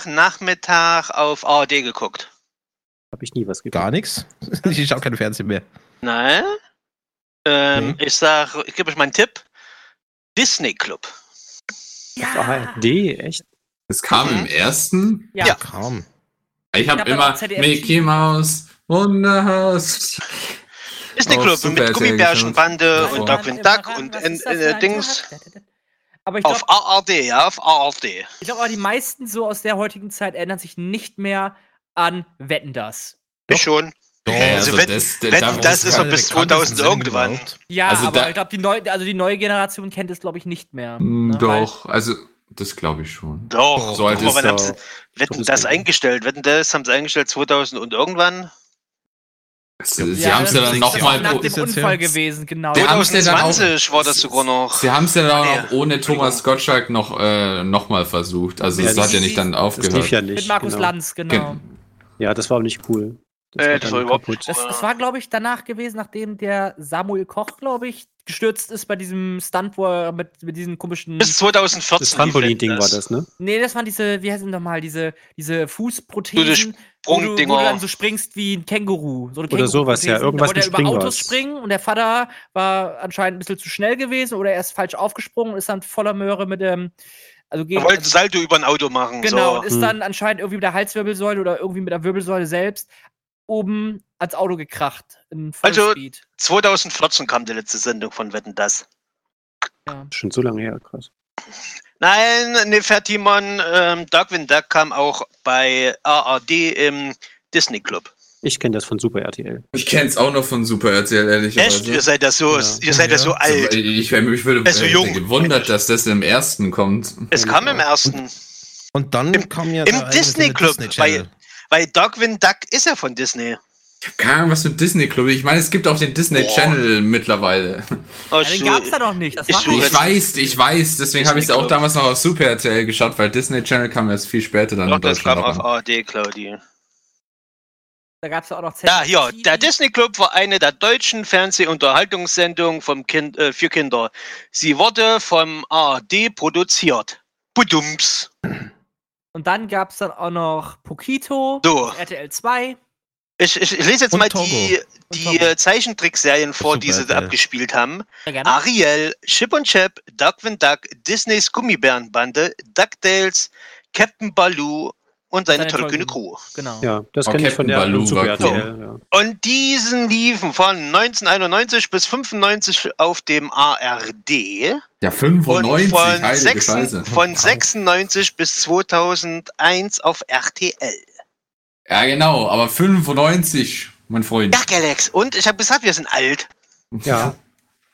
S4: Samstagnachmittag auf ARD geguckt?
S6: Habe ich nie was geguckt.
S2: Gar nichts. [LAUGHS] Ich schaue kein Fernsehen mehr.
S4: Nein? Ähm,
S2: Mhm.
S4: Ich sag, ich gebe euch mal einen Tipp. Disney Club.
S6: ARD, Ah, echt?
S3: Es kam
S4: Mhm.
S3: im ersten.
S1: Ja.
S2: Ah,
S4: Ja.
S2: Kaum.
S3: Ich
S1: Ich
S3: habe
S1: hab aber
S3: immer
S1: ZDF
S3: Mickey Maus, Wunderhaus.
S4: Disney
S3: Auf
S4: Club
S3: Super
S4: mit
S3: RTL
S4: Gummibärchenbande
S3: geschaut.
S4: Äh, und
S3: Ja.
S4: Duck und Duck und
S1: Was
S4: in,
S1: ist das
S4: in,
S1: für
S4: äh,
S1: ein
S4: Dings.
S1: Charakter? Aber ich glaube,
S4: Auf ARD, ja, auf ARD.
S1: ich glaub, aber die meisten so aus der heutigen Zeit erinnern sich nicht mehr an Wetten das.
S4: Ich schon.
S2: Ja,
S3: Okay,
S4: also
S3: also
S4: wenn-
S3: das,
S4: wenn
S3: da-
S4: das ist
S2: keine
S4: doch bis
S2: bekanntesten
S4: 2000
S2: Sendung
S4: irgendwann.
S2: überhaupt.
S1: Ja,
S3: Also
S1: aber
S3: da-
S1: ich glaube, die, neu, also die neue Generation kennt es, glaube ich, nicht mehr.
S3: Mm,
S1: Ne,
S3: Doch, also das glaube ich schon.
S4: Doch,
S3: So alt
S4: aber
S3: ist
S4: wann haben sie
S3: er.
S4: Wetten
S6: ist
S4: das
S6: er.
S4: eingestellt? Wetten das haben sie eingestellt 2000 und irgendwann?
S3: Sie,
S1: Weil,
S3: sie haben es ja
S1: das
S3: dann
S1: ist
S2: noch
S1: nochmal
S3: nochmal.
S2: mal-
S1: nach
S2: ist
S1: dem
S2: jetzt
S1: Unfall
S2: her.
S1: gewesen, genau.
S3: Der- haben sie dann auch-
S4: 2020 war das sogar noch.
S3: Sie haben es ja dann
S4: Ah, ja.
S3: auch ohne Thomas Gottschalk noch, äh, noch mal versucht. Also
S6: Ja,
S3: es
S6: das-
S3: hat ja nicht dann
S6: Das lief
S3: aufgehört.
S6: ja
S1: Mit
S6: nicht.
S1: Markus
S6: genau.
S1: Lanz, genau.
S3: Ge-
S6: Ja, das war aber nicht cool.
S4: Äh, das
S6: dann
S4: war überhaupt
S6: kaputt.
S4: nicht
S1: Das, das war, glaube ich, danach gewesen, nachdem der Samuel Koch, glaube ich, gestürzt ist bei diesem Stunt, wo er mit, mit diesen komischen.
S4: Bis 2014.
S6: Das
S4: lief
S6: Trampolin-Ding
S4: Wetten,
S6: war das, ne?
S1: Nee, das waren diese, wie heißen die nochmal, diese, diese
S4: Diese
S1: Fußprothesen, wo du, wo du
S4: Sprungdinger.
S1: dann so springst wie ein Känguru. So eine
S6: Oder sowas, ja,
S1: Känguruprothese.
S6: irgendwas
S1: Da wollte er
S6: mit
S1: über
S6: Springen
S1: Autos
S6: war's.
S1: springen und der Vater war anscheinend ein bisschen zu schnell gewesen oder er ist falsch aufgesprungen und ist dann voller Möhre mit dem. Also
S4: Er
S1: gegen,
S4: wollte Salto über ein Auto machen.
S1: Genau, und
S4: So.
S1: ist
S6: Hm.
S1: dann anscheinend irgendwie mit der Halswirbelsäule oder irgendwie mit der Wirbelsäule selbst oben ans Auto gekracht. In
S4: Also-
S1: Vollspeed.
S4: 2014 kam die letzte Sendung von Wetten das.
S6: Schon so lange her, krass.
S4: Nein, Nefertimon, ähm, Darkwing Duck kam auch bei ARD im Disney Club.
S6: Ich kenne das von Super RTL.
S3: Ich kenne es auch noch von Super RTL,
S4: Echt?
S3: ehrlicherweise.
S4: Ihr seid ja so,
S6: Ja.
S4: ihr seid ja.
S2: Ja.
S4: so alt.
S3: Also Ich, ich, ich würde
S4: Er ist so
S3: äh,
S4: jung.
S3: gewundert, dass das im ersten kommt.
S4: Es kam im ersten.
S2: Und dann
S4: Im-
S2: kam ja
S4: im
S2: der eigene
S4: Disney Club
S2: Disney-Channel.
S4: Weil Darkwing Duck ist ja von Disney.
S3: Keine Ahnung, was für ein Disney Club. Ich meine, es gibt auch den Disney
S4: Boah.
S3: Channel mittlerweile.
S4: Oh,
S1: Ja, den
S4: so-
S1: gab's da noch nicht. Das
S4: Ich
S1: war
S4: schwöre.
S1: nicht.
S3: Ich weiß, ich weiß. Deswegen habe ich es
S4: Disney Club.
S3: auch damals noch auf Super RTL geschaut, weil Disney Channel kam erst viel später dann
S4: Doch,
S3: in
S4: das kam
S3: Deutschland.
S4: auf
S3: auch an.
S4: ARD, Claudi.
S1: Da gab's ja auch noch
S4: Ja, hier,
S1: ZDF.
S4: der Disney Club war eine der deutschen Fernsehunterhaltungssendungen vom kind, äh, für Kinder. Sie wurde vom ARD produziert. Budums.
S1: Und dann gab's dann auch noch Pokito,
S4: So,
S1: RTL 2.
S4: ich, ich, ich lese jetzt
S2: Und
S4: mal
S2: Togo.
S4: die, die
S1: Togo.
S4: äh, Zeichentrickserien vor,
S2: Super,
S4: die sie
S2: ja.
S4: abgespielt haben.
S1: Sehr gerne.
S4: Ariel, Chip und Chap, Duck and Duck, Disneys Gummibärenbande, DuckTales, Captain Baloo, und seine
S1: Seine
S4: tollkühne
S1: tollkühne.
S4: Crew.
S1: Genau.
S6: Ja, das
S3: Oh,
S6: kenne ich von der
S3: Captain Baloo
S6: Zug
S3: war
S6: RTL. Ja.
S4: Und diesen liefen von 1991 bis 95 auf dem ARD
S3: Ja, 95,
S4: und von,
S3: heilige
S4: 6,
S3: Scheiße.
S4: von 96 bis 2001 auf RTL.
S3: Ja, genau, aber 95, mein Freund.
S4: Ja, Galax. Und ich habe gesagt, wir sind alt. [LAUGHS]
S6: ja.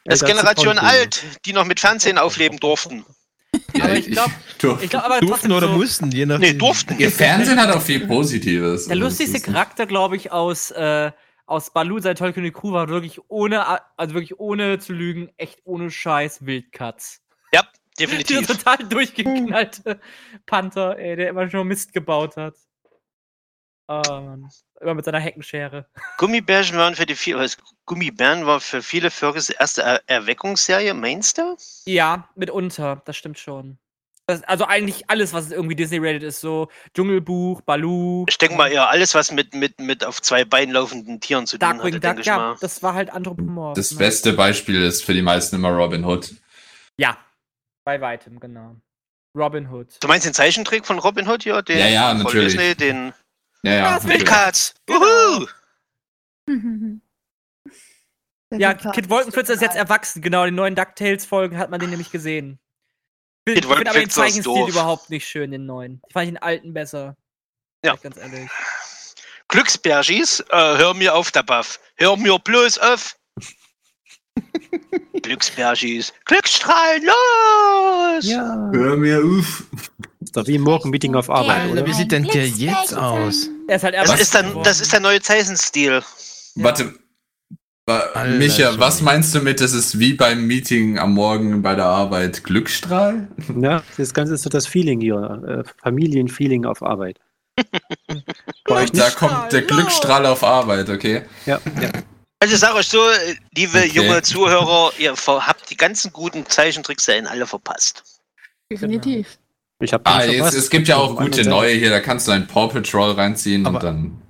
S4: Es ist
S6: Älter als die
S4: Generation
S6: Tollkühne.
S4: alt, die noch mit Fernsehen aufleben durften.
S3: [LAUGHS] Ja,
S1: Aber ich glaub-
S3: du,
S1: Ich glaube aber
S2: [LAUGHS] Durften
S1: trotzdem
S2: oder
S1: so
S2: mussten, je nachdem.
S4: Nee, durften.
S3: ihr Fernsehen hat auch viel Positives.
S1: der
S3: Also,
S1: lustigste
S3: das ist-
S1: Charakter, glaube ich, aus, äh, aus Baloo, sein Tollkühne Crew, war wirklich ohne, also wirklich ohne zu lügen, echt ohne Scheiß Wildkatz.
S4: Ja,
S1: Dieser
S4: definitiv.
S1: total durchgeknallte Panther, ey, der immer schon Mist gebaut hat. Ah, Mann. Immer mit seiner Heckenschere.
S4: Gummibärchen waren für die viel, was, Gummibären war für viele Fergus erste er Erweckungsserie, meinst du?
S1: Ja, mitunter, das stimmt schon. Das, also eigentlich alles, was irgendwie Disney-rated ist, so Dschungelbuch, Baloo,
S4: Ich denke mal eher alles, was mit, mit, mit auf zwei Beinen laufenden Tieren zu tun
S1: Darkwing Duck,
S4: hatte, also denke ich
S1: ja,
S4: mal.
S1: das war halt anthropomorph.
S3: Das
S1: ne?
S3: beste Beispiel ist für die meisten immer Robin Hood.
S1: Ja, bei weitem, genau. Robin Hood.
S4: Du meinst den Zeichentrick von Robin Hood, ja? Den
S3: Ja, ja,
S4: von
S3: natürlich.
S4: Disney, den
S3: Ja, ja.
S1: Das will
S3: natürlich.
S4: Wildkatz. Juhu!
S1: Ja, Kid Wolkenflitzer ist jetzt erwachsen, genau. In den neuen DuckTales-Folgen hat man den nämlich gesehen. Ich
S4: Kid
S1: finde aber den
S4: Wolkenflitzer ist
S1: Zeichenstil
S4: doof.
S1: überhaupt nicht schön, den neuen. Ich fand den alten besser.
S4: Ja.
S1: Sag ich Ganz ehrlich.
S4: Glücksbärschis, äh, hör mir auf, der Buff. Hör mir
S1: [LAUGHS]
S4: bloß auf. Glücksbärschis. Glücksstrahlen los!
S6: Ja.
S3: Hör mir auf.
S6: Ist doch wie im Morgenmeeting auf Arbeit,
S2: Alter,
S6: oder?
S2: wie
S4: genau.
S2: sieht denn der jetzt aus?
S1: Er ist halt
S4: Das
S1: erwachsen
S4: ist, dann,
S1: geworden.
S4: das ist der neue Zeichenstil.
S1: Ja.
S3: Warte. Wa-
S2: Alter,
S3: Micha,
S2: sorry.
S3: was meinst du mit, das ist wie beim Meeting am Morgen bei der Arbeit Glücksstrahl?
S6: Ja, Ne? das Ganze ist so das Feeling hier, äh, Familienfeeling auf Arbeit. Bei euch
S3: Da
S6: nicht?
S3: kommt der Glücksstrahl auf Arbeit, okay?
S6: Ja, ja.
S4: Also ich sag euch so, äh, liebe
S3: Okay.
S4: junge Zuhörer, ihr ver- habt die ganzen guten Zeichentrickserien alle verpasst.
S5: Definitiv.
S6: Ich habe
S3: Ah, jetzt, es gibt ja auch gute neue hier, da kannst du ein Paw Patrol reinziehen
S2: Aber-
S3: und dann.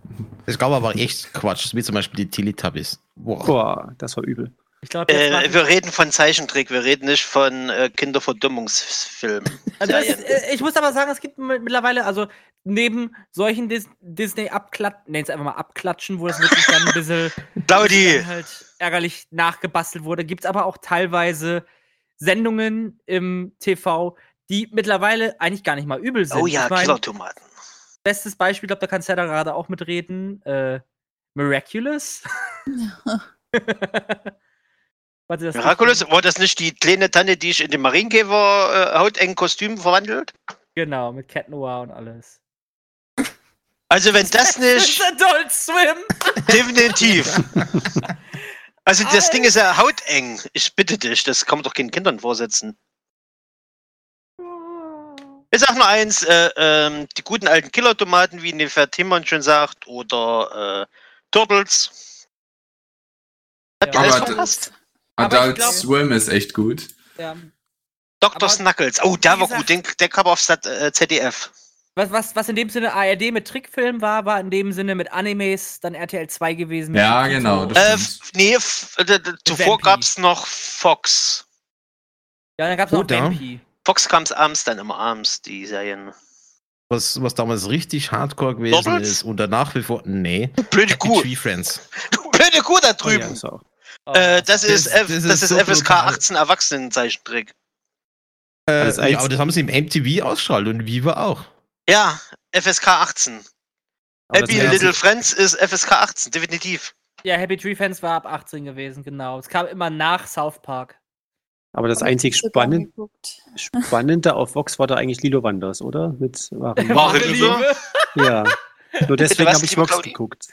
S2: Es gab aber echt Quatsch, wie zum Beispiel die Teletubbies. Wow.
S6: Boah, das war übel.
S1: Ich glaube, jetzt
S4: Äh,
S1: machen-
S4: wir reden von Zeichentrick, wir reden nicht von äh, Kinderverdummungsfilmen.
S1: Also es,
S4: Serien.
S1: äh, ich muss aber sagen, es gibt mi- mittlerweile, also neben solchen Dis Disney-Abklatschen, nenn's einfach mal Abklatschen, wo das wirklich dann ein bisschen
S4: [LAUGHS] Claudi,
S1: dann halt ärgerlich nachgebastelt wurde, gibt es aber auch teilweise Sendungen im TV, die mittlerweile eigentlich gar nicht mal übel sind.
S4: oh ja,
S1: Also, ich mein,
S4: Killertomaten.
S1: bestes Beispiel, glaube da kannst du ja da gerade auch mitreden, äh, Miraculous. [LAUGHS] Warte, das
S4: Miraculous, war das nicht die kleine Tanne, die ich in den Marienkäfer äh, hautengen Kostüm verwandelt?
S1: Genau, mit Cat Noir und alles.
S4: Also wenn das nicht,
S1: Adult Swim!
S4: definitiv. Also das
S1: Alter.
S4: Ding ist ja hauteng. Ich bitte dich, das kann man doch keinen Kindern vorsetzen. Ich sag nur eins, äh, ähm, die guten alten Killertomaten, wie Nefertimon schon sagt, oder äh, Turtles. Habt
S1: Ja.
S4: ihr alles
S3: Aber
S4: verpasst?
S1: Aber ich
S3: Adult
S1: glaub-
S3: Swim ist echt gut.
S1: Ja.
S4: Dr.
S1: aber-
S4: Snuckles. Oh, der
S1: Wie
S4: war gut. Den, der kam auf Sat, äh, ZDF.
S1: Was, was, was in dem Sinne ARD mit Trickfilm war, war in dem Sinne mit Animes dann RTL 2 gewesen. mit
S3: Ja,
S1: Naruto.
S3: genau, das-
S4: Äh,
S6: Mhm.
S3: Stimmt.
S4: f- nee, f- äh, d- d- zuvor
S1: Vampy.
S4: gab's noch Fox.
S1: ja, dann gab es noch
S2: Oder-
S1: Bambi.
S4: Fox kam's abends dann immer abends, die Serien.
S2: Was, was damals richtig hardcore gewesen
S4: Doppelt?
S2: ist und dann nach wie vor. Nee.
S4: Blöde Kuh.
S2: Tree Friends.
S4: Du Blöde Kuh da
S6: Oh, ja,
S4: drüben.
S6: das war auch.
S1: Oh.
S4: Äh, das ist,
S2: Das-
S4: F,
S2: das
S4: das
S2: ist
S4: ist
S2: so
S4: FSK
S2: brutal.
S4: 18 Erwachsenen-Zeichentrick.
S2: Äh,
S6: Das einzige-
S2: ja, aber das haben sie im MTV ausgestrahlt und Viva auch.
S4: Ja, FSK 18.
S2: Aber
S4: Happy
S2: das war ja
S4: Little
S2: so-
S4: Friends ist FSK 18, definitiv.
S1: Ja, Happy Tree Fans war ab 18 gewesen, genau. Es kam immer nach South Park.
S6: Aber das einzig Spannende, Spannende auf Vox war da eigentlich Lilo Wanders, oder? Mit Warin.
S4: Wahre Liebe.
S6: Ja. Nur deswegen
S4: was,
S6: habe ich
S4: liebe
S6: Vox
S4: Claudi?
S6: geguckt.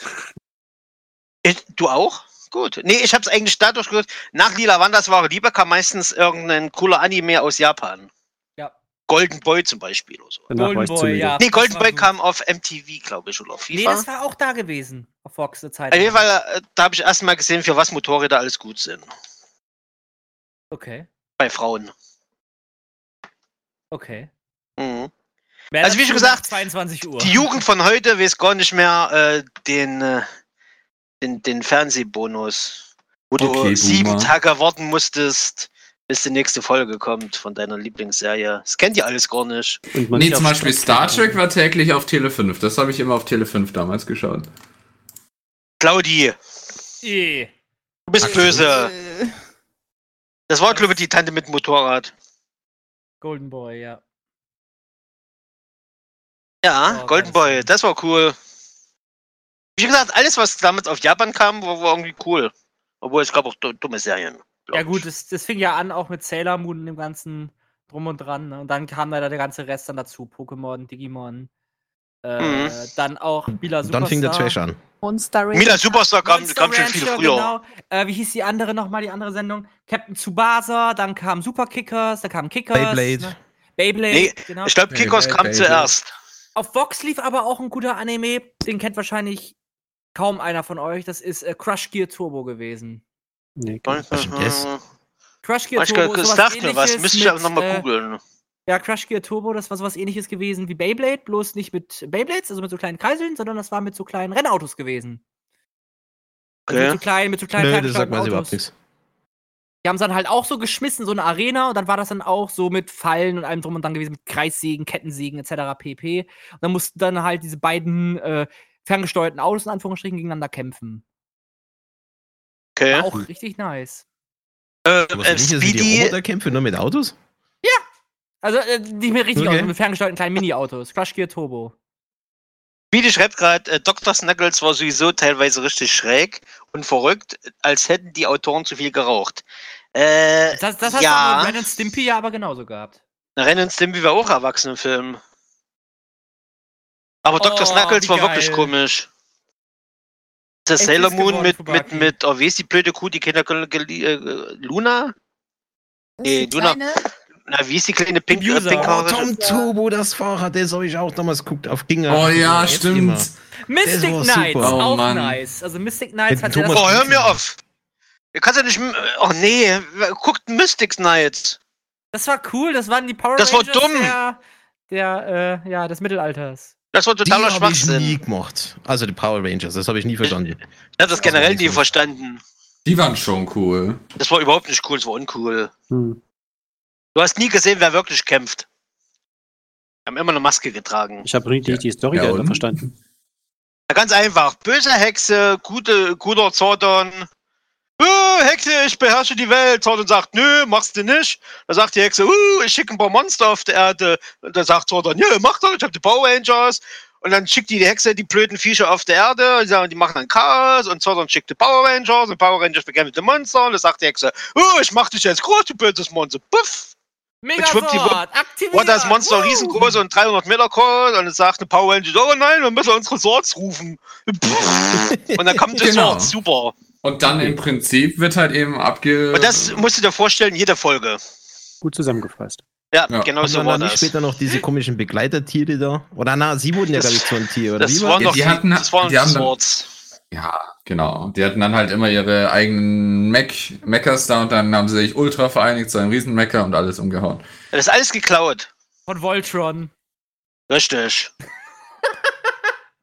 S4: Ich, Äh, du auch? Gut. Nee, ich hab's eigentlich dadurch gehört. Nach Lila Wanders wahre Liebe kam meistens irgendein cooler Anime aus Japan.
S1: Ja.
S4: Golden Boy zum Beispiel oder so.
S6: Danach war ich
S1: Golden
S6: zu
S1: Boy,
S6: müde.
S1: ja.
S4: Nee, Golden
S1: das war
S4: Boy
S1: gut.
S4: kam auf MTV, glaube ich, oder auf
S1: Nee,
S4: FIFA.
S1: das war auch da gewesen. Auf Fox eine Zeit.
S4: Auf jeden
S1: lang.
S4: Fall, äh, da habe ich erstmal gesehen, für was Motorräder alles gut sind.
S1: Okay,
S4: Bei Frauen.
S1: okay.
S4: Mhm.
S1: Mehr
S4: Also, wie schon
S1: dazu nach
S4: gesagt,
S1: 22 Uhr.
S4: Die Jugend von heute weiß gar nicht mehr äh, den, äh, den, den Fernsehbonus, wo
S3: Okay, Boomer.
S4: du sieben Tage warten musstest, bis die nächste Folge kommt von deiner Lieblingsserie. Das kennt ihr alles gar nicht.
S6: Und
S3: nee,
S6: sieht
S3: zum
S6: auf
S3: Beispiel Star
S6: Stark-
S3: Trek war täglich auf Tele 5. Das habe ich immer auf Tele 5 damals geschaut.
S4: Claudi,
S1: Eh.
S4: du bist böse.
S5: Äh,
S4: Das Wort über die Tante mit dem Motorrad.
S1: Golden Boy, ja.
S4: Ja,
S1: Oh,
S4: Golden
S1: ganz
S4: Boy,
S1: schön.
S4: das war cool. Wie gesagt, alles, was damals auf Japan kam, war, war irgendwie cool. Obwohl es gab auch du- dumme Serien. glaub
S1: Ja
S4: ich.
S1: gut, das, das fing ja an auch mit Sailor Moon und dem ganzen Drum und Dran. Ne? Und dann kam leider der ganze Rest dann dazu. Pokémon, Digimon. Äh,
S4: Mhm.
S1: Dann auch Bila Superstar.
S2: Dann fing der Trash an.
S5: Monster Race.
S4: Mila Superstar kam,
S1: Monster
S4: kam schon viel
S1: Rancher,
S4: früher.
S1: Genau. Äh, wie hieß die andere nochmal, die andere Sendung? Captain Tsubasa, dann kam Super Kickers, dann kam Kickers.
S2: Beyblade.
S1: Ne? Beyblade,
S4: Nee,
S1: genau.
S4: Ich glaube,
S2: Baby,
S4: Kikos kam
S2: Baby.
S4: zuerst.
S1: Auf Vox lief aber auch ein guter Anime, den kennt wahrscheinlich kaum einer von euch. Das ist äh, Crush Gear Turbo gewesen.
S6: Nee, gar nicht.
S4: Was
S2: ist denn das?
S1: Crush Gear
S4: Ich
S1: Turbo ist sowas
S4: dachte mir was,
S1: ähnliches
S4: müsste ich
S1: mit,
S4: aber nochmal
S1: äh,
S4: googeln.
S2: Also
S1: Ja, Crush Gear Turbo, das war sowas ähnliches gewesen wie Beyblade, bloß nicht mit Beyblades, also mit so kleinen Kreiseln, sondern das war mit so kleinen Rennautos gewesen. Also
S4: Okay.
S1: Mit so kleinen, mit so kleinen
S2: Nö, das
S1: ferngesteuerten
S2: sagt man überhaupt
S1: Autos.
S2: nichts.
S4: Äh,
S1: Die haben es dann halt auch so geschmissen, so eine Arena, und dann war das dann auch so mit Fallen und allem drum und dran gewesen, mit Kreissägen, Kettensägen etc. pp. Und dann mussten dann halt diese beiden äh, ferngesteuerten Autos in Anführungsstrichen gegeneinander kämpfen.
S4: Okay.
S1: War auch richtig nice.
S4: Äh,
S2: Was
S4: äh,
S2: nicht, sind die
S4: Speedy,
S2: Roboterkämpfe nur mit Autos?
S1: Also äh, nicht mehr richtig
S2: Okay.
S1: Autos, mit ferngesteuerten kleinen Mini-Autos. Crush Gear Turbo.
S4: Speedy schreibt gerade, äh, Dr. Snuggles war sowieso teilweise richtig schräg und verrückt, als hätten die Autoren zu viel geraucht. Äh,
S1: Das, das hat
S4: ja.
S1: Ren und Stimpy ja aber genauso gehabt.
S4: Ren und Stimpy war auch erwachsen im Film. Aber Dr.
S1: Oh,
S4: Snuggles
S1: wie
S4: war wirklich
S1: geil.
S4: komisch. Das
S1: Echt
S4: Sailor
S1: ist
S4: Moon
S1: geworden,
S4: mit, mit,
S1: Fubaki.
S4: mit, oh, wie ist die blöde Kuh, die Kinder können, gel- äh, Luna?
S5: das
S4: Nee,
S5: ist die
S4: du noch-
S5: kleine-
S4: Na, wie ist die kleine Pink, äh,
S1: Medusa.
S2: Oh,
S4: pinkhaarige?
S2: Tom Turbo, das Fahrrad, das habe ich auch damals geguckt auf Ginger.
S3: Oh ja,
S2: Jetzt
S3: stimmt.
S2: immer.
S1: Mystic
S2: war
S1: Knights,
S2: super.
S3: Oh,
S1: auch
S3: Mann.
S1: nice. Also Mystic Knights
S2: Mit
S1: hat ja das.
S2: Thomas
S4: Oh, hör mir auf! Ihr kannst ja nicht. m- Oh nee, guckt Mystic Knights.
S1: Das war cool, das waren die Power
S4: Das war
S1: Rangers
S4: dumm.
S1: der, der äh, ja, des Mittelalters.
S4: Das war
S2: Die
S4: totaler
S2: habe ich nie
S4: Schwachsinn.
S2: gemacht. Also die Power Rangers, das habe ich nie verstanden.
S4: Ich hab das generell nie
S2: nicht so.
S4: verstanden.
S3: Die waren schon cool.
S4: Das war überhaupt nicht cool, das war uncool.
S6: Hm.
S4: Du hast nie gesehen, wer wirklich kämpft. Wir haben immer eine Maske getragen.
S6: Ich habe nicht die, die Story
S3: Ja,
S6: dahinter
S3: und?
S6: verstanden.
S4: Ja, ganz einfach. Böse Hexe, gute, guter Zordon. Äh, Hexe, ich beherrsche die Welt. Zordon sagt, nö, machst du nicht. Da sagt die Hexe, uh, ich schicke ein paar Monster auf der Erde. Und da sagt Zordon, ja, mach doch, ich hab die Power Rangers. Und dann schickt die, die Hexe die blöden Viecher auf der Erde. Die, sagen, die machen dann Chaos. Und Zordon schickt die Power Rangers. Und Power Rangers bekämpft die Monster. Und da sagt die Hexe, uh, ich mach dich jetzt groß, du böses Monster. Puff. schwuppdiwupp
S1: Megazord, aktiviert!
S4: Boah, das Monster
S1: Woo!
S4: riesengroß und 300 Meter groß und es sagt eine Power Rangers, oh nein, wir müssen unsere
S2: [LAUGHS]
S4: Swords rufen. Pff. und dann kommt das
S3: Genau.
S4: Sword, super.
S3: Und dann im Prinzip wird halt eben abge.
S4: Und das musst du dir vorstellen, jede Folge.
S6: Gut zusammengefasst.
S4: Ja,
S3: Ja.
S4: genau
S2: Haben
S4: so
S2: wir dann
S4: war
S2: Also nicht
S4: das.
S2: später noch diese komischen Begleitertiere da? Oder na, sie wurden ja,
S4: Das-
S2: glaube ich, zu einem Tier, oder
S4: Das
S2: war
S4: waren
S3: die
S4: doch
S3: hatten-
S4: das waren
S3: die haben dann-
S4: Swords.
S3: ja, genau. Die hatten dann halt immer ihre eigenen Mac Mechas da und dann haben sie sich ultra vereinigt zu einem riesen Mecker und alles umgehauen.
S4: Das ist alles geklaut.
S1: Von Voltron.
S4: Richtig.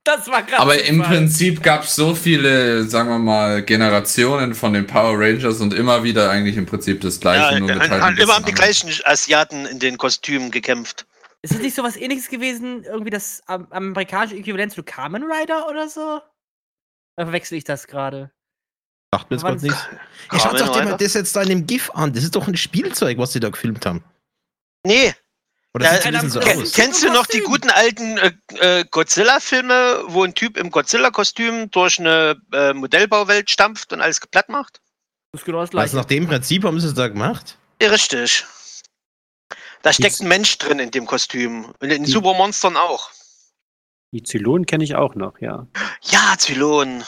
S1: Das war krass.
S3: Aber im
S1: Mann.
S3: Prinzip gab es so viele, sagen wir mal, Generationen von den Power Rangers und immer wieder eigentlich im Prinzip das
S4: Ja,
S3: gleiche.
S4: und,
S3: nur mit
S4: und,
S3: halt ein
S4: immer haben
S3: bisschen
S4: die gleichen Asiaten in den Kostümen gekämpft.
S1: Ist das nicht sowas ähnliches gewesen, irgendwie das am- amerikanische Äquivalent zu Carmen Rider oder so? Oder verwechsel ich das gerade?
S2: Dachte jetzt
S1: Wann-
S2: gerade nichts. Ja, schaut
S4: Carmen
S2: doch dir mal
S4: Rider?
S2: das jetzt da in dem GIF an. Das ist doch ein Spielzeug, was sie da gefilmt haben.
S4: Nee,
S2: Oder
S4: Ja,
S2: sieht zumindest so
S1: das-
S4: Ken-
S2: aus?
S4: Kennst du noch die
S1: Kostüm.
S4: guten alten äh, äh, Godzilla-Filme, wo ein Typ im Godzilla-Kostüm durch eine äh, Modellbauwelt stampft und alles platt macht?
S1: Das ist genau das
S2: Also
S1: gleiche.
S2: nach dem Prinzip haben sie es da gemacht.
S4: Ja, richtig. Da steckt
S6: Ist-
S4: ein Mensch drin in dem Kostüm. Und in
S6: Die-
S4: Supermonstern auch.
S6: Die Zylonen kenne ich auch noch, ja.
S4: Ja, Zylon.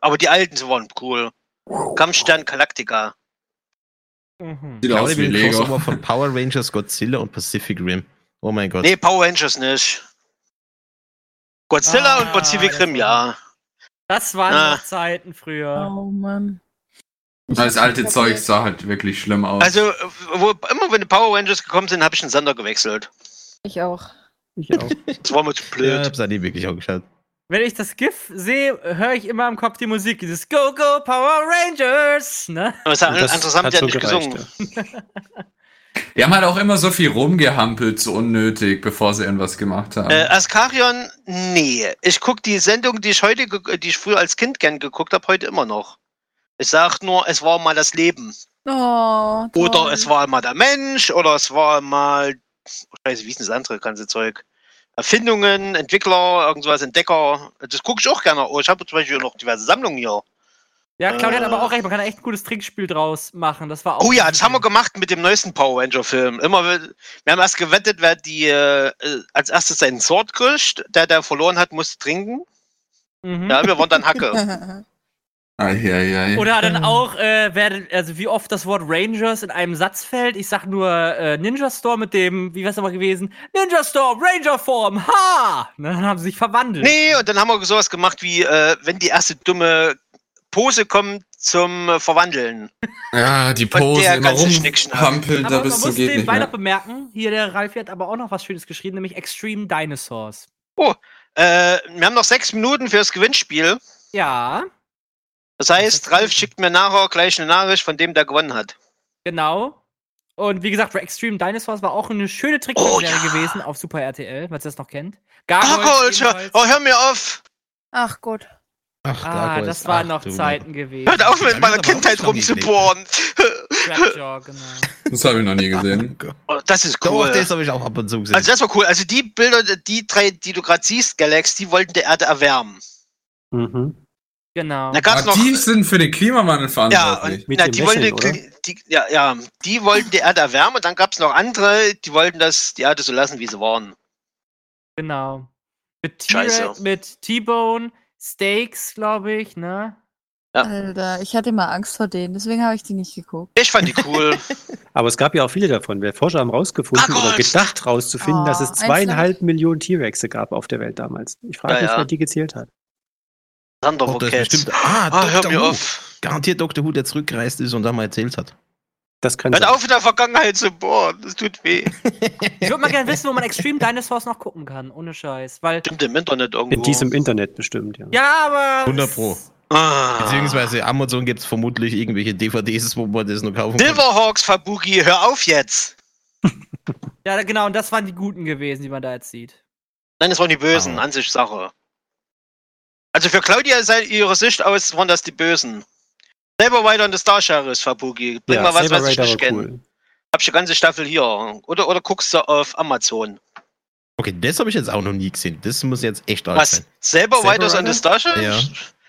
S4: Aber die alten sie waren cool. Kampfstern Galactica.
S1: Mhm.
S3: Sieht
S2: Ich
S3: aus
S2: glaube,
S3: wie
S2: ich bin Crossover
S3: Lego.
S2: von Power Rangers, Godzilla und Pacific Rim. Oh mein Gott.
S4: Nee, Power Rangers nicht. Godzilla
S1: Ah,
S4: und Pacific
S1: das
S4: Rim,
S6: Ah,
S4: ja.
S1: Das waren
S4: Ah.
S1: noch Zeiten früher.
S5: Oh Mann.
S3: Das alte Zeug sah halt wirklich schlimm aus.
S4: Also, äh, wo, immer wenn die Power Rangers gekommen sind, habe ich den Sender gewechselt.
S5: Ich auch.
S6: Ich auch.
S4: Das war mir zu
S2: Ja,
S4: blöd.
S2: hab's auch nie wirklich angeschaut.
S1: wenn ich das GIF sehe, höre ich immer im Kopf die Musik, dieses Go Go Power Rangers, ne?
S4: Aber es hat,
S6: Und das
S4: anderes haben
S6: hat
S4: die ja
S6: so
S4: nicht
S6: gereicht,
S4: gesungen.
S3: Die haben halt auch immer so viel rumgehampelt, so unnötig, bevor sie irgendwas gemacht haben.
S4: Äh, Askarion, nee. Ich gucke die Sendung, die ich heute, ge- die ich früher als Kind gern geguckt habe, heute immer noch. Ich sag nur, es war mal das Leben.
S5: Oh, toll.
S4: Oder es war mal der Mensch, oder es war mal, oh, scheiße, wie ist denn das andere ganze Zeug? Erfindungen, Entwickler, irgendwas, Entdecker. Das gucke ich auch gerne. Oh, ich habe zum Beispiel noch diverse Sammlungen hier.
S1: Ja, Claudia
S4: Äh.
S1: hat aber auch recht, man kann da echt ein gutes Trinkspiel draus machen. Das war auch
S4: Oh ja, das
S1: super.
S4: haben wir gemacht mit dem neuesten Power Ranger Film. Immer, wenn- wir haben erst gewettet, wer die äh, als erstes seinen Sword kriegt. Der, der verloren hat, musste trinken.
S1: mhm.
S4: Ja, wir waren dann Hacke.
S3: Eieiei.
S1: Oder dann auch, äh, wer, also wie oft das Wort Rangers in einem Satz fällt. Ich sag nur äh, Ninja Storm mit dem, wie wär's nochmal gewesen? Ninja Storm, Ranger Form, ha! Ne, dann haben sie sich verwandelt.
S4: Nee, und dann haben wir sowas gemacht wie, äh, wenn die erste dumme Pose kommt zum äh, Verwandeln.
S3: Ja, die
S4: Und
S3: Pose
S4: der
S3: immer
S4: ganze Schnickschnack.
S3: rumpampeln, da
S1: Aber man
S3: bist du
S1: muss
S3: geht nicht
S1: nebenbei noch
S3: mehr.
S1: bemerken, hier der Ralf hat aber auch noch was Schönes geschrieben, nämlich Extreme Dinosaurs.
S4: Äh, wir haben noch sechs Minuten fürs Gewinnspiel.
S1: Ja,
S4: Das heißt, Ralf schickt mir nachher gleich eine Nachricht von dem, der gewonnen hat.
S1: genau. Und wie gesagt, Extreme Dinosaurs war auch eine schöne Trickserie gewesen auf Super RTL, falls ihr das noch kennt.
S2: Ah,
S4: Oh,
S1: Gargoyles
S4: Gott,
S1: ebenfalls.
S4: oh, hör mir auf!
S5: [LAUGHS] Ach gut.
S2: Ach,
S1: Ah,
S2: Gargoyles.
S1: das waren
S2: Ach,
S1: noch
S2: du.
S1: Zeiten gewesen.
S4: Hört auf, mit
S2: Ja,
S4: meiner
S2: das ist aber auch
S4: Kindheit
S2: schon nicht
S4: rumzubohren!
S1: Trapjaw, genau.
S3: Das habe ich noch nie gesehen.
S2: Cool.
S4: Oh, das ist
S2: Doch,
S4: cool.
S2: das habe ich auch ab und zu gesehen.
S4: Also das war cool. Also die Bilder, die drei, die du gerade siehst, Galax, die wollten der Erde erwärmen.
S6: ja. Mhm.
S1: Genau.
S4: Da gab's
S3: Ah,
S4: noch.
S3: die sind für den Klimawandel
S4: Ja,
S3: verantwortlich.
S4: und,
S6: Mit
S4: na,
S6: dem
S4: die, wollten,
S6: Lächeln,
S4: die, ja, ja, die wollten die Erde erwärmen und dann gab es noch andere, die wollten das, die Erde so lassen, wie sie waren.
S1: Genau. Mit
S4: Scheiße.
S1: T-Rex, mit T-Bone, Steaks, glaube ich, ne?
S4: Ja.
S5: Alter, ich hatte immer Angst vor denen, deswegen habe ich die nicht geguckt.
S4: Ich fand die cool.
S6: Aber es gab ja auch viele davon. Weil Forscher haben rausgefunden
S4: Ah,
S6: oder
S4: Gott.
S6: gedacht rauszufinden,
S5: Ah,
S6: dass es
S5: einzelne.
S6: zweieinhalb Millionen T-Rexe gab auf der Welt damals. Ich frage
S4: Ja,
S6: mich,
S4: ja.
S6: wer die gezählt hat.
S4: Thunder
S2: Oh, das ist
S4: Rockets.
S2: bestimmt, ah,
S4: Ah, hör
S2: Dr.
S4: mir
S2: Who.
S4: auf.
S2: Garantiert Dr. Who, der zurückgereist ist und dann mal erzählt hat.
S6: Das kann
S4: Hört
S6: sein.
S4: auf, in der Vergangenheit zu bohren. Das tut weh.
S1: Ich würde mal gerne wissen, wo man Extreme Dinosaurs noch gucken kann, ohne Scheiß. Weil.
S4: Stimmt im Internet irgendwo.
S6: In diesem Internet bestimmt, ja.
S1: Ja, aber.
S2: 100 Pro.
S4: Ah.
S2: Beziehungsweise Amazon gibt es vermutlich irgendwelche DVDs, wo man das noch kaufen kann.
S4: Silverhawks, Fabuki, hör auf jetzt.
S1: Ja, genau, und das waren die Guten gewesen, die man da jetzt sieht.
S4: Nein, das waren die Bösen,
S2: Ah.
S4: an sich Sache. Also für Claudia sei ihre Sicht aus waren das die Bösen. Saber Rider und the Star Sheriff, Fabuki. Bring
S6: Ja,
S4: mal was,
S6: Saber
S4: was ich
S6: Rider
S4: nicht
S6: war
S4: kenne. Hab ich die ganze Staffel hier. Oder, oder guckst du auf Amazon.
S2: Okay, das habe ich jetzt auch noch nie gesehen. Das muss jetzt echt alt
S4: Was?
S2: sein.
S4: Saber
S6: Saber
S4: Riders und the
S6: Rider?
S4: Star Sheriff?
S2: Ja.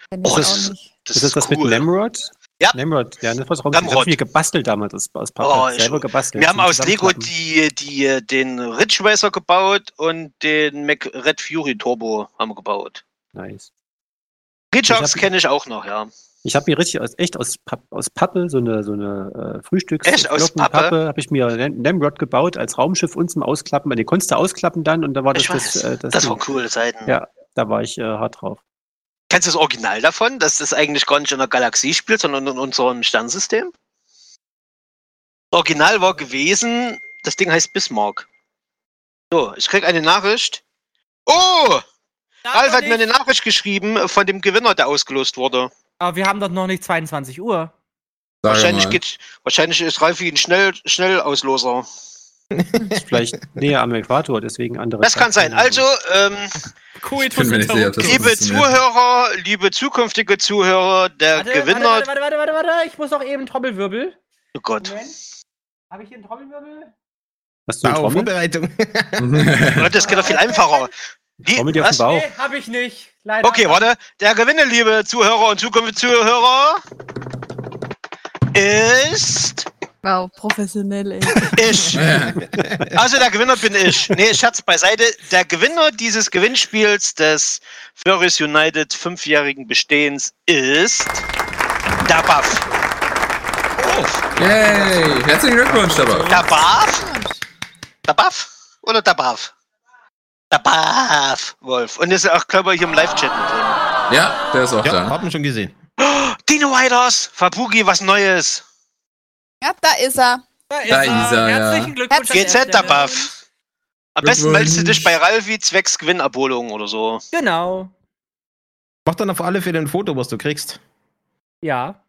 S5: Kenn
S4: Oh,
S5: ich
S4: das ist-
S5: auch nicht.
S4: Das
S6: Ist das das mit Nemrod?
S4: Ja.
S6: Nemrod, ja, ne, das war so
S4: Namrod.
S6: Namrod. mir gebastelt damals aus, aus
S4: Oh,
S6: Pappe.
S4: ich-
S6: selber gebastelt.
S4: Wir haben
S6: zum
S4: aus Lego
S6: Zusammenklappen.
S4: die, die, den Ridge Racer gebaut und den Mac Red Fury Turbo haben wir gebaut.
S6: Nice.
S4: Ridgeox
S6: Ich hab- Ah,
S4: kenne ich auch noch, ja.
S6: Ich habe mir richtig aus, echt aus, Papp, aus Pappe, so eine, so eine äh, Frühstücks
S4: Echt aus Pappe?
S6: habe ich mir Nem- Nemrod gebaut als Raumschiff und zum Ausklappen. Den konntest du ausklappen dann und da war das
S4: Ich weiß,
S6: das, äh, das,
S4: Das
S6: Ding.
S4: waren coole Zeiten.
S6: Ja. Da war ich äh, hart drauf.
S4: Kennst du das Original davon, dass das eigentlich gar nicht in der Galaxie spielt, sondern in unserem Sternsystem? Original war gewesen, das Ding heißt Bismarck. So, ich krieg eine Nachricht. Oh! Ralf hat mir eine Nachricht geschrieben äh, von dem Gewinner, der ausgelost wurde.
S1: Aber wir haben doch noch nicht 22 Uhr.
S3: Sag
S4: Wahrscheinlich,
S3: mal.
S4: geht, wahrscheinlich ist Ralf wie ein Schnell, Schnellausloser.
S6: Ist vielleicht näher am Äquator, deswegen andere.
S4: Das kann sein.
S6: Zeitzonen.
S4: Also, ähm,
S1: Cool,
S3: Ich bin mir nicht sicher, ob das
S4: liebe
S3: ist mir-
S4: Zuhörer, liebe zukünftige Zuhörer, der
S1: Warte,
S4: Gewinner.
S1: warte, warte, warte, warte, warte, ich muss noch eben Trommelwirbel.
S4: Oh Gott.
S1: Moment. Habe ich hier einen Trommelwirbel?
S6: Hast du eine
S2: Wow,
S6: Trommel?
S2: Vorbereitung.
S3: Mhm. [LAUGHS]
S4: Gott, das geht doch viel einfacher. Die,
S6: Trommel dir auf
S4: was?
S6: den Bauch.
S1: Nee, habe ich nicht. Leider.
S4: Okay, warte. Der Gewinner, liebe Zuhörer und zukünftige Zuhörer, ist
S5: Wow, professionell, ey.
S4: [LAUGHS] ich. Also der Gewinner bin ich. Nee, Scherz beiseite. Der Gewinner dieses Gewinnspiels des Flores United fünfjährigen Bestehens ist der Buff.
S3: Oh, Yay! Herzlichen Glückwunsch dabei.
S4: Der Buff? Der Buff? Oder der Buff? Der Buff, Wolf. Und ist auch, glaube ich, hier im Live-Chat mit drin.
S3: Ja, der ist auch
S2: ja,
S3: da.
S2: haben wir schon gesehen.
S4: Dino Riders, Fabuki, was Neues.
S5: Ja, da ist er.
S1: Da
S3: Da ist er, ja.
S1: Herzlichen Glückwunsch. an
S4: GZ,
S1: der
S4: der
S1: Stelle.
S4: Buff. Am besten
S3: Glückwunsch.
S4: meldest du dich bei Ralfi zwecks Gewinnabholung oder so.
S1: Genau.
S2: Mach dann auf alle Fälle ein Foto, was du kriegst.
S1: Ja.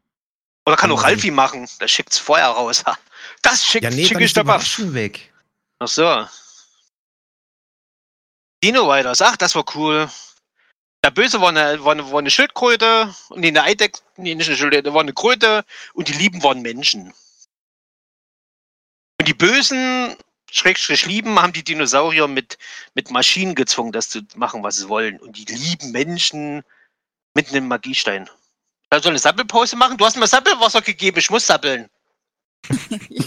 S4: Oder kann auch Ralfi machen. Der schickt's vorher raus. Ha. Das schickt,
S2: Hm. Ja, nee,
S4: schicke
S2: dann
S4: ich
S2: ist die
S4: dabei.
S2: Überraschung weg.
S4: Ach so. Dino Riders. Ach, das war cool. Der Böse war eine, war eine, war eine Schildkröte. Und nee, eine Eidechse. Nee, nicht eine Schildkröte, war eine Kröte. Und die Lieben waren Menschen. Und die Bösen, Schrägstrich Lieben, haben die Dinosaurier mit, mit Maschinen gezwungen, das zu machen, was sie wollen. Und die lieben Menschen mit einem Magiestein. Da soll eine Sappelpause machen? Du hast mir Sappelwasser gegeben, ich muss sappeln.
S5: Ich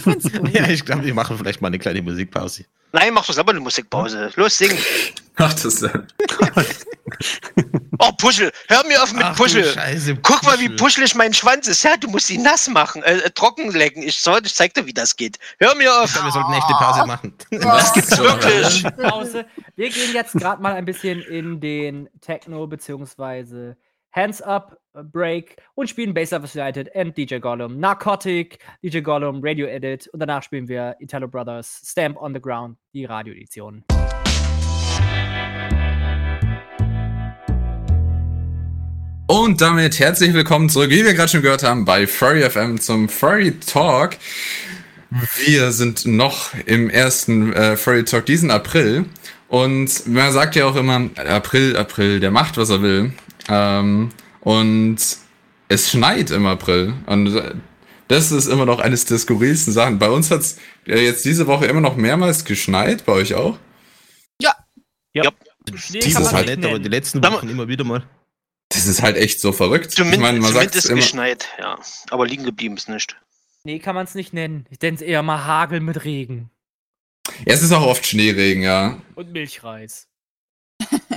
S2: [LAUGHS]
S5: find's gut.
S2: Ja, ich glaube, wir machen vielleicht mal eine kleine Musikpause.
S4: Nein, mach doch selber eine Musikpause. Los, sing.
S3: Ach, das ist
S4: Oh, Puschel, hör mir auf mit
S2: Ach du
S4: Puschel.
S2: Scheiße,
S4: Guck mal, wie puschelig mein Schwanz ist. Ja, du musst ihn nass machen, äh, äh, trocken lecken. Ich, soll, ich zeig dir, wie das geht. Hör mir
S2: Ich
S4: auf.
S2: glaube, wir sollten echt eine Pause
S4: [LAUGHS]
S2: machen.
S5: Das
S4: gibt's wirklich.
S1: Pause. Wir gehen jetzt gerade mal ein bisschen in den Techno- bzw. Hands-Up-Break äh, und spielen Bass Office United and DJ Gollum, Narcotic, DJ Gollum, Radio Edit und danach spielen wir Italo Brothers, Stamp on the Ground, die Radioedition.
S3: Und damit herzlich willkommen zurück, wie wir gerade schon gehört haben, bei Furry FM zum Furry Talk. Wir sind noch im ersten äh, Furry Talk diesen April. Und man sagt ja auch immer, April, April, der macht, was er will. Ähm, und es schneit im April. Und äh, das ist immer noch eines der skurrilsten Sachen. Bei uns hat es jetzt diese Woche immer noch mehrmals geschneit, bei euch auch.
S1: kann man
S2: Dieses halt
S1: nicht
S2: nicht, aber die
S1: nennen.
S2: letzten
S4: Sag mal-
S2: Wochen immer wieder mal.
S3: Das ist halt echt so verrückt.
S4: Zumindest,
S3: sagt's
S4: zumindest geschneit, ja. Aber liegen geblieben ist nicht.
S1: Nee, kann man es nicht nennen. Ich nenne es eher mal Hagel mit Regen
S3: Ja, es ist auch oft Schneeregen, ja.
S1: und Milchreis.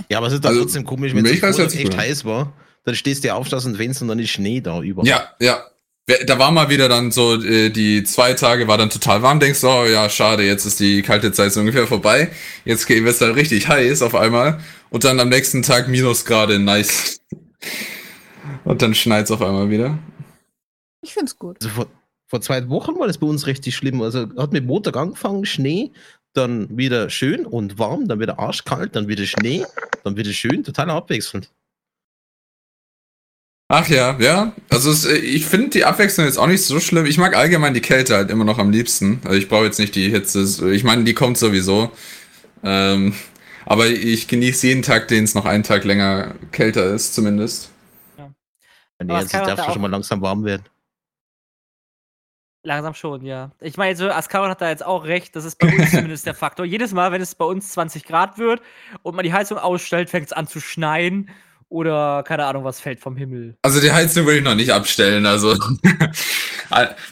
S2: Ja, aber es ist doch
S3: Also,
S2: trotzdem komisch, wenn
S3: Milch
S2: es am
S3: weiß
S2: Vortag
S3: jetzt
S2: echt
S3: nicht.
S2: heiß war, dann stehst du auf, dass und wenn's und dann ist Schnee da überall.
S3: Ja, ja. Wer- Da war mal wieder dann so, äh, die zwei Tage war dann total warm, denkst du, oh ja, schade, jetzt ist die kalte Zeit so ungefähr vorbei. Jetzt wird es dann richtig heiß auf einmal. Und dann am nächsten Tag Minusgrade, nice. Und dann schneit's auf einmal wieder.
S5: Ich find's gut.
S2: Also vor, vor zwei Wochen war das bei uns richtig schlimm. Also hat mit Montag angefangen, Schnee, dann wieder schön und warm, dann wieder arschkalt, dann wieder Schnee, dann wieder schön, total abwechselnd.
S3: Ach ja, ja. Also es, äh, ich finde die Abwechslung jetzt auch nicht so schlimm. Ich mag allgemein die Kälte halt immer noch am liebsten. Also ich brauche jetzt nicht die Hitze. Ich meine, die kommt sowieso. Ähm, aber ich genieße jeden Tag, den es noch einen Tag länger kälter ist, zumindest.
S2: Nee,
S1: Aber es
S2: jetzt
S1: kann doch
S2: darf
S1: da
S2: schon mal langsam warm werden.
S1: Langsam schon, ja. Ich meine, so Ascaron hat da jetzt auch recht, das ist bei uns zumindest der Faktor. Jedes Mal, wenn es bei uns 20 Grad wird und man die Heizung ausstellt, fängt es an zu schneien oder keine Ahnung, was fällt vom Himmel.
S3: Also die Heizung würde ich noch nicht abstellen. [LAUGHS] Also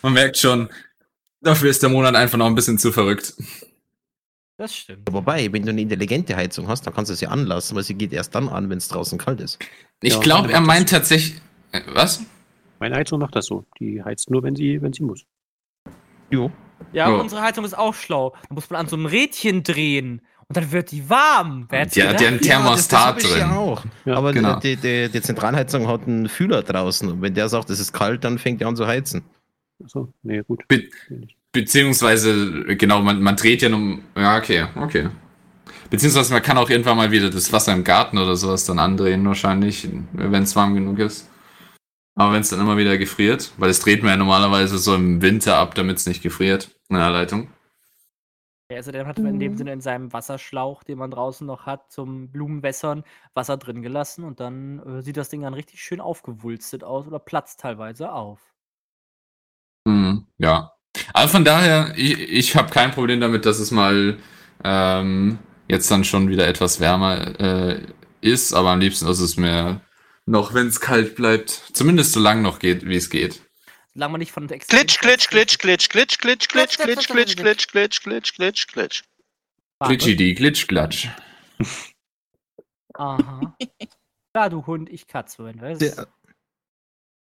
S3: man merkt schon, dafür ist der Monat einfach noch ein bisschen zu verrückt.
S1: Das stimmt.
S2: Wobei, wenn du eine intelligente Heizung hast, dann kannst du sie anlassen, weil sie geht erst dann an, wenn es draußen kalt ist.
S3: Ich
S6: Ja,
S3: glaube, er meint tatsächlich. äh, Was?
S6: Meine Heizung macht das so. Die heizt nur, wenn sie, wenn sie muss.
S2: Jo.
S1: Ja,
S3: Ja.
S1: unsere Heizung ist auch schlau. Da muss man an so einem Rädchen drehen und dann wird die warm. Wer hätt's
S3: Die hat ja
S1: gedacht?
S3: einen Thermostat
S2: das, das hab ich Ja
S3: drin.
S2: auch.
S6: Ja,
S2: Aber
S3: genau.
S2: die, die, die Zentralheizung hat einen Fühler draußen und wenn der sagt, es ist kalt, dann fängt er an zu heizen.
S6: Achso, nee, gut.
S3: Bin-
S6: Bin ich.
S3: Beziehungsweise, genau, man, man dreht ja nun. Ja, okay, okay. Beziehungsweise man kann auch irgendwann mal wieder das Wasser im Garten oder sowas dann andrehen, wahrscheinlich, wenn es warm genug ist. Aber wenn es dann immer wieder gefriert, weil das dreht man ja normalerweise so im Winter ab, damit es nicht gefriert in der Leitung.
S1: Ja, also der hat in dem
S5: Mhm.
S1: Sinne in seinem Wasserschlauch, den man draußen noch hat, zum Blumenwässern Wasser drin gelassen und dann äh, sieht das Ding dann richtig schön aufgewulstet aus oder platzt teilweise auf.
S3: Mhm, ja. Also von daher, ich, ich habe kein Problem damit, dass es mal ähm, jetzt dann schon wieder etwas wärmer äh, ist, aber am liebsten ist es mir noch, wenn es kalt bleibt, zumindest so lang noch geht, wie es geht.
S1: Solange man nicht von extrem
S4: Klitsch, klitsch, klitsch, klitsch, klitsch, klitsch, klitsch, klitsch,
S5: Klitsch, klitsch,
S4: klitsch, klitsch,
S5: klitsch,
S4: klitsch, klitsch, klitsch, klitsch.
S1: Wartet.
S3: Glitschidi, glitschglatsch.
S1: Aha. Ja, du Hund, ich Katze. Wenn du
S2: Der, der Sam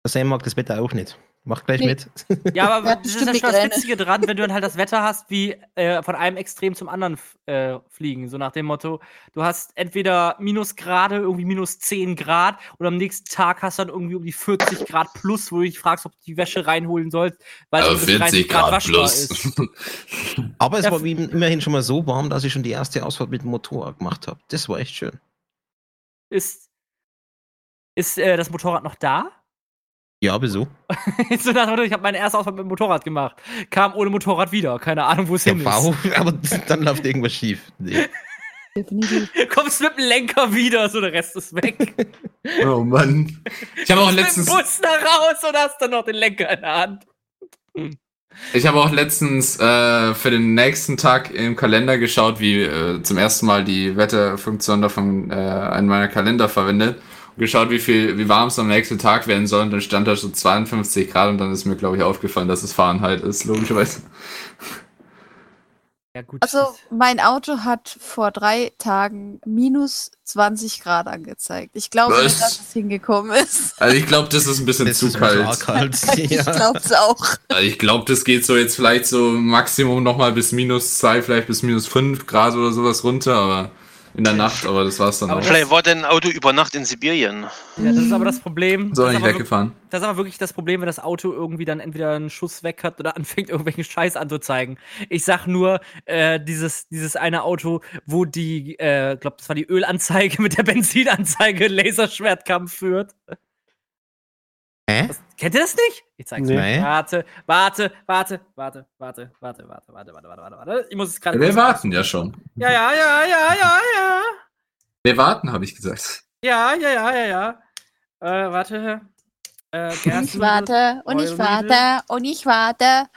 S2: Also mag das Wetter auch nicht. Macht gleich
S5: Nee.
S2: mit.
S1: ja, aber
S5: Der hat
S1: das ist ja schon
S5: bestimmt
S1: das
S5: Migräne.
S1: Witzige dran, wenn du dann halt das Wetter hast, wie äh, von einem Extrem zum anderen f- äh, fliegen. So nach dem Motto, du hast entweder Minusgrade, irgendwie minus 10 Grad und am nächsten Tag hast du dann irgendwie um die 40 Grad plus, wo du dich fragst, ob du die Wäsche reinholen sollst, weil
S3: Also
S1: es um bis
S3: 40 Grad plus.
S2: Aber es
S1: Ja,
S2: war eben immerhin schon mal so warm, dass ich schon die erste Ausfahrt mit dem Motorrad gemacht habe. Das war echt schön.
S1: Ist, Ist äh, das Motorrad noch da? [LAUGHS]
S2: Ja, wieso?
S1: so nach dem Motto, ich habe meine erste Ausfahrt mit dem Motorrad gemacht. Kam ohne Motorrad wieder. Keine Ahnung, wo es
S2: Ja,
S1: hin
S2: wow, [LAUGHS] aber dann läuft irgendwas schief. Nee.
S5: Definitiv.
S1: ist. [LAUGHS] Kommst mit dem Lenker wieder, so der Rest ist weg.
S3: [LAUGHS] Oh Mann. Ich habe auch letztens,
S1: Mit dem Bus da raus und hast dann noch den Lenker in der Hand.
S3: ich habe auch letztens äh, für den nächsten Tag im Kalender geschaut, wie äh, zum ersten Mal die Wetterfunktion davon äh, in meiner Kalender verwendet und geschaut, wie viel, wie warm es am nächsten Tag werden soll. Und dann stand da schon 52 Grad und dann ist mir, glaube ich, aufgefallen, dass es Fahrenheit ist, logischerweise.
S1: Ja, gut.
S5: Also,
S1: das-
S5: mein Auto hat vor drei Tagen minus 20 Grad angezeigt. Ich glaube
S3: Was?
S5: nicht, dass es hingekommen ist.
S3: Also ich glaube, das ist ein bisschen zu kalt.
S2: kalt. [LAUGHS]
S5: Ich
S2: ja.
S5: glaube es auch.
S3: Also ich glaube, das geht so jetzt vielleicht so Maximum nochmal bis minus zwei, vielleicht bis minus fünf Grad oder sowas runter, aber in der Nacht, aber das war's dann
S1: Aber
S3: auch.
S1: das-
S4: Vielleicht war dein Auto über Nacht in Sibirien.
S1: ja, das ist aber das Problem.
S3: So,
S1: das, ist aber
S3: nicht
S1: wirklich,
S3: weggefahren.
S1: das ist aber wirklich das Problem, wenn das Auto irgendwie dann entweder einen Schuss weg hat oder [LAUGHS] anfängt, irgendwelchen Scheiß anzuzeigen. Ich sag nur, äh, dieses, dieses eine Auto, wo die, äh, glaube, das war die Ölanzeige [LAUGHS] mit der Benzinanzeige Laserschwertkampf führt.
S2: Hä?
S1: Das, kennt ihr das nicht? Ich zeig's
S6: Nee.
S1: euch.
S2: Nee.
S1: Warte, warte, warte, warte, warte, warte, warte, warte, warte, warte, warte. Ich muss es gerade.
S3: Wir warten ja schon.
S1: Ja, ja, ja, ja, ja, ja.
S3: Wir warten, habe ich gesagt.
S1: Ja, ja, ja, ja, ja. Äh, warte. Äh,
S5: Und ich [LAUGHS] warte, und ich
S1: Eure
S5: warte, und ich warte.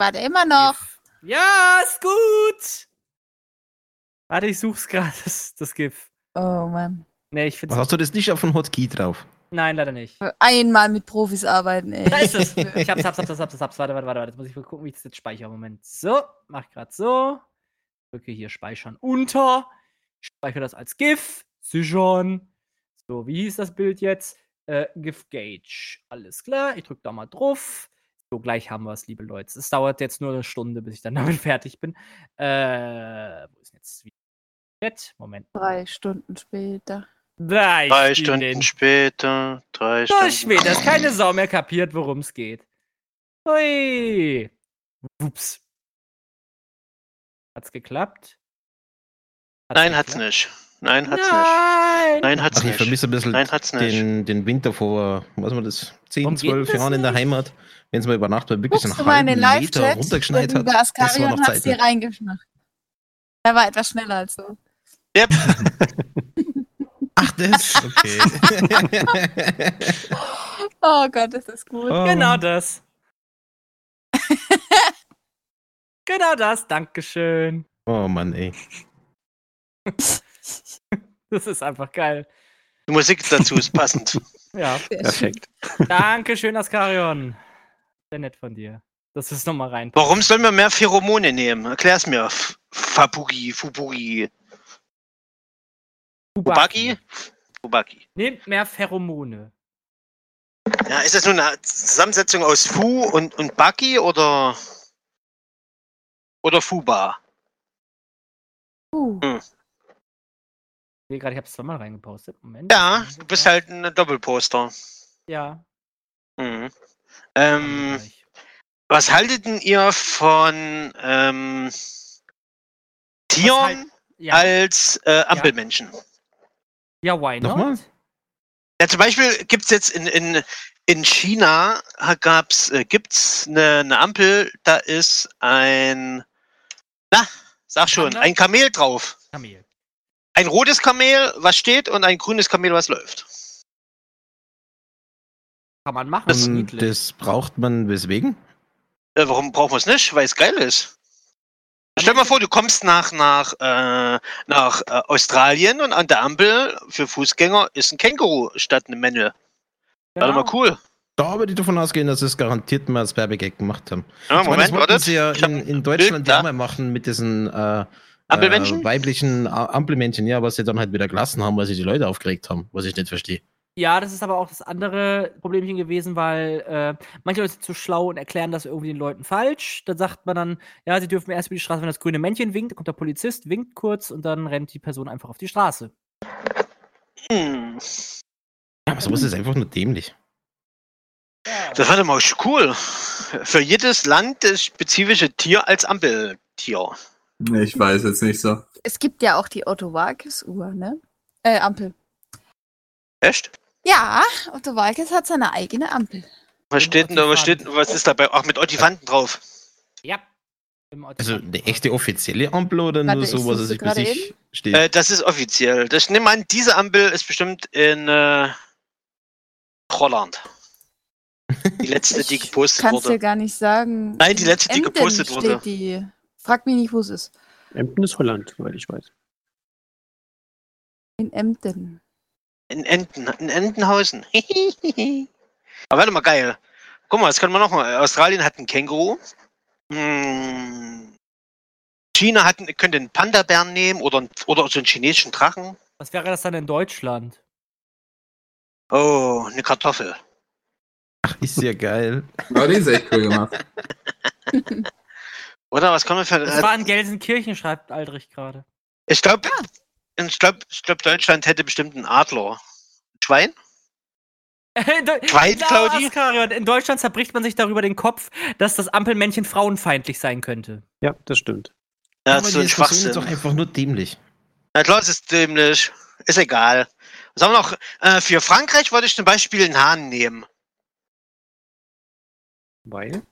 S5: Warte immer noch.
S1: Ja, ist gut. Warte, ich such's gerade, das, das GIF.
S5: Oh Mann.
S1: Nee, ich find's.
S2: Was hast du das nicht auf den Hotkey drauf?
S1: Nein, leider nicht.
S5: Einmal mit Profis arbeiten, ey.
S1: Da ist es. Ich hab's, hab's, hab's, hab's, hab's, hab's. Warte, warte, warte. warte. Jetzt muss ich mal gucken, wie ich das jetzt speichere. Moment. So, mach grad so. Drücke hier speichern unter. Ich speichere das als GIF. Sichern. So, wie hieß das Bild jetzt? Äh, GIF Gauge. Alles klar. Ich drücke da mal drauf. So, gleich haben wir es, liebe Leute. Es dauert jetzt nur eine Stunde, bis ich dann [LAUGHS] damit fertig bin. Äh, wo ist denn jetzt? wieder das Chat? Moment.
S5: [LAUGHS] Drei Stunden später.
S1: Drei,
S4: Drei Stunden später, drei
S1: so
S4: Stunden
S1: spät, dass keine Sau mehr kapiert, worum es geht. Hui. Ups. Hat's geklappt?
S4: Nein, hat's nicht. Nein, hat's nicht.
S1: Nein!
S4: Nein, hat's
S2: Ach, ich
S4: nicht.
S2: vermisse ein bisschen
S4: Nein, hat's nicht.
S2: den, den Winter vor, was war das, 10,
S1: Warum geht
S2: 12
S1: das
S2: Jahren in der
S1: nicht?
S2: Heimat, wenn es mal über Nacht war, wirklich so
S5: Guckst du
S2: einen
S5: mal in den
S2: halben Meter
S5: Live-Chat?
S2: runtergeschneit hat.
S5: Über Askarion
S2: noch ne?
S5: hast du dir
S2: Zeiten.
S5: reingeschnappt. Er war etwas schneller als du.
S4: Yep.
S2: Ach, das? Okay.
S5: Oh Gott, das ist gut.
S1: Genau das. genau das, Dankeschön.
S2: [LAUGHS] Oh Mann, ey.
S1: Das ist einfach geil.
S4: Die Musik dazu ist passend.
S1: Ja.
S6: Perfekt.
S1: Dankeschön, Askarion. Sehr nett von dir. Dass du es nochmal rein.
S4: Warum sollen wir mehr Pheromone nehmen? Erklär's mir. F- Fabugi, Fubugi, Fubaki? Fubaki.
S1: Nehmt mehr Pheromone.
S4: Ja, ist das nun eine Zusammensetzung aus Fu und, und Baki oder, oder Fuba?
S5: Uh,
S1: Ich sehe gerade, ich habe es zweimal reingepostet. Moment.
S4: Ja, du bist halt ein Doppelposter.
S1: Ja.
S4: Mhm.
S1: komm
S4: Ähm,
S1: gleich.
S4: was haltet denn ihr von ähm, Tieren
S1: halt- Ja,
S4: als äh, Ampelmenschen?
S1: ja why not?
S2: Nochmal?
S4: Ja, zum Beispiel gibt's jetzt in, in, in China ha- gab's, äh, gibt's eine, eine Ampel, da ist ein, na, sag schon,
S1: Panda?
S4: ein Kamel drauf.
S1: Kamel.
S4: Ein rotes Kamel, was steht, und ein grünes Kamel, was läuft.
S1: Kann man machen.
S4: Ähm,
S1: ist
S2: Und
S1: niedlich.
S2: das braucht man weswegen?
S4: Äh, warum brauchen wir es nicht? Weil es geil ist. Stell dir mal vor, du kommst nach, nach, äh, nach äh, Australien und an der Ampel für Fußgänger ist ein Känguru statt eine Männle.
S1: genau.
S4: Warte mal, cool.
S2: Da würde ich davon ausgehen, dass sie es garantiert mal als Werbegag gemacht haben.
S4: Ja,
S2: Ich meine, das
S4: Ah, Moment,
S2: wollten
S4: wartet.
S2: Sie ja
S4: Ich hab
S2: in, in
S4: Bild
S2: Deutschland
S4: da.
S2: ja mal machen mit diesen äh,
S4: Ampelmenschen?
S2: Äh, weiblichen A- Ampelmännchen, ja, was sie dann halt wieder gelassen haben, weil sie die Leute aufgeregt haben, was ich nicht verstehe.
S1: Ja, das ist aber auch das andere Problemchen gewesen, weil äh, manche Leute sind zu schlau und erklären das irgendwie den Leuten falsch. Dann sagt man dann, ja, sie dürfen erst über die Straße, wenn das grüne Männchen winkt, kommt der Polizist, winkt kurz und dann rennt die Person einfach auf die Straße.
S4: Hm.
S2: Ja, aber sowas ist einfach nur dämlich.
S4: Das war doch mal cool. Für jedes Land das spezifische Tier als Ampeltier.
S3: Ich weiß jetzt nicht so.
S5: es gibt ja auch die Otto Walkes Uhr, ne? Äh, Ampel.
S4: Echt?
S5: Ja, Otto Walkes hat seine eigene Ampel.
S1: Mit
S4: Was steht denn da? Was, steht,
S1: Ottifanten.
S4: denn- was ist dabei? Ach, mit Ottifanten drauf.
S1: Ja. Im
S2: Also
S1: Automat.
S2: eine echte offizielle Ampel oder
S5: Warte,
S2: nur
S5: ich
S2: so, was er
S5: suche
S2: sich bei
S5: gerade
S2: sich steht?
S4: Äh, das ist offiziell. Das, ich nehme an, diese Ampel ist bestimmt in äh, Holland. Die letzte, die
S5: Ich
S4: gepostet
S5: Kannst dir
S4: wurde.
S5: gar nicht sagen.
S4: Nein, die letzte, die
S5: Emden
S4: gepostet
S5: steht
S4: wurde.
S5: Die. Frag mich nicht, wo es ist.
S6: Emden ist Holland, soweit ich weiß.
S5: In Emden.
S4: In, Enten, in Entenhausen. [LAUGHS] Aber warte mal, geil. Guck mal, das können wir nochmal. Australien hat einen Känguru. Hm. China hat, einen- könnte einen Panda-Bären nehmen oder, einen- oder so einen chinesischen Drachen.
S1: Was wäre das dann in Deutschland?
S4: Oh, eine Kartoffel.
S2: Ist ja
S4: [LAUGHS]
S2: geil.
S3: Aber die ist echt cool gemacht.
S4: Oder was kann man für. äh,
S1: Das war in Gelsenkirchen, schreibt Aldrich gerade.
S4: Ich glaube, ich glaub, ich glaub, Deutschland hätte bestimmt einen Adler. Schwein?
S1: In Deu-
S4: Schwein,
S1: Ja,
S4: Claudi?
S1: Askariot, In Deutschland zerbricht man sich darüber den Kopf, dass das Ampelmännchen frauenfeindlich sein könnte.
S6: Ja, das stimmt.
S4: Ja,
S2: Aber
S4: so
S2: die
S4: ein
S2: Diskussion
S4: Schwachsinn.
S2: ist doch einfach nur dämlich.
S4: Na klar, es ist dämlich. Ist egal. Was haben wir noch? Äh, für Frankreich wollte ich zum Beispiel einen Hahn nehmen.
S6: Weil?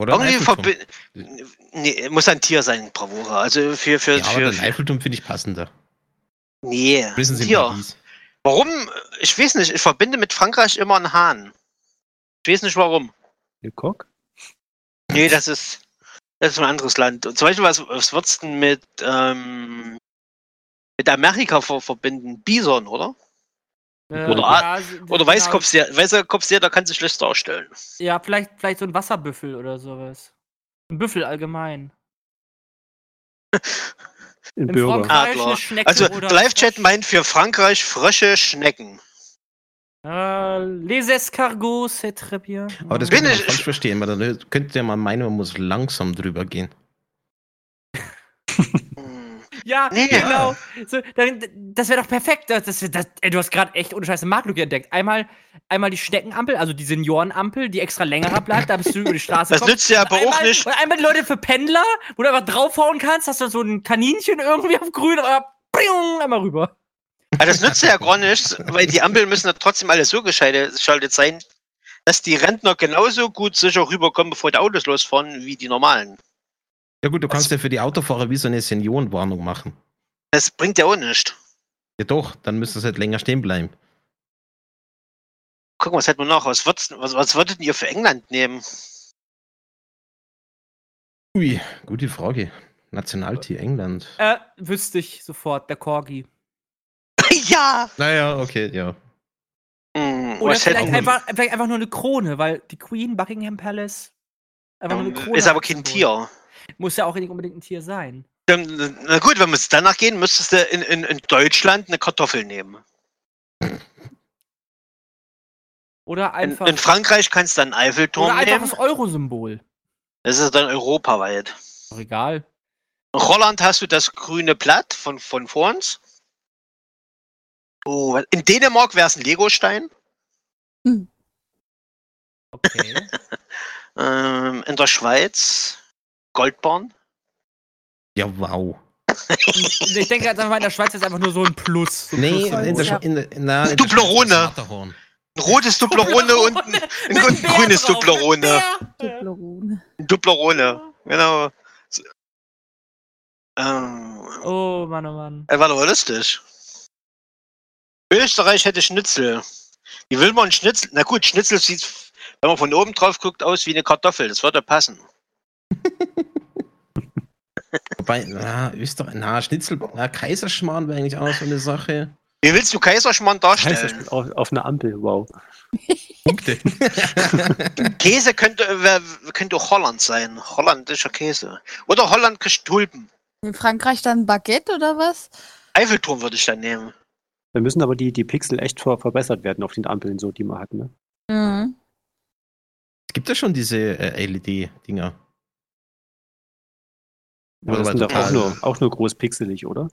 S2: Oder? Ein
S4: Irgendwie
S2: Eiffelturm.
S4: verbi- Nee, muss ein Tier sein, Bravura. Also für. für,
S2: Ja, aber
S4: für,
S2: den
S4: für
S2: Eiffelturm finde ich passender.
S4: nee,
S2: Wissen Sie,
S4: Tier. Warum? Ich weiß nicht. Ich verbinde mit Frankreich immer einen Hahn. Ich weiß nicht warum.
S6: Le Coq?
S4: Nee, das ist. Das ist ein anderes Land. Und zum Beispiel, was, was würdest du denn mit, ähm, mit Amerika ver verbinden? Bison, oder? Oder
S1: Äh, ja, genau.
S4: Oder Weißkopfseher. Weißkopfseher, da kannst du schlecht darstellen.
S1: Ja, vielleicht, vielleicht so ein Wasserbüffel oder sowas. Ein Büffel allgemein.
S6: Ein
S1: In
S6: Bürger.
S1: Frankreich
S4: Adler.
S1: eine Schnecke
S4: Also,
S1: oder
S4: der Live-Chat
S1: Frosch.
S4: meint für Frankreich Frösche, Schnecken.
S1: Äh, les escargots, c'est très bien.
S2: Aber das
S4: Bin
S2: kann man
S4: ich-
S2: falsch verstehen, weil dann könnte der mal meinen, man muss langsam drüber gehen.
S4: Hm.
S1: ja,
S4: Nee.
S1: genau. So, dann, das wäre doch perfekt. Das, das, das, ey, du hast gerade echt ohne Scheiße Marktlücke entdeckt. Einmal, einmal die Schneckenampel, also die Seniorenampel, die extra längerer bleibt, da bist du über die Straße
S4: Das
S1: kommst.
S4: nützt dir aber
S1: einmal,
S4: auch nicht.
S1: Und einmal die Leute für Pendler, wo du einfach draufhauen kannst, hast du so ein Kaninchen irgendwie auf grün, aber pring, einmal rüber.
S4: Aber Ah, Das nützt dir ja gar nichts, weil die Ampeln müssen ja trotzdem alle so gescheite- geschaltet sein, dass die Rentner genauso gut sicher rüberkommen, bevor die Autos losfahren, wie die normalen.
S2: Ja gut, du kannst
S4: Was-
S2: ja für die Autofahrer wie so eine Seniorenwarnung machen.
S4: Das bringt ja auch nichts.
S2: Ja doch, dann müssen sie halt länger stehen bleiben.
S4: Gucken wir, was hätten wir noch? Was, würd's- was, was würdet ihr für England nehmen?
S2: Ui, gute Frage. Nationaltier England.
S1: Äh, wüsste ich sofort, der Corgi.
S4: ja!
S2: Naja, okay, ja.
S4: Hm,
S1: Oder
S4: was
S1: vielleicht
S4: hätten,
S1: einfach, vielleicht einfach nur eine Krone, weil die Queen, Buckingham Palace, einfach nur eine Krone.
S4: ist aber
S1: als
S4: kein
S1: Symbol.
S4: Tier.
S1: Muss ja auch nicht unbedingt ein Tier sein.
S4: Ähm, Na gut, wenn wir es danach gehen, müsstest du in, in, in Deutschland eine Kartoffel nehmen.
S1: Oder
S4: In,
S1: einfach.
S4: in Frankreich kannst du einen
S1: oder
S4: Eiffelturm
S1: einfach
S4: nehmen.
S1: das Euro-Symbol.
S4: Das ist dann europaweit.
S1: Doch egal.
S4: In Holland hast du das grüne Blatt von, von vor uns. Oh, in Dänemark wäre es ein Legostein.
S1: Okay.
S4: Ähm, in der Schweiz Goldborn.
S2: Ja, wow.
S1: Und ich denke jetzt einfach mal, in der Schweiz ist einfach nur so ein Plus. So ein
S2: Nee,
S1: Plussymbol.
S2: in der, Sch- in der, na, in der
S4: Dublerone.
S2: Schweiz ist das Matterhorn.
S4: Ein [LAUGHS] rotes Dublerone und ein, ein,
S1: Mit
S4: ein
S1: Bär
S4: grünes
S1: drauf, mit
S4: Dublerone.
S1: Bär.
S5: Dublerone.
S4: Ein Dublerone. Genau. So. Ähm,
S1: Oh Mann, oh Mann.
S4: äh, war doch lustig. Österreich hätte Schnitzel. Wie will man Schnitzel? Na gut, Schnitzel sieht, wenn man von oben drauf guckt, aus wie eine Kartoffel. Das würde passen.
S2: Wobei, na, Österreich, na, Schnitzel, na, Kaiserschmarrn wäre eigentlich auch noch so eine Sache.
S4: Wie willst du Kaiserschmarrn darstellen?
S6: Heißt, auf, auf einer Ampel, wow.
S2: Punkte.
S4: Käse könnte, äh, wär- könnte auch Holland sein. Holländischer Käse. Oder Holland kriegt Tulpen.
S5: In Frankreich dann Baguette oder was?
S4: Eiffelturm würde ich dann nehmen.
S6: Da müssen aber die, die Pixel echt ver verbessert werden auf den Ampeln, so die man hat, ne?
S5: Mhm.
S2: [LAUGHS] Gibt ja schon diese äh, LED-Dinger.
S6: Aber das
S2: Aber
S6: sind doch auch
S2: total.
S6: nur, auch nur groß pixelig, oder?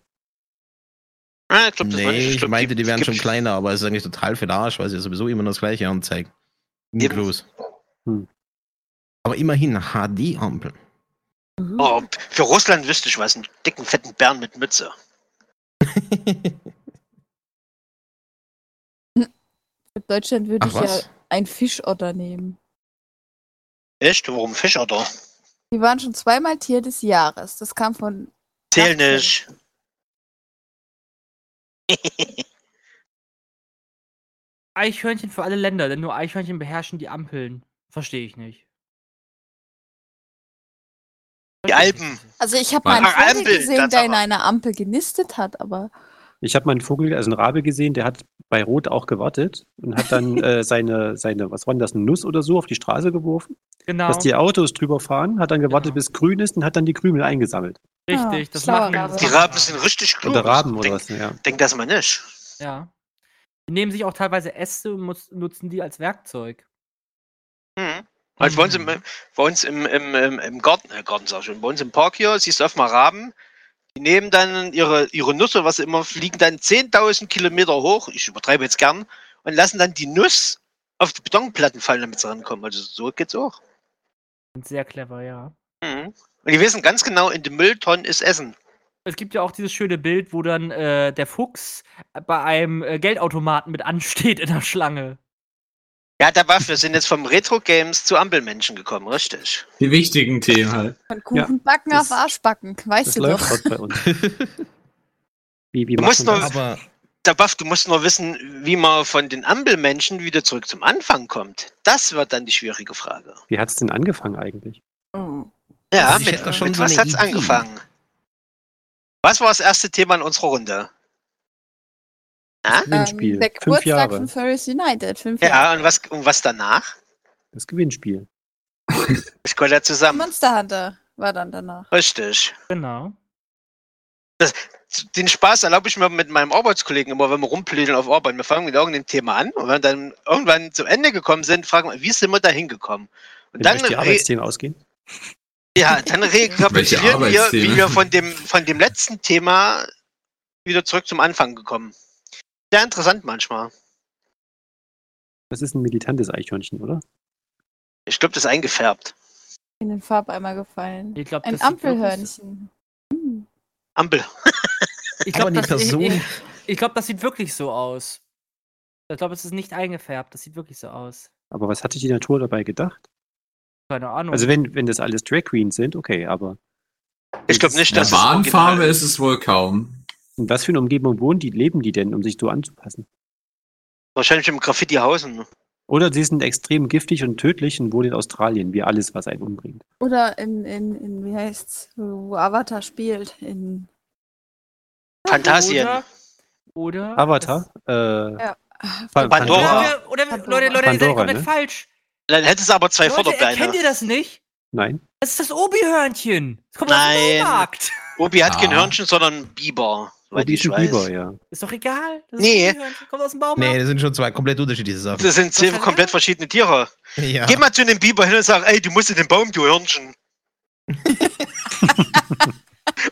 S4: Ah, ich glaub, das war-
S2: Nee, ich
S4: glaub,
S2: meinte, die wären
S4: gibt-
S2: schon kleiner, aber es ist eigentlich total für den Arsch, weil sie sowieso immer nur das gleiche anzeigen. Nicht
S4: Eben.
S2: groß.
S6: Hm.
S2: Aber immerhin
S4: [LAUGHS]
S2: HD-Ampel.
S4: Oh, für Russland wüsste ich was. Einen dicken, fetten Bären mit Mütze.
S5: In Deutschland würde
S2: Ach,
S5: ich
S2: was?
S5: ja einen Fischotter nehmen.
S4: Echt? Warum Fischotter?
S5: Die waren schon zweimal Tier des Jahres. Das kam von.
S4: Zähl
S5: Nachfüllen.
S4: nicht.
S1: Eichhörnchen für alle Länder, denn nur Eichhörnchen beherrschen die Ampeln. Verstehe ich nicht.
S4: Die Alpen.
S5: Also ich habe mal einen
S3: Mal
S4: nach
S5: Vogel
S4: Ampel,
S5: gesehen,
S4: das
S5: der in
S4: aber.
S5: einer Ampel genistet hat, aber
S6: Ich habe mal einen Vogel, also einen Rabe gesehen, der hat bei Rot auch gewartet und hat dann äh, seine, seine, was war denn das, eine Nuss oder so auf die Straße geworfen,
S1: Genau.
S6: dass die Autos drüber fahren, hat dann gewartet,
S1: Genau.
S6: bis grün ist und hat dann die Krümel eingesammelt.
S1: Richtig, das
S5: Ah, Schlauer
S1: machen wir. das
S5: Rabe.
S4: Die
S1: machen
S4: Raben
S1: wir.
S4: sind richtig klug.
S6: Oder Raben oder
S4: Denk-
S6: was, ja.
S4: Denk das mal nicht.
S1: Ja. Die nehmen sich auch teilweise Äste und nutz- nutzen die als Werkzeug.
S4: Mhm. Also bei uns, im, bei uns im, im, im, im Garten, äh, Garten sag ich schon, bei uns im Park hier, siehst du oft mal Raben, die nehmen dann ihre, ihre Nüsse, was immer, fliegen dann 10.000 Kilometer hoch, ich übertreibe jetzt gern, und lassen dann die Nuss auf die Betonplatten fallen, damit sie rankommen. Also so geht's auch.
S1: Sind sehr clever, ja.
S4: Mhm. Und die wissen ganz genau, in den Mülltonnen ist Essen.
S1: Es gibt ja auch dieses schöne Bild, wo dann äh, der Fuchs bei einem äh, Geldautomaten mit ansteht in der Schlange.
S4: Ja, der Waff, wir sind jetzt vom Retro Games zu Ampelmenschen gekommen, richtig.
S3: Die wichtigen Themen halt.
S5: von Kuchenbacken
S6: das-
S5: auf Arschbacken, weißt
S6: Das
S5: du
S6: läuft
S5: doch.
S6: dort bei uns. Wie, wie
S4: Du
S6: macht
S4: musst
S6: man
S4: noch-
S6: das?
S2: Aber
S4: Der Waff, du musst nur wissen, wie man von den Ampelmenschen wieder zurück zum Anfang kommt. Das wird dann die schwierige Frage.
S6: Wie hat's denn angefangen eigentlich?
S5: Oh.
S4: Ja,
S2: Also ich
S4: mit,
S2: hätte da schon
S4: mit
S2: so
S4: was
S2: eine
S4: hat's
S2: Idee.
S4: angefangen? Was war das erste Thema in unserer Runde?
S6: Das
S5: Ähm,
S6: Gewinnspiel.
S5: der
S6: Fünf
S5: Geburtstag
S6: Jahre.
S5: von Ferris United. Fünf
S4: Ja, und was, und was danach?
S6: Das Gewinnspiel.
S4: Ich komme ja zusammen.
S5: Monster Hunter war dann danach.
S4: Richtig.
S1: Genau.
S4: Den Spaß erlaube ich mir mit meinem Arbeitskollegen immer, wenn wir rumplödeln auf Arbeit. Wir fangen mit irgendeinem Thema an und wenn wir dann irgendwann zum Ende gekommen sind, fragen wir, wie sind wir da hingekommen?
S6: Wenn
S4: Und dann,
S6: euch die
S4: re
S6: Arbeitsthemen ausgehen.
S4: ja, dann rekapitulieren wir, wie
S3: Arbeitsthemen?
S4: wir von dem, von dem letzten Thema wieder zurück zum Anfang gekommen. Sehr interessant manchmal.
S6: Das ist ein militantes Eichhörnchen, oder?
S4: Ich glaube, das ist eingefärbt.
S5: In den Farbeimer gefallen.
S1: Ich glaub,
S5: Ein
S1: das sieht wirklich-
S5: Ampelhörnchen. Hm.
S4: Ampel.
S1: Ich glaube,
S2: Aber
S1: das,
S2: die Person-
S1: ich, ich, ich glaub, das sieht wirklich so aus. Ich glaube, es ist nicht eingefärbt. Das sieht wirklich so aus.
S6: Aber was hatte die Natur dabei gedacht?
S1: Keine Ahnung.
S6: Also wenn, wenn das alles Drag Queens sind, okay, aber
S4: Ich glaube nicht,
S3: Der
S4: dass es
S3: Warnfarbe
S4: original
S3: ist es wohl kaum.
S6: in was für einer Umgebung wohnen die, leben die denn, um sich so anzupassen?
S4: Wahrscheinlich im Graffiti-Hausen.
S6: Oder sie sind extrem giftig und tödlich und wohnen in Australien, wie alles, was einen umbringt.
S5: Oder in, in, in, wie heißt's, wo Avatar spielt. In
S4: Fantasien.
S1: Oder, oder
S6: Avatar? Äh,
S5: Ja. [LAUGHS]
S6: Pan-
S1: Oder,
S4: Pandora.
S1: wir, oder wir,
S5: Pandora.
S1: Leute, Leute, ihr seid
S6: Pandora,
S1: komplett
S6: ne?
S1: falsch.
S4: Dann hätte es aber zwei
S1: Leute, erkennt
S4: Vorderbeine.
S1: ihr das nicht?
S6: Nein.
S1: Das ist das Obi-Hörnchen. Das kommt aus
S4: Nein.
S1: dem Neumarkt.
S4: Obi hat kein
S3: Ah.
S4: Hörnchen, sondern ein Biber. Weil
S6: die
S4: ich
S6: ist ein
S4: weiß.
S6: Biber, ja.
S1: Ist doch egal. Das
S4: Nee.
S1: Ist Obi-Hörnchen, kommt aus dem Baumarkt.
S2: nee, das sind schon zwei komplett unterschiedliche Sachen.
S4: Das sind
S1: Was hat
S4: zehn
S1: er?
S4: komplett verschiedene Tiere.
S2: Ja. [LAUGHS]
S4: Geh mal zu dem Biber hin und sag, ey, du musst in den Baum, du
S1: [LAUGHS]
S4: Hörnchen. und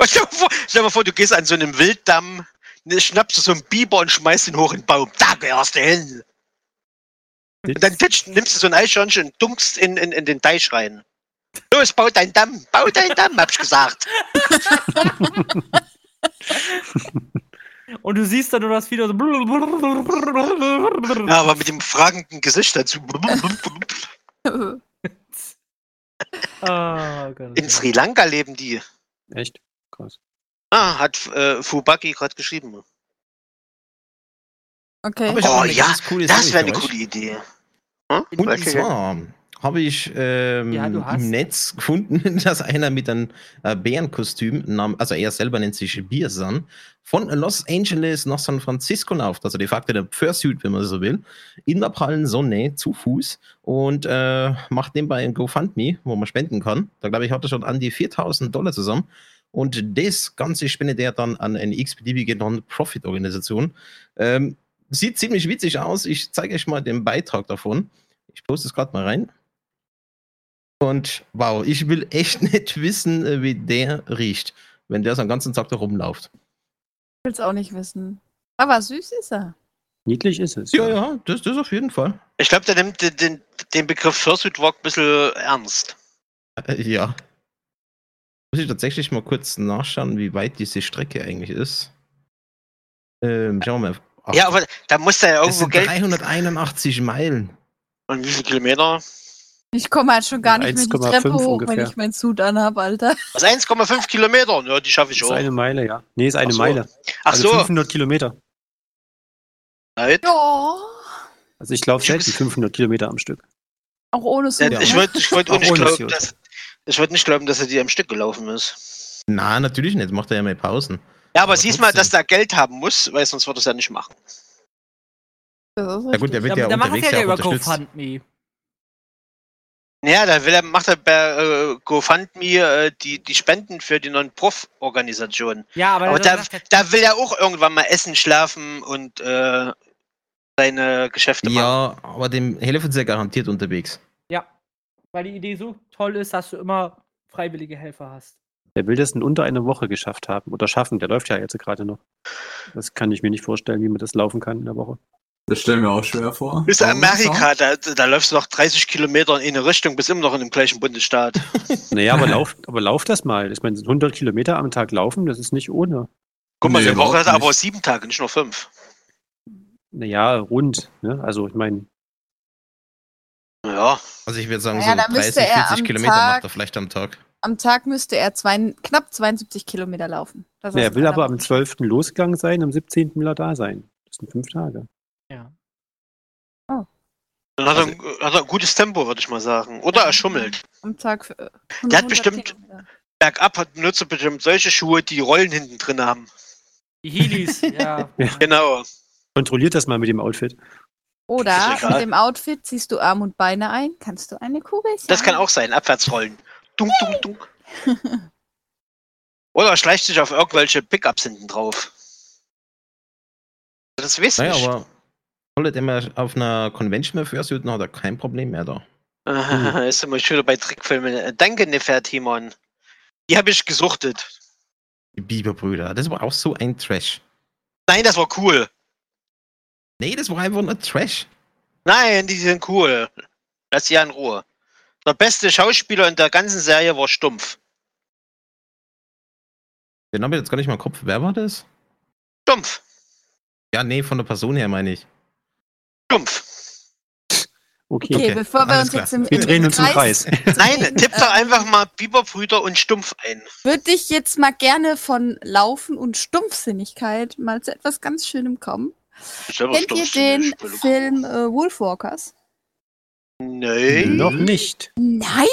S4: stell, dir vor, stell dir vor, du gehst an so einem Wilddamm, ne, schnappst du so einen Biber und schmeißt ihn hoch in den Baum. Da gehörst du hin. Und dann titsch, nimmst du so ein Eichhörnchen und dunkst in, in, in den Teich rein. Los, bau deinen Damm, bau deinen Damm, hab ich gesagt.
S1: Und du siehst dann nur das Video so.
S4: Ja, aber mit dem fragenden Gesicht dazu.
S1: Ah, Gott.
S4: In Sri Lanka leben die.
S6: Echt? Krass.
S4: Ah, hat äh, Fubaki gerade geschrieben.
S5: Okay.
S4: ich- Oh
S2: Aber ich
S4: ja,
S2: habe eine ganz coole
S4: Das
S2: Story
S4: wäre
S2: für
S4: eine
S2: euch.
S4: coole Idee. Hm?
S2: Und
S4: Okay.
S2: zwar habe ich ähm,
S1: Ja, du hast.
S2: im Netz gefunden, [LAUGHS] dass einer mit einem äh, Bärenkostüm, nam- also er selber nennt sich Biersan, von Los Angeles nach San Francisco läuft, also de facto der Fursuit, wenn man so will, in der prallen Sonne zu Fuß und äh, macht nebenbei ein GoFundMe, wo man spenden kann. Da glaube ich, hat er schon an die 4000 Dollar zusammen. Und das Ganze spendet er dann an eine x-beliebige Non-Profit-Organisation. Ähm, sieht ziemlich witzig aus. Ich zeige euch mal den Beitrag davon. Ich poste es gerade mal rein. Und wow, ich will echt [LAUGHS] nicht wissen, äh, wie der riecht, wenn der so den ganzen Tag da rumläuft.
S5: Ich will's auch nicht wissen. Aber süß ist er.
S6: Niedlich ist es.
S2: Ja, ja, das, das auf jeden Fall.
S4: Ich glaube, der nimmt den, den, den Begriff Fursuit Walk ein bisschen ernst.
S2: Äh, ja. Muss ich tatsächlich mal kurz nachschauen, wie weit diese Strecke eigentlich ist. Ähm, schauen wir mal. Ach,
S4: Ja, aber da muss da ja
S2: das
S4: irgendwo
S2: sind
S4: Geld.
S2: 381 Meilen.
S4: Und wie viele Kilometer?
S5: Ich komme halt schon gar nicht mehr die
S6: 1,5
S5: Treppe hoch, wenn
S6: ungefähr.
S5: ich meinen Suit anhab, Alter.
S4: Also 1,5 Kilometer. Ja, die schaffe ich
S6: Ist
S4: auch.
S6: eine Meile, ja. Nee, ist eine
S4: Ach so.
S6: Meile.
S4: Ach
S6: also
S4: so.
S6: 500 Kilometer.
S4: Nein.
S5: Ja.
S6: Also ich laufe
S4: Ich
S6: selten
S4: muss-
S6: 500 Kilometer am Stück.
S5: Auch ohne
S4: Ja,
S5: Suit.
S2: Ja.
S4: Ich wollte ich wollt auch
S6: Auch
S4: nicht
S6: ohne
S4: glauben,
S6: Suit.
S4: dass, ich wollte nicht glauben, dass er die am Stück gelaufen ist.
S2: Na, natürlich nicht. Macht er ja mal Pausen.
S4: Ja, aber
S2: Aber
S4: siehst mal,
S2: trotzdem.
S4: dass der Geld haben muss, weil sonst würde er es ja nicht machen.
S5: Das ist
S2: Ja gut, der
S5: richtig.
S2: wird ja,
S1: da, da macht
S2: unterwegs
S1: er ja
S2: ja
S1: über
S2: auch unterstützt.
S1: GoFundMe.
S4: Ja, da will er, macht er bei äh, GoFundMe äh, die, die Spenden für die Non-Prof-Organisation.
S1: Ja, aber,
S4: Aber
S1: das-
S4: da,
S1: das-
S4: da will er auch irgendwann mal essen, schlafen und äh, seine Geschäfte machen.
S2: Ja, aber dem helfen sie ja garantiert unterwegs.
S1: weil die Idee so toll ist, dass du immer freiwillige Helfer hast.
S6: Der will das in unter einer Woche geschafft haben oder schaffen. Der läuft ja jetzt gerade noch. Das kann ich mir nicht vorstellen, wie man das laufen kann in der Woche.
S3: Das stellen wir auch schwer vor.
S4: Bis
S3: Warum
S4: Amerika, da, da läufst du noch 30 Kilometer in eine Richtung, bist immer noch in dem gleichen Bundesstaat.
S6: Naja, aber lauf, aber lauf das mal. Ich meine, 100 Kilometer am Tag laufen, das ist nicht ohne.
S4: [LAUGHS] Guck mal,
S3: Nee,
S4: der Woche
S3: überhaupt
S4: hat er aber
S3: nicht.
S4: sieben Tage, nicht nur fünf.
S6: Naja, rund. Ne? Also ich meine,
S4: Ja,
S2: Also ich würde sagen,
S5: Naja, da
S2: so
S5: müsste
S2: 30,
S5: er
S2: 40
S5: am
S2: Kilometer
S5: Tag-
S2: macht er vielleicht am Tag.
S5: Am Tag müsste er zwei, knapp 72 Kilometer laufen. Also Das
S6: er
S5: ist
S6: will
S5: einer
S6: aber am
S5: Woche.
S6: 12. losgegangen sein, am 17. will er da sein. Das sind fünf Tage.
S1: Ja.
S4: dann
S3: Also
S4: hat er, ein- hat er ein gutes Tempo, würde ich mal sagen. Oder er schummelt.
S5: Am Tag. Für, äh,
S4: Der hat
S5: 100
S4: bestimmt-
S5: Kilometer.
S4: Bergab hat benutzt er bestimmt solche Schuhe, die Rollen hinten drin haben.
S1: Die
S2: [LAUGHS]
S1: Heelys, ja.
S6: Ja.
S4: Genau.
S6: Kontrolliert das mal mit dem Outfit.
S4: Ist
S5: Oder
S4: egal.
S5: mit dem Outfit ziehst du Arm und Beine ein, kannst du eine Kugel sein.
S4: Das kann auch sein, Abwärtsrollen. Dunk, dunk, dunk. Oder er schleicht sich auf irgendwelche Pickups hinten drauf. Das weiß
S2: Naja,
S4: ich.
S2: aber solltet immer auf einer Convention mehr Fursuit, dann hat er kein Problem mehr da.
S4: Aha, [LAUGHS] Ist immer schön bei Trickfilmen. Äh, Danke, Nefertimon. Die habe ich gesuchtet.
S2: Die Biberbrüder, das war auch so ein Trash.
S4: Nein, das war cool.
S2: Nee, das war einfach nur Trash.
S4: Nein, die sind cool. Lass sie in Ruhe. Der beste Schauspieler in der ganzen Serie war Stumpf.
S2: Den habe ich jetzt gar nicht mal im Kopf. Wer war das?
S4: Stumpf.
S2: Ja, nee, von der Person her meine ich.
S4: Stumpf.
S6: Okay.
S5: Okay,
S2: Okay,
S5: bevor wir
S2: alles
S5: uns
S2: klar.
S5: jetzt im,
S6: Wir drehen uns im Kreis.
S5: [LAUGHS]
S4: Nein, tipp [LAUGHS] doch einfach mal Biberbrüder und Stumpf ein.
S5: Würde ich jetzt mal gerne von Laufen und Stumpfsinnigkeit mal zu etwas ganz Schönem kommen.
S4: Oh,
S5: Kennt ihr den Film äh, Wolfwalkers?
S6: [LAUGHS]
S4: Nein.
S6: Noch nicht.
S5: Nein?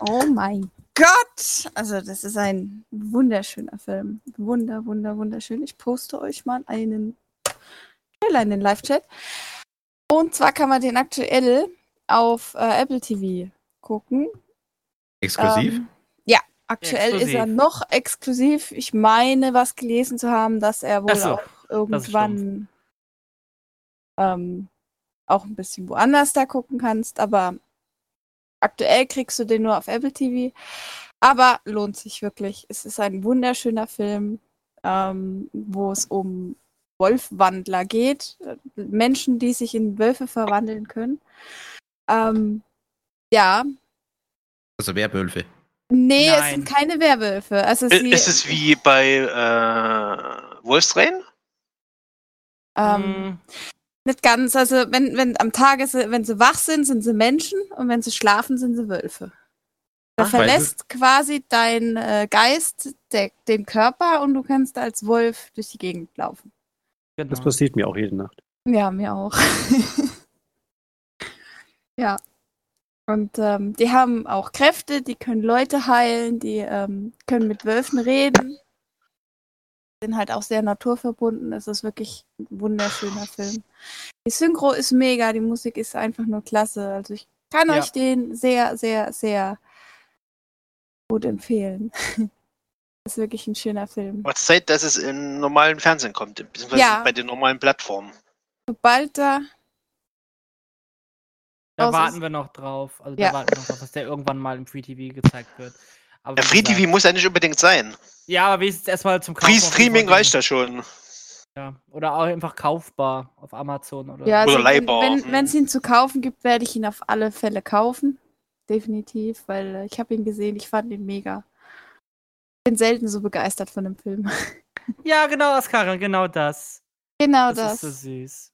S5: Oh mein Gott! Also, das ist ein wunderschöner Film. Wunder, wunder, wunderschön. Ich poste euch mal einen Trailer in den Live-Chat. Und zwar kann man den aktuell auf äh, Apple TV gucken.
S2: Exklusiv?
S5: Ähm, ja, aktuell ist er
S1: Exklusiv.
S5: noch exklusiv. Ich meine, was gelesen zu haben, dass er wohl
S1: Ach so,
S5: auch irgendwann ähm, auch ein bisschen woanders da gucken kannst, aber aktuell kriegst du den nur auf Apple TV. Aber lohnt sich wirklich. Es ist ein wunderschöner Film, ähm, wo es um Wolfwandler geht. äh, Menschen, die sich in Wölfe verwandeln können. Ähm, ja,
S2: also Werwölfe.
S5: Nee,
S1: Nein.
S5: es sind keine Werwölfe. Also sie,
S4: Äh, Ist es wie bei äh, Wolfstrain?
S5: ähm,
S1: Hm,
S5: nicht ganz. Also wenn, wenn am Tage, sie, wenn sie wach sind, sind sie Menschen und wenn sie schlafen, sind sie Wölfe. Da
S2: Ach, weil
S5: verlässt quasi dein äh, Geist de den Körper und du kannst als Wolf durch die Gegend laufen.
S1: genau.
S6: Das passiert mir auch jede Nacht.
S5: Ja, mir auch. [LAUGHS] ja. Und ähm, die haben auch Kräfte, die können Leute heilen, die ähm, können mit Wölfen reden. Sind halt auch sehr naturverbunden. Es ist wirklich ein wunderschöner Film. Die Synchro ist mega, die Musik ist einfach nur klasse. Also ich kann
S1: Ja.
S5: euch den sehr, sehr, sehr gut empfehlen. [LAUGHS] ist wirklich ein schöner Film.
S4: Was Zeit, dass es im normalen Fernsehen kommt, beziehungsweise
S5: Ja.
S4: bei den normalen Plattformen.
S5: Sobald da
S1: Da
S5: Raus
S1: warten
S5: ist-
S1: wir noch drauf. Also
S5: Ja.
S1: da warten wir noch drauf, dass der irgendwann mal im Free TV gezeigt wird. Aber
S4: Ja,
S1: wie
S4: Free
S1: gesagt-
S4: TV muss ja nicht unbedingt sein.
S1: Ja, aber wenigstens erstmal zum
S4: Free Streaming
S1: von-
S4: reicht ja schon.
S1: Ja. Oder auch einfach kaufbar auf Amazon oder
S5: Ja,
S1: so.
S5: also
S4: Oder leihbar. Mhm.
S5: wenn wenn es ihn zu kaufen gibt, werde ich ihn auf alle Fälle kaufen. Definitiv, weil äh, ich habe ihn gesehen, ich fand ihn mega. Ich bin selten so begeistert von dem Film. [LAUGHS]
S1: ja, genau, Ascara, genau das.
S5: Genau
S1: Das
S5: das.
S1: ist so süß.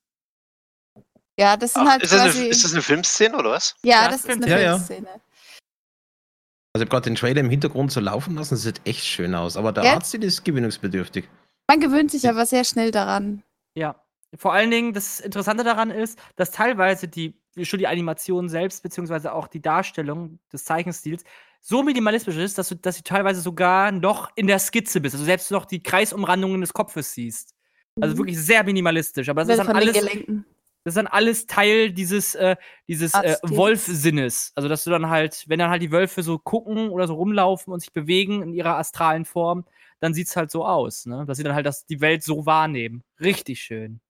S5: Ja, das sind
S4: Ach,
S5: halt
S4: ist, das eine,
S5: quasi.
S4: ist das eine Filmszene oder was?
S1: Ja,
S5: ja, das ist
S1: stimmt.
S5: eine
S2: Ja, ja.
S5: Filmszene.
S2: Also ich habe gerade den Trailer im Hintergrund so laufen lassen, das sieht echt schön aus. Aber der
S5: Ja.
S2: Arzt ist gewinnungsbedürftig.
S5: Man gewöhnt sich aber sehr schnell daran.
S1: Ja. Vor allen Dingen, das Interessante daran ist, dass teilweise die, schon die Animation selbst, beziehungsweise auch die Darstellung des Zeichenstils, so minimalistisch ist, dass du, dass du teilweise sogar noch in der Skizze bist. Also selbst noch die Kreisumrandungen des Kopfes siehst. Also
S5: Mhm.
S1: wirklich sehr minimalistisch. Aber das ist
S5: Wird
S1: dann
S5: von den
S1: alles
S5: Gelenken.
S1: Das ist dann alles Teil dieses, äh, dieses äh,
S5: Artstils.
S1: Wolfsinnes. Also, dass du dann halt, wenn dann halt die Wölfe so gucken oder so rumlaufen und sich bewegen in ihrer astralen Form, dann sieht's halt so aus, ne? Dass sie dann halt das, die Welt so wahrnehmen. Richtig schön.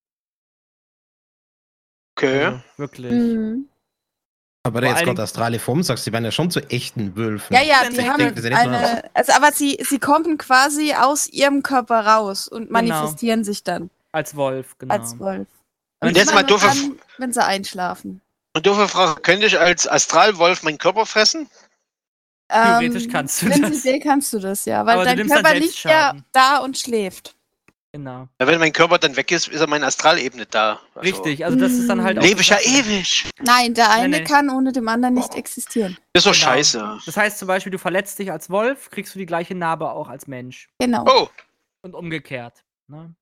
S4: Okay.
S1: Also, wirklich.
S5: Mhm.
S2: Aber da
S1: Vor
S2: jetzt
S1: allen
S2: gerade astrale Form sagst, die werden ja schon zu echten Wölfen.
S5: Ja, ja,
S1: Ich
S5: die
S1: denke,
S5: haben
S2: das ist nicht so
S5: eine. Also, aber sie, sie kommen quasi aus ihrem Körper raus und manifestieren sich dann
S1: Als Wolf, genau.
S5: als Wolf.
S1: Und
S5: die
S1: jetzt
S4: mal
S5: fangen
S4: doofe F-
S5: an, wenn sie einschlafen.
S4: Und doofe Frage, könnte ich als Astralwolf meinen Körper fressen?
S1: Theoretisch
S5: Ähm,
S1: kannst du
S5: Prinzipiell kannst du das, ja.
S1: Aber
S5: Weil
S1: du
S5: dein
S1: nimmst dann
S5: Körper
S1: selbst
S5: liegt ja
S1: Schaden.
S5: da und schläft.
S1: Genau.
S4: Ja, wenn mein Körper dann weg ist, ist er meine Astralebene da. Also,
S1: Richtig. Also, das ist dann halt auch.
S5: Genau.
S4: Lebe ich ja
S1: das-
S4: ewig.
S5: Nein, der eine
S1: nee.
S5: kann ohne dem anderen nicht existieren.
S4: Ist doch
S1: Genau.
S4: scheiße.
S1: Das heißt zum Beispiel, du verletzt dich als Wolf, kriegst du die gleiche Narbe auch als Mensch.
S5: Genau.
S4: Oh,
S1: und umgekehrt. Ne?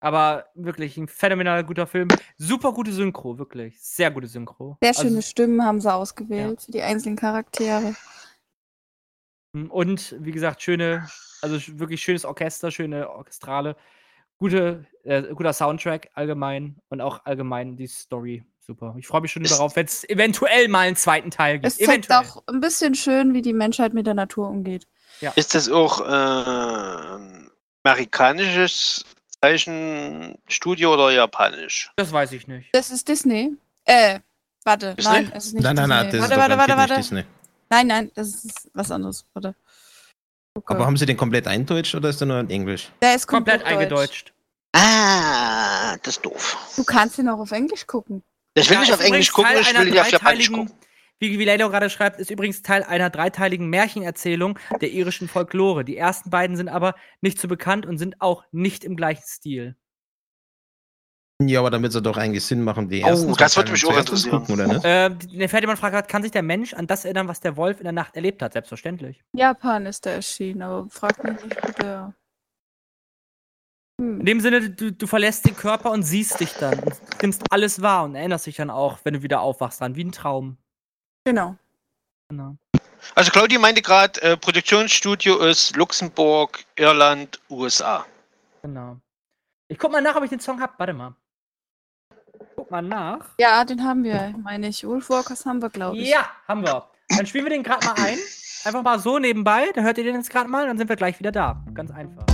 S1: Aber wirklich ein phänomenal guter Film. Super gute Synchro, wirklich. Sehr gute Synchro.
S5: Sehr
S1: Also-
S5: schöne Stimmen haben sie ausgewählt für die einzelnen Charaktere.
S1: hm, Und wie gesagt, schöne, also sch- wirklich schönes Orchester, schöne Orchestrale. Gute, äh, guter Soundtrack allgemein und auch allgemein die Story. Super. Ich freue mich schon
S4: Es-
S1: darauf, wenn es eventuell mal einen zweiten Teil gibt.
S5: Es zeigt
S1: eventuell.
S5: auch ein bisschen schön, wie die Menschheit mit der Natur umgeht.
S4: ist das auch äh, ein amerikanisches Zeichenstudio oder japanisch?
S1: Das weiß ich nicht.
S5: Das ist Disney. Äh, warte,
S4: Disney?
S5: nein, es ist nicht
S2: Nein, nein, nein,
S5: Disney.
S2: das
S5: Warte,
S2: ist
S5: warte,
S2: doch ne.
S5: warte,
S2: garantiert
S5: warte.
S2: nicht Disney.
S5: Nein, nein, das ist was anderes. Warte.
S2: Aber haben sie den komplett eindeutscht oder ist der nur in Englisch?
S5: Der ist
S1: Komplett
S5: komplett,
S1: eingedeutscht.
S4: Ah, das ist doof.
S5: Du kannst ihn auch auf Englisch gucken.
S4: Ich will
S1: Ja,
S4: nicht
S1: ist
S4: auf Englisch
S1: übrigens
S4: gucken,
S1: Teil
S4: ich
S1: einer
S4: will nicht auf Japanisch
S1: dreiteiligen-
S4: gucken.
S1: Wie, wie Lelo gerade schreibt, ist übrigens Teil einer dreiteiligen Märchenerzählung der irischen Folklore. Die ersten beiden sind aber nicht so bekannt und sind auch nicht im gleichen Stil.
S2: Ja, aber dann wird es doch eigentlich Sinn machen, die
S4: Oh,
S2: ersten
S4: das
S2: zwei Teile
S4: würde mich auch
S2: zuerst uns
S4: interessieren.
S2: gucken, oder nicht?
S1: Ähm, die- der Ferdinand fragt gerade, kann sich der Mensch an das erinnern, was der Wolf in der Nacht erlebt hat? Selbstverständlich.
S5: Japan ist der erschienen, aber frag mich nicht, wo der.
S1: In
S5: Hm.
S1: dem Sinne, du, du verlässt den Körper und siehst dich dann. Und nimmst alles wahr und erinnerst dich dann auch, wenn du wieder aufwachst, dran, wie ein Traum.
S5: Genau.
S1: Genau.
S4: Also Claudia meinte gerade, äh, Produktionsstudio ist Luxemburg, Irland, USA.
S1: genau. Ich guck mal nach, ob ich den Song hab. Warte mal. Guck mal nach.
S5: Ja, den haben wir, meine ich. Wolf Walkers haben wir, glaube ich.
S1: Ja, haben wir. Dann spielen wir den gerade mal ein. Einfach mal so nebenbei. Dann hört ihr den jetzt gerade mal und dann sind wir gleich wieder da. Ganz einfach.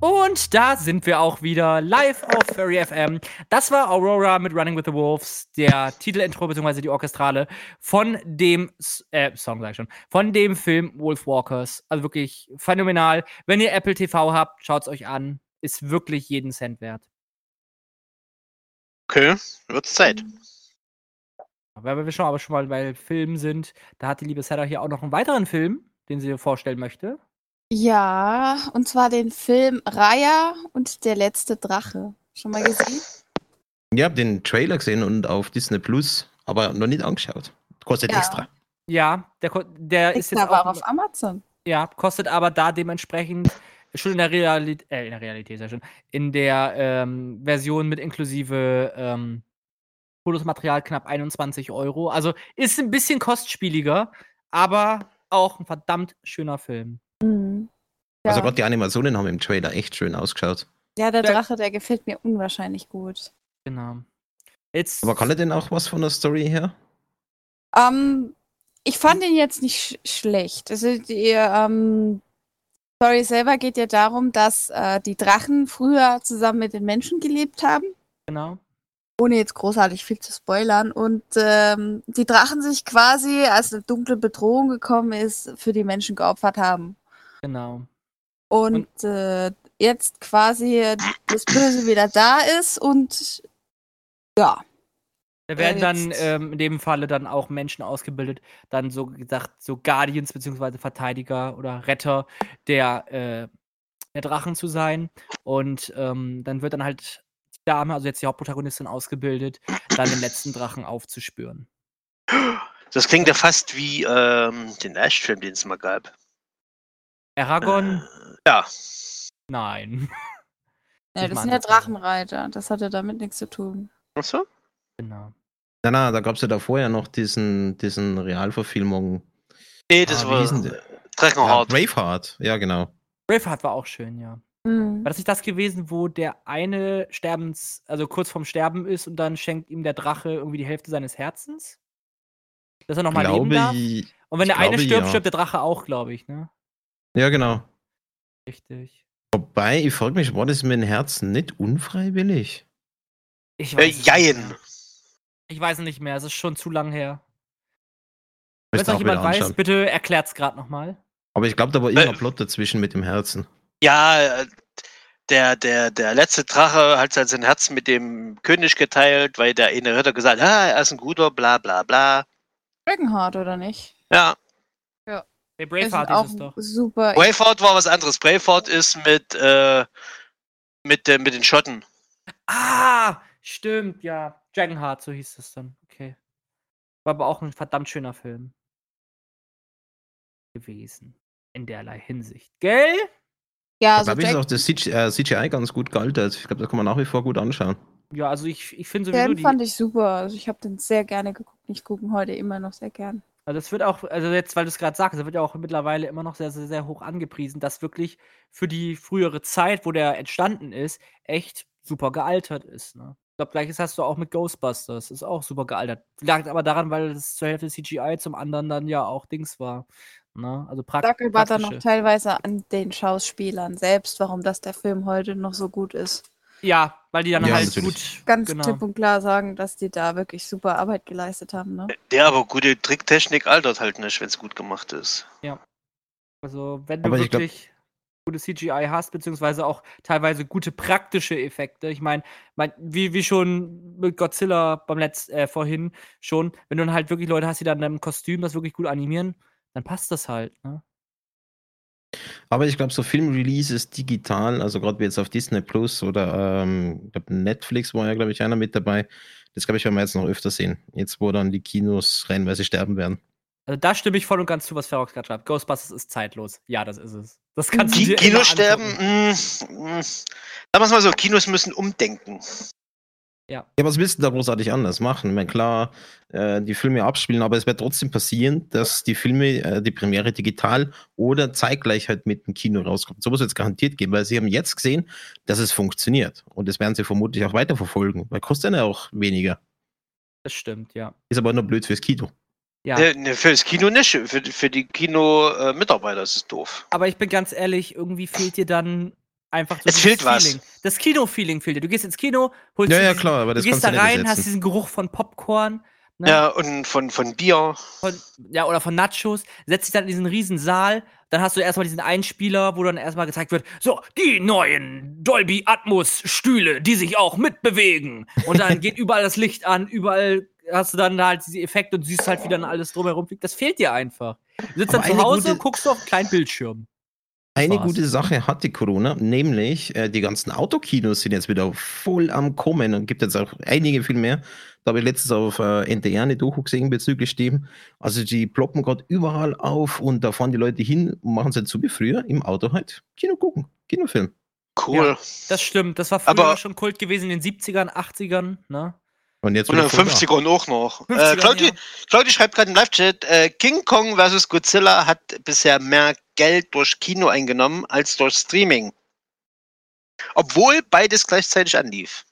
S1: Und da sind wir auch wieder live auf Furry FM. Das war Aurora mit Running with the Wolves, der Titelintro bzw. die Orchestrale von dem S- äh, Song, sag ich schon, von dem Film Wolf Walkers. Also wirklich phänomenal. Wenn ihr Apple TV habt, schaut's euch an. Ist wirklich jeden Cent wert.
S4: Okay, wird's Zeit.
S1: Weil wir schon aber schon mal bei Filmen sind, da hat die liebe Sarah hier auch noch einen weiteren Film, den sie dir vorstellen möchte.
S5: Ja, und zwar den Film Raya und der letzte Drache. Schon mal gesehen?
S2: Ich habe den Trailer gesehen und auf Disney Plus, aber noch nicht angeschaut. Kostet
S5: Ja.
S2: extra.
S1: Ja, der, ko- der ist
S5: Ist
S1: jetzt
S5: aber auch
S1: auch,
S5: auf Amazon.
S1: ja, kostet aber da dementsprechend schon in der Realität, äh, in der Realität, sehr schön, in der ähm, Version mit inklusive ähm, Bonusmaterial knapp 21 Euro. Also ist ein bisschen kostspieliger, aber auch ein verdammt schöner Film.
S5: Mhm. Ja.
S2: Also gerade die Animationen haben im Trailer echt schön ausgeschaut.
S5: ja, der
S1: der-
S5: Drache, der gefällt mir unwahrscheinlich gut.
S1: Genau. Jetzt,
S2: Aber kann er denn auch was von der Story her?
S5: Ähm, ich fand ihn jetzt nicht sch schlecht. Also die ähm, Story selber geht ja darum, dass äh, die Drachen früher zusammen mit den Menschen gelebt haben.
S1: genau.
S5: ohne jetzt großartig viel zu spoilern. Und ähm, die Drachen sich quasi, als eine dunkle Bedrohung gekommen ist, für die Menschen geopfert haben.
S1: Genau.
S5: Und, äh, jetzt quasi das Böse wieder da ist und ja,
S1: Da werden dann
S5: jetzt-
S1: ähm, in dem Falle dann auch Menschen ausgebildet, dann so gesagt, so Guardians beziehungsweise Verteidiger oder Retter der, äh, der Drachen zu sein. Und ähm, dann wird dann halt die Dame, also jetzt die Hauptprotagonistin, ausgebildet, dann den letzten Drachen aufzuspüren.
S4: Das klingt ja fast wie ähm, den Ash-Film, den es mal gab.
S1: Aragorn?
S4: Äh, ja.
S1: Nein. [LAUGHS]
S5: Ja, das sind ja Drachenreiter. Das hat ja damit nichts zu tun.
S4: Achso?
S1: Genau.
S2: Na, na, da gab es ja da vorher noch diesen, diesen Realverfilmung.
S4: Nee, das
S2: Ah, wie
S4: war
S2: hieß denn der? Ja,
S4: Dragonheart.
S2: Braveheart, ja, genau.
S1: Braveheart war auch schön, ja.
S5: Hm.
S1: War das nicht das gewesen, wo der eine Sterbens, also kurz vorm Sterben ist und dann schenkt ihm der Drache irgendwie die Hälfte seines Herzens? Dass er nochmal leben darf?
S2: ich-
S1: Und wenn
S2: ich
S1: der eine
S2: glaube,
S1: stirbt,
S2: ja.
S1: stirbt der Drache auch, glaube ich, ne?
S2: Ja, genau.
S1: Richtig.
S2: Wobei, ich frage mich, war das mit dem Herzen nicht unfreiwillig?
S1: Ich
S4: äh,
S1: es nicht mehr.
S4: Jein.
S1: Ich weiß es nicht mehr, es ist schon zu lang her. Wenn es
S2: Müsste
S1: noch
S2: auch wieder
S1: jemand weiß,
S2: anschauen.
S1: bitte erklärt's gerade nochmal.
S2: Aber ich glaube, da war irgendein
S4: Äh.
S2: Plot dazwischen mit dem Herzen.
S4: Ja, äh, der, der, der letzte Drache hat halt sein Herz mit dem König geteilt, weil der eine Ritter gesagt hat, ah, er ist ein guter, bla bla bla.
S5: Dragonheart, oder nicht?
S4: Ja,
S1: Der
S5: Das ist
S1: Braveheart
S5: auch
S1: ist es doch.
S5: super.
S4: Braveheart war was anderes. Braveheart ist mit, äh, mit, äh, mit den Schotten.
S1: Ah, stimmt, ja. Dragonheart, so hieß es dann. Okay. War aber auch ein verdammt schöner Film. Gewesen. In derlei Hinsicht. Gell?
S5: Ja,
S2: Also
S5: so
S2: da ist auch
S5: Jack
S2: das CGI, äh, CGI ganz gut gealtert. Ich glaube, das kann man nach wie vor gut anschauen.
S1: Ja, also ich, ich finde sowieso
S5: Film
S1: die.
S5: fand ich super. Also ich habe den sehr gerne geguckt. Ich gucke ihn heute immer noch sehr gern.
S1: Also es wird auch, also jetzt, weil du es gerade sagst, es wird ja auch mittlerweile immer noch sehr, sehr, sehr hoch angepriesen, dass wirklich für die frühere Zeit, wo der entstanden ist, echt super gealtert ist. Ne? Ich glaube, gleiches hast du auch mit Ghostbusters, ist auch super gealtert. Lag aber daran, weil das zur Hälfte CGI, zum anderen dann ja auch Dings war. Ne? Also praktisch.
S5: Dackel war dann noch teilweise an den Schauspielern selbst, warum das der Film heute noch so gut ist.
S1: Ja, weil die dann
S2: Ja,
S1: halt
S2: natürlich.
S1: gut.
S5: Ganz
S1: genau.
S5: klipp und klar sagen, dass die da wirklich super Arbeit geleistet haben. Ne?
S4: Der aber gute Tricktechnik altert halt nicht, wenn es gut gemacht ist.
S1: Also, wenn du
S2: Aber ich glaub-
S1: wirklich gute CGI hast, beziehungsweise auch teilweise gute praktische Effekte. Ich meine, mein, wie, wie schon mit Godzilla beim Letz, äh, vorhin schon, wenn du dann halt wirklich Leute hast, die dann im Kostüm das wirklich gut animieren, dann passt das halt. Ne?
S2: Aber ich glaube, so Filmreleases digital, also gerade wie jetzt auf Disney Plus oder ähm, ich glaub, Netflix war ja, glaube ich, einer mit dabei. Das, glaube ich, werden wir jetzt noch öfter sehen. Jetzt, wo dann die Kinos reinweise sterben werden.
S1: Also, da stimme ich voll und ganz zu, was Ferox gerade schreibt. Ghostbusters ist zeitlos. Ja, das ist es. Das kannst du
S4: Ki
S1: dir
S4: Kino
S1: immer
S4: sterben,
S1: angucken.
S4: mh, mh. sagen wir es mal so, Kinos müssen umdenken.
S2: Ja, was willst du da großartig anders machen? Ich meine, klar, äh, die Filme abspielen, aber es wird trotzdem passieren, dass die Filme, äh, die Premiere digital oder zeitgleich halt mit dem Kino rauskommt. So muss jetzt garantiert geben, weil sie haben jetzt gesehen, dass es funktioniert. Und das werden sie vermutlich auch weiterverfolgen, weil kostet ja auch weniger.
S1: Das stimmt, ja.
S2: Ist aber nur blöd fürs Kino.
S1: ja.
S4: Ne, ne, für das Kino nicht, für, für die Kino-Mitarbeiter ist es doof.
S1: Aber ich bin ganz ehrlich, irgendwie fehlt dir dann einfach so
S4: Es
S1: dieses
S4: fehlt was.
S1: Feeling. Das Kino-Feeling fehlt dir. Du gehst ins Kino, holst
S2: Ja,
S1: dir
S2: ja,
S1: diesen-
S2: klar, aber
S1: du
S2: das
S1: gehst
S2: kannst
S1: da
S2: du nicht
S1: rein, hast
S2: ersetzen.
S1: diesen Geruch von Popcorn, ne?
S4: Ja, und von, von Bier.
S1: Von, ja, oder von Nachos, setzt dich dann in diesen riesen Saal, dann hast du erstmal diesen Einspieler, wo dann erstmal gezeigt wird, so, die neuen Dolby Atmos Stühle, die sich auch mitbewegen. Und dann
S2: [LAUGHS]
S1: geht überall das Licht an, überall hast du dann halt diese Effekte und siehst halt, wie dann alles drumherum fliegt. Das fehlt dir einfach. Du sitzt dann
S2: Aber
S1: zu
S2: eine
S1: Hause,
S2: gute-
S1: guckst du auf einen kleinen Bildschirm.
S2: Eine
S1: war's.
S2: gute Sache hat die Corona, nämlich äh, die ganzen Autokinos sind jetzt wieder voll am Kommen und gibt jetzt auch einige viel mehr. Da habe ich letztens auf äh, NDR eine Doku gesehen bezüglich dem. Also die ploppen gerade überall auf und da fahren die Leute hin und machen es halt so wie früher im Auto halt Kino gucken, Kinofilm.
S4: Cool.
S1: Das stimmt, das war früher
S4: Aber-
S1: schon Kult gewesen in den 70ern, 80ern, ne?
S2: Und jetzt
S4: Und
S2: wieder
S4: in
S2: voll
S4: den
S2: da.
S4: 50ern auch noch. Äh,
S1: 50ern,
S4: Claudi,
S1: ja.
S4: Claudi schreibt gerade im Live-Chat, äh, King Kong vs. Godzilla hat bisher mehr Geld durch Kino eingenommen als durch Streaming. Obwohl beides gleichzeitig anlief.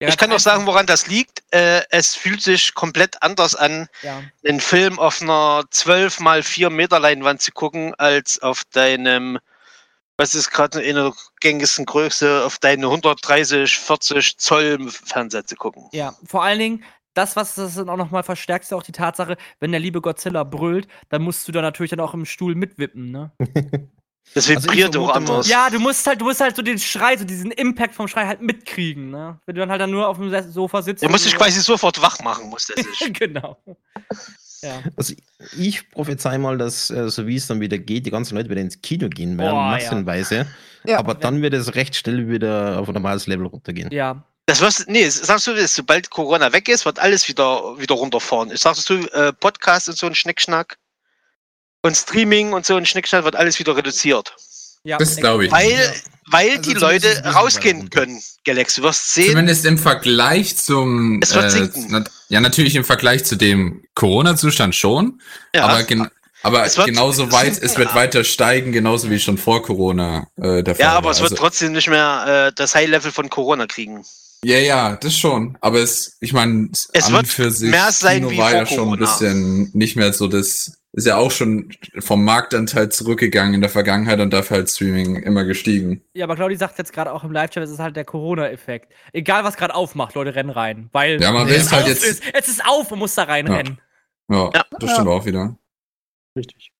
S1: Der
S4: ich
S1: hat
S4: kann auch
S1: einfach-
S4: sagen, woran das liegt. Äh, es fühlt sich komplett anders an,
S1: ja.
S4: einen Film auf einer 12 mal 4 Meter Leinwand zu gucken, als auf deinem, was ist gerade in der gängigsten Größe, auf deine 130, 40 Zoll Fernseher zu gucken.
S1: Ja, vor allen Dingen, das, was das dann auch nochmal verstärkt, ist auch die Tatsache, wenn der liebe Godzilla brüllt, dann musst du da natürlich dann auch im Stuhl mitwippen, ne?
S4: Das vibriert
S2: vermute
S4: auch
S2: mal-
S4: anders.
S1: Ja, du musst halt, du musst halt so den Schrei, so diesen Impact vom Schrei halt mitkriegen, ne? Wenn du dann halt dann nur auf dem Se- Sofa sitzt.
S4: Der
S1: und
S4: muss sich
S1: so-
S4: quasi sofort wach machen, muss der sich.
S1: [LAUGHS] genau. Ja.
S2: Also ich prophezei mal, dass äh, so wie es dann wieder geht, die ganzen Leute wieder ins Kino gehen werden,
S1: Boah, ja.
S2: massenweise.
S5: Ja.
S2: Aber dann wird es recht schnell wieder auf ein normales Level runtergehen.
S1: Ja.
S4: Das wirst, nee, sagst du, das, sobald Corona weg ist, wird alles wieder, wieder runterfahren. Ich sagst du, äh, Podcast und so ein Schnickschnack und Streaming und so ein Schnickschnack wird alles wieder reduziert.
S1: ja
S3: Das glaub ich.
S4: Weil,
S2: Ja.
S4: weil
S2: Also zumindest
S4: die
S2: ein
S4: Leute
S2: bisschen
S4: rausgehen
S2: weiter runter.
S4: können, Galaxy. Du wirst sehen,
S3: Zumindest im Vergleich zum.
S4: Es wird sinken.
S3: nat- ja, natürlich im Vergleich zu dem Corona-Zustand schon.
S4: ja,
S3: aber gen aber
S4: Es wird-
S3: genauso
S4: es
S3: weit,
S4: wird-
S3: es wird weiter steigen, genauso wie schon vor Corona äh, der Fall
S4: ja, aber
S3: war.
S4: es wird
S3: Also-
S4: trotzdem nicht mehr äh, das High-Level von Corona kriegen.
S3: Ja, ja, das schon. Aber es, ich meine,
S4: Es
S3: an
S4: wird
S3: für sich
S4: mehr sein
S3: Kino
S4: wie ne?
S3: war
S4: vor
S3: ja schon ein
S4: Corona.
S3: bisschen nicht mehr so das. Ist ja auch schon vom Marktanteil zurückgegangen in der Vergangenheit und dafür halt Streaming immer gestiegen.
S1: Ja, aber Claudi sagt jetzt gerade auch im Live-Chat, es ist halt der Corona-Effekt. Egal, was gerade aufmacht, Leute rennen rein. Weil
S3: Ja, man
S1: es
S3: will es halt
S1: auf
S3: jetzt.
S1: Ist. Es ist auf, man muss da reinrennen.
S3: Ja,
S4: Ja.
S3: das stimmt auch wieder.
S6: Richtig.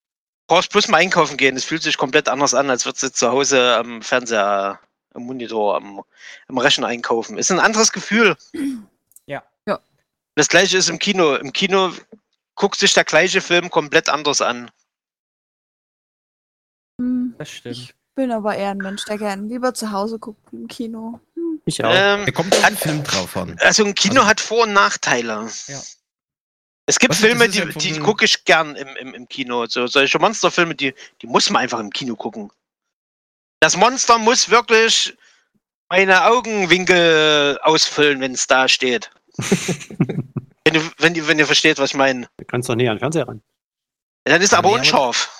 S4: Du brauchst bloß mal einkaufen gehen. Es fühlt sich komplett anders an, als würdest du zu Hause am Fernseher, am Monitor, am, am Rechner einkaufen. Ist ein anderes Gefühl.
S1: Ja.
S5: Ja.
S4: Das gleiche ist im Kino. Im Kino guckt sich der gleiche Film komplett anders an.
S5: Hm,
S1: Das stimmt.
S5: bin aber eher ein Mensch, der gern lieber zu Hause guckt im Kino.
S6: Ich auch.
S4: Ähm,
S2: Da kommt auch ein Film drauf an.
S4: also ein Kino hat Vor- und Nachteile.
S1: Ja.
S4: Es gibt
S2: Was ist- das
S4: Filme,
S2: ist
S4: die,
S2: ja von-
S4: die gucke ich gern im, im, im Kino. So, solche Monsterfilme, die, die muss man einfach im Kino gucken. Das Monster muss wirklich meine Augenwinkel ausfüllen, wenn es
S2: [LAUGHS]
S4: da steht. wenn, du, wenn, ihr- wenn ihr versteht, was ich meine.
S6: Du kannst doch näher an den Fernseher ran.
S4: Dann ist er aber
S2: Nee, aber-
S4: unscharf.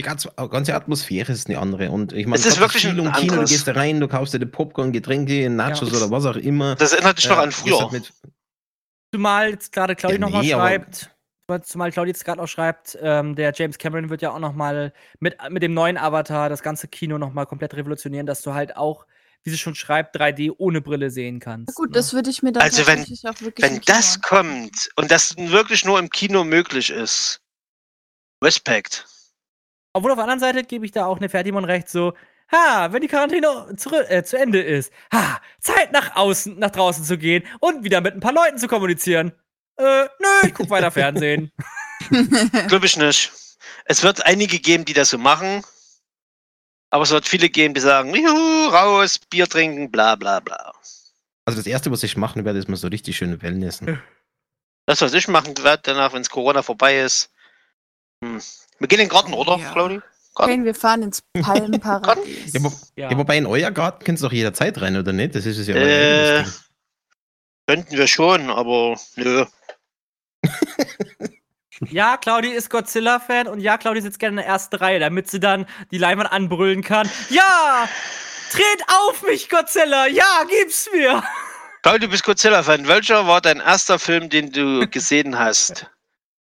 S2: Die ganze, äh, ganze Atmosphäre ist eine andere. Und ich meine,
S4: Es ist
S2: gerade das
S4: wirklich
S2: Kino
S4: ein
S2: und Kino, du
S4: anderes.
S2: gehst da rein, du kaufst dir die Popcorn, Getränke, Nachos
S1: Ja.
S2: oder was auch immer.
S4: Das erinnert dich
S2: Äh,
S4: noch an
S2: gehst
S4: früher.
S2: halt mit-
S1: Zumal jetzt gerade Claudi
S2: Ja,
S1: nochmal
S2: nee, aber-
S1: schreibt, zumal Claudi jetzt gerade auch schreibt, ähm, der James Cameron wird ja auch nochmal mit, mit dem neuen Avatar das ganze Kino nochmal komplett revolutionieren, dass du halt auch, wie sie schon schreibt, 3D ohne Brille sehen
S5: Na
S1: kannst.
S5: gut,
S1: ne?
S5: das würde ich mir dann
S4: Also wenn-
S5: tatsächlich auch wirklich im
S4: Wenn
S5: Kino
S4: das
S5: an- [LAUGHS]
S4: kommt und das wirklich nur im Kino möglich ist, Respekt.
S1: Obwohl auf der anderen Seite gebe ich da auch eine Ferdimon recht, so, ha, wenn die Quarantäne zu, äh, zu Ende ist, ha, Zeit nach außen, nach draußen zu gehen und wieder mit ein paar Leuten zu kommunizieren. Äh, nö, ich guck weiter Fernsehen.
S4: Glaube ich nicht. Es wird einige geben, die das so machen. Aber es wird viele geben, die sagen, juhu, raus, Bier trinken, bla bla bla.
S2: Also das erste, was ich machen werde, ist mal so richtig schöne Wellnessen.
S4: Das, was ich machen werde danach, wenn es Corona vorbei ist. Hm. Wir gehen in den Garten, oder,
S5: Ja.
S4: Claudi? Garten?
S5: Okay, wir fahren ins Palmenparadies.
S2: Ja, wo,
S1: Ja.
S2: ja, wobei in euer Garten kennst du doch jederzeit rein, oder nicht? Das ist es ja euer
S4: Äh,
S2: eigenes Ding.
S4: könnten wir schon, aber nö.
S1: ja, Claudi ist Godzilla-Fan und ja, Claudi sitzt gerne in der ersten Reihe, damit sie dann die Leinwand anbrüllen kann. Ja! Tret auf mich, Godzilla! Ja, gib's mir!
S4: Claudi, du bist Godzilla-Fan. Welcher war dein erster Film,
S1: [LAUGHS]
S4: den du gesehen hast?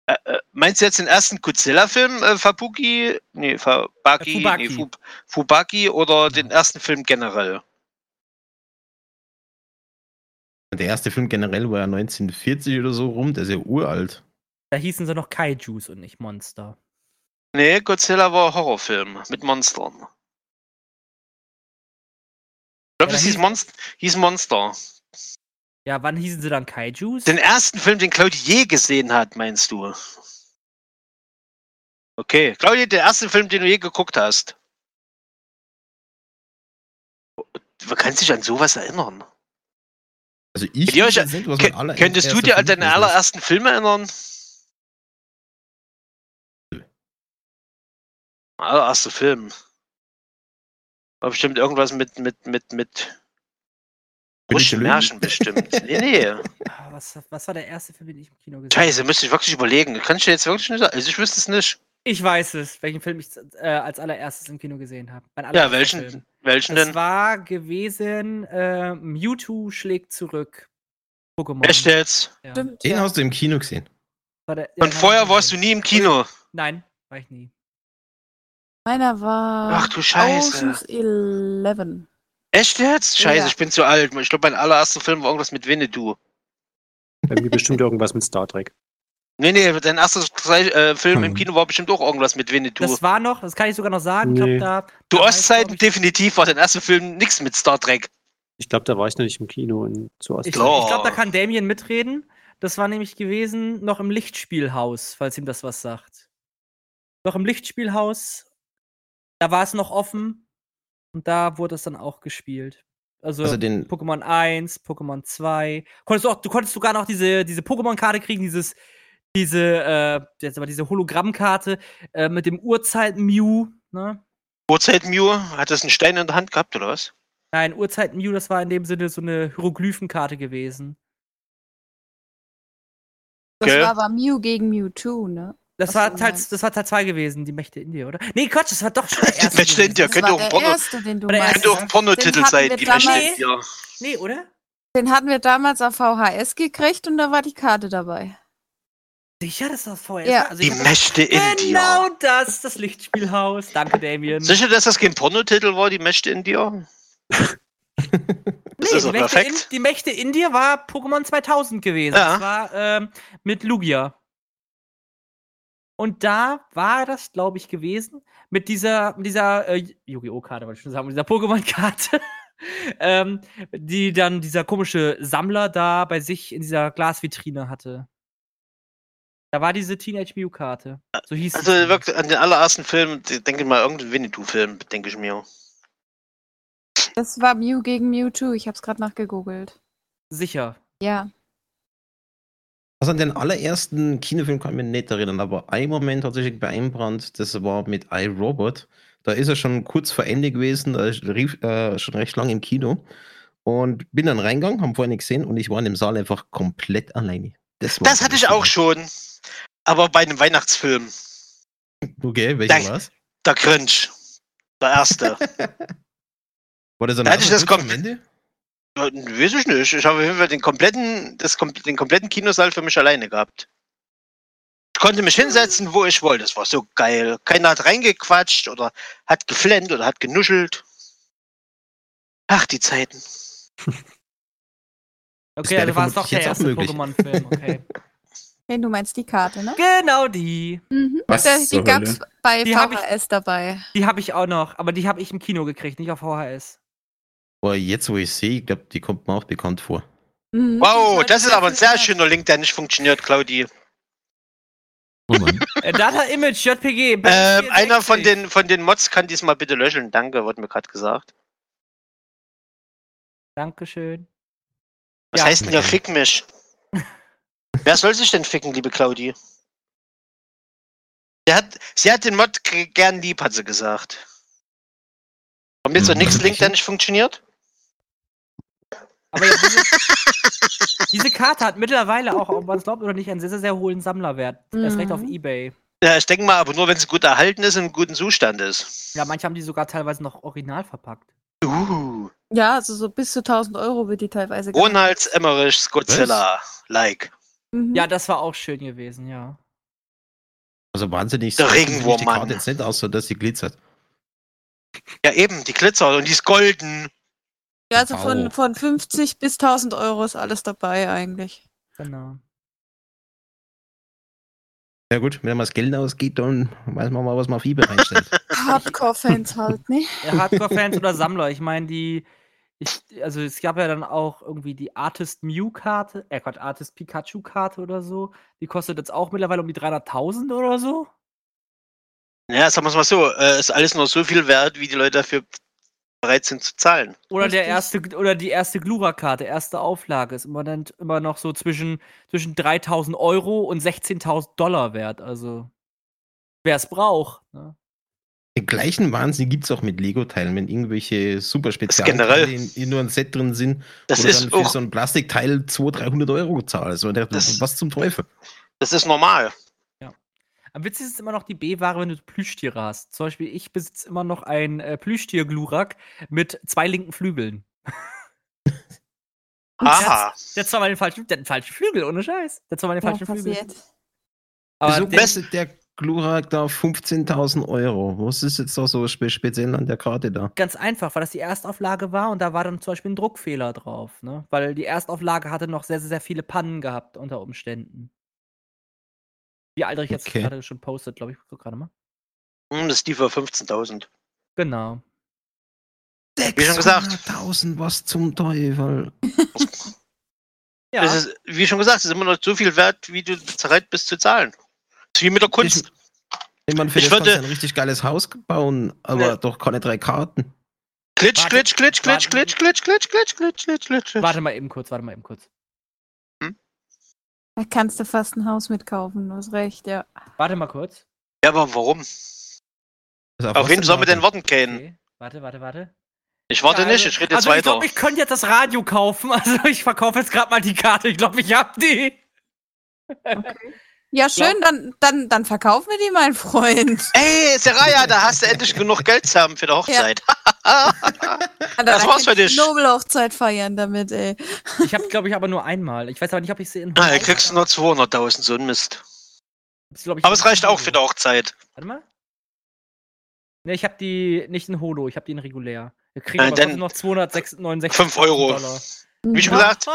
S4: Äh, äh, meinst du jetzt den ersten Godzilla-Film, äh, Fabuki? Nee, Fabaki,
S1: Äh, Fubaki.
S4: Nee, Fub Fubaki oder den ersten Film generell?
S2: Der erste Film generell war ja 1940 oder so rum, der ist ja uralt.
S1: Da hießen sie noch Kaijus und nicht Monster.
S4: Nee, Godzilla war ein Horrorfilm mit Monstern. Ich
S1: Ja,
S4: glaube, das
S1: da
S4: hieß,
S1: hieß-
S4: Monst hieß Monster.
S1: Ja, wann hießen sie dann Kaijus?
S4: Den ersten Film, den Claudi je gesehen hat, meinst du? Okay, Claudi, der erste Film, den du je geguckt hast. Man kann sich an sowas erinnern.
S2: Also ich
S4: Ja, ich-
S2: nicht, was
S4: Ke-
S2: mein aller-
S4: Könntest du
S2: erster
S4: dir an
S2: Film
S4: deinen
S2: gewesen ist.
S4: allerersten Film erinnern? Allererster Film. War bestimmt irgendwas mit, mit, mit, mit
S2: König
S4: russischen
S2: der Löwen?
S4: Märchen bestimmt.
S1: [LAUGHS]
S4: Nee, nee.
S1: Ah, Was, was war der erste Film, den ich im Kino gesehen habe?
S4: Scheiße, müsste ich wirklich überlegen. Kann ich dir jetzt wirklich nicht sagen. Also ich wüsste es nicht.
S1: Ich weiß es, welchen Film ich äh, als allererstes im Kino gesehen habe. Mein
S4: Ja,
S1: allererster Film.
S4: welchen, welchen
S1: Das
S4: denn?
S1: war gewesen, äh, Mewtwo schlägt zurück. Pokémon.
S4: Echt jetzt?
S1: Ja.
S5: Stimmt,
S2: Den
S5: ja.
S2: hast du im Kino gesehen.
S1: War der- ja,
S4: Und vorher warst du nie im Kino.
S1: Nein, war ich nie.
S5: Meiner war
S4: Ach du Scheiße.
S5: Ocean's 11.
S4: Echt jetzt? Scheiße,
S5: Ja.
S4: ich bin zu alt. Ich glaube, mein allererster Film war irgendwas mit Winnetou.
S6: Bei mir bestimmt irgendwas mit Star Trek.
S4: Nee, nee, dein erster Zei- äh, Film im
S6: Hm.
S4: Kino war bestimmt auch irgendwas mit Winnetou.
S1: Das war noch, das kann ich sogar noch sagen. Ich
S6: Nee.
S1: glaub, da, da
S4: du
S1: war ich,
S4: Ostzeiten
S1: glaub
S4: definitiv war dein erster Film nichts mit Star Trek.
S6: Ich glaube, da war ich noch nicht im Kino in zu
S1: Ich, ich
S6: Ost.
S4: Klar.
S1: glaube, da kann Damien mitreden. Das war nämlich gewesen noch im Lichtspielhaus, falls ihm das was sagt. Noch im Lichtspielhaus. Da war es noch offen. Und da wurde es dann auch gespielt. Also,
S2: Also den,
S1: Pokémon 1, Pokémon 2. Konntest du, auch, du konntest sogar noch diese, diese Pokémon-Karte kriegen, dieses, diese, äh, jetzt aber diese Hologrammkarte äh, mit dem Urzeit-Mew. Ne?
S4: Uhrzeit-Mew, hat das einen Stein in der Hand gehabt, oder was?
S1: Nein, Urzeit-Mew, das war in dem Sinne so eine Hieroglyphenkarte gewesen.
S5: Das
S4: Gell?
S5: war aber Mew gegen Mewtwo, ne?
S1: Das
S5: Ach
S1: war,
S5: so,
S1: Teil,
S5: nein.
S1: das war Teil 2 gewesen, die Mächte in dir, oder? Nee, Quatsch, das war doch
S4: [LAUGHS]
S1: schon der erste.
S4: Mächte in
S1: gewesen.
S4: dir. Ja,
S5: das
S4: könnte
S5: war
S4: auch ein
S5: der
S4: Porno-
S5: erste, den du
S1: Oder
S5: meinst.
S4: Könnte auch ein Pornotitel
S5: Den hatten
S4: sein,
S5: wir
S4: die Mächte in
S1: damals-
S4: dir.
S1: Nee, oder?
S5: Den hatten wir damals auf VHS gekriegt und da war die Karte dabei.
S1: Sicher, dass das vorher
S5: Ja.
S1: war? Also ich
S4: Die
S1: hab-
S4: Mächte in
S1: Genau
S4: dir.
S1: das, das Lichtspielhaus. Danke, Damien.
S4: Sicher, dass das kein Pornotitel war, die Mächte in dir? Das
S1: Nee,
S4: ist doch
S1: die, Mächte in,
S4: perfekt.
S1: die Mächte in dir war Pokémon 2000 gewesen.
S4: Ja.
S1: Das war ähm, mit Lugia. Und da war das, glaube ich, gewesen mit dieser, mit dieser äh, Yu-Gi-Oh-Karte, wollte ich schon sagen, mit dieser Pokémon-Karte, [LAUGHS] ähm, die dann dieser komische Sammler da bei sich in dieser Glasvitrine hatte. Da war diese Teenage Mew-Karte. So hieß
S4: Also
S1: sie.
S4: wirklich an den allerersten Film, ich denke mal, irgendein Winnetou-Film, denke ich mir.
S5: Das war Mew gegen Mewtwo. Ich hab's gerade nachgegoogelt.
S1: Sicher.
S5: Ja.
S2: also an den allerersten Kinofilm kann ich mich nicht erinnern, aber ein Moment hat sich beeinbrannt, das war mit iRobot. Da ist er schon kurz vor Ende gewesen, da ist- rief äh, schon recht lang im Kino. Und bin dann reingegangen, haben vorher nicht gesehen und ich war in dem Saal einfach komplett alleine. war
S4: Das hatte ich auch
S2: schon.
S4: schon. Aber bei einem Weihnachtsfilm.
S2: Okay, welcher
S4: Nein.
S2: war's?
S4: Der Grinch. Der erste.
S2: War das ein
S4: Da hatte ich das
S2: Abendbrot am
S4: kom-
S2: Ende?
S4: Ja, Weiß ich nicht. Ich habe auf jeden Fall den kompletten, das, kom- den kompletten Kinosaal für mich alleine gehabt. Ich konnte mich hinsetzen, wo ich wollte. Das war so geil. Keiner hat reingequatscht oder hat geflennt oder hat genuschelt. Ach, die Zeiten.
S1: Okay,
S2: wäre
S1: also war es doch
S2: vermutlich
S1: der
S2: jetzt auch
S1: erste
S2: möglich.
S1: Pokémon-Film. Okay.
S4: [LAUGHS]
S5: Hey, du meinst die Karte, ne?
S1: genau die.
S5: Mhm.
S3: Was
S5: Da- die
S3: zur
S5: gab's bei
S1: Die hab ich-
S5: VHS dabei.
S1: Die habe ich auch noch, aber die habe ich im Kino gekriegt, nicht auf VHS.
S2: Boah, jetzt wo ich sehe, ich glaube, die kommt mir auch bekannt vor.
S5: Mhm.
S4: Wow, das ist aber ein sehr
S5: Ja.
S4: schöner Link, der nicht funktioniert, Claudi.
S3: Oh Mann.
S1: Äh,
S4: [LAUGHS]
S1: Data Image JPG.
S4: Äh,
S1: Batman
S4: einer von
S1: 64.
S4: den, von den Mods kann diesmal bitte löschen. Danke, wurde mir gerade gesagt.
S1: Dankeschön.
S4: Was
S1: Ja.
S4: heißt denn der
S2: Okay.
S4: Fick mich? Wer soll sich denn ficken, liebe Claudi? Sie hat, sie hat den Mod g- gern lieb, hat sie gesagt. Kommt jetzt der
S3: Hm,
S4: nächste Link, der
S2: welchen?
S4: nicht funktioniert?
S1: Aber ja,
S4: [LAUGHS]
S1: diese, diese Karte hat mittlerweile auch, ob man es glaubt oder nicht, einen sehr, sehr, sehr hohen Sammlerwert. Erst recht auf
S5: Mhm.
S1: Ebay.
S4: Ja, ich denke mal, aber nur wenn sie gut erhalten ist und im guten Zustand ist.
S1: Ja, manche haben die sogar teilweise noch original verpackt.
S4: Uh.
S5: Ja, also so bis zu 1000 Euro wird die teilweise gemacht.
S4: Ronalds Emmerichs Godzilla. Like.
S5: Mhm.
S1: Ja, das war auch schön gewesen, ja.
S2: [LAUGHS] Also wahnsinnig.
S4: Der
S2: so sieht nämlich Die
S4: Regenwurmmann.
S2: Karte jetzt nicht aus, so dass sie glitzert.
S4: Ja, eben, die Glitzer und die ist golden.
S5: Ja, also von,
S2: Wow.
S5: von 50 bis 1000 Euro ist alles dabei eigentlich.
S1: Genau.
S2: Ja gut, wenn man das Geld ausgeht, dann weiß man mal, was man auf eBay reinstellt.
S1: [LAUGHS]
S5: Hardcore-Fans halt, ne?
S1: Äh, Hardcore-Fans oder Sammler, ich meine, die. Ich, also es gab ja dann auch irgendwie die Artist Mew-Karte, äh Gott, Artist Pikachu-Karte oder so. Die kostet jetzt auch mittlerweile um die 300.000 oder so.
S4: Ja, sagen wir es mal so, äh, ist alles nur so viel wert, wie die Leute dafür bereit sind zu zahlen.
S1: Oder der
S5: Richtig.
S1: erste oder die erste Glura-Karte, erste Auflage ist immer dann immer noch so zwischen, zwischen 3000 Euro und 16.000 Dollar wert. Also wer es braucht. Ne?
S2: Den gleichen Wahnsinn gibt es auch mit Lego-Teilen, wenn irgendwelche super
S4: generell.
S2: Spezialteile in, in nur ein Set drin sind
S4: Das
S2: oder
S4: ist
S2: dann für
S4: auch,
S2: so ein Plastikteil 200, 300 Euro zahlen. Also, man denkt,
S4: Das-
S2: was zum Teufel?
S4: das ist normal.
S1: Am witzigsten ist immer noch die B-Ware, wenn du Plüschtiere hast. Zum Beispiel, ich besitze immer noch ein äh, Plüschtier-Glurak mit zwei linken Flügeln.
S4: Aha.
S1: Der hat zwar mal den falschen, der hat einen falschen Flügel, ohne Scheiß. Der hat zwar mal den
S5: Ja,
S1: falschen Flügel.
S5: passiert.
S1: Aber
S2: Wieso
S1: der,
S2: kostet der Glurak da 15.000 Euro? Was ist jetzt da so spe speziell an der Karte da?
S1: ganz einfach, weil das die Erstauflage war und da war dann zum Beispiel ein Druckfehler drauf, ne? Weil die Erstauflage hatte noch sehr, sehr, sehr viele Pannen gehabt unter Umständen. Wie Aldrich jetzt
S2: Okay.
S1: gerade schon postet, glaube ich. Guck gerade mal.
S4: Hm, das ist die für 15.000.
S1: Genau.
S4: Wie schon gesagt.
S2: 600.000, was zum Teufel.
S1: Ja.
S4: Das ist, wie schon gesagt, es ist immer noch so viel wert, wie du bereit bist zu zahlen. Das ist wie mit der Kunst.
S2: Ich meine, für
S4: Ich
S2: das kannst du
S4: würde-
S2: ein richtig geiles Haus bauen, aber
S4: Nee.
S2: doch keine drei Karten.
S4: Klitsch,
S1: Warte,
S4: klitsch, klitsch, klitsch,
S1: warte.
S4: klitsch, klitsch, klitsch, klitsch, klitsch, klitsch, klitsch.
S1: warte mal eben kurz, warte mal eben kurz.
S5: Da kannst du fast ein Haus mitkaufen, du hast recht, ja.
S1: Warte mal kurz.
S4: Ja, aber warum?
S2: Also
S4: Auf
S2: was
S4: wen
S2: denn
S4: soll man
S2: warte?
S4: denn warten können?
S1: Okay. Warte, warte, warte.
S4: Ich warte
S1: Ja,
S4: nicht,
S1: also-
S4: ich rede jetzt
S1: also Ich
S4: weiter.
S1: glaube, ich könnte jetzt das Radio kaufen. [LAUGHS] Also ich verkaufe jetzt gerade mal die Karte. Ich glaube, ich hab die.
S5: Ja, schön, dann, dann, dann verkaufen wir die, mein Freund.
S4: Ey, Seraya, da hast du endlich genug Geld zusammen für die Hochzeit. [LAUGHS] Ah,
S5: Dann
S4: Das war's
S5: kannst
S4: für
S5: du
S4: dich.
S5: die Nobelhochzeit feiern damit, ey.
S1: Ich habe, glaube ich, aber nur einmal. Ich weiß aber nicht, ob ich sie in.
S4: Na, du Ah, kriegst nur 200.000, so ein Mist.
S1: Hab's, glaub ich,
S4: Aber es reicht auch für die
S1: wieder.
S4: Hochzeit.
S1: Warte mal. Ne, ich habe die nicht in Holo, ich habe die in regulär. Wir kriegen
S4: Na,
S1: aber
S4: dann
S1: trotzdem noch 269
S4: 5 Äh, Euro. [LAUGHS]
S1: Dollar.
S4: Wie schon gesagt,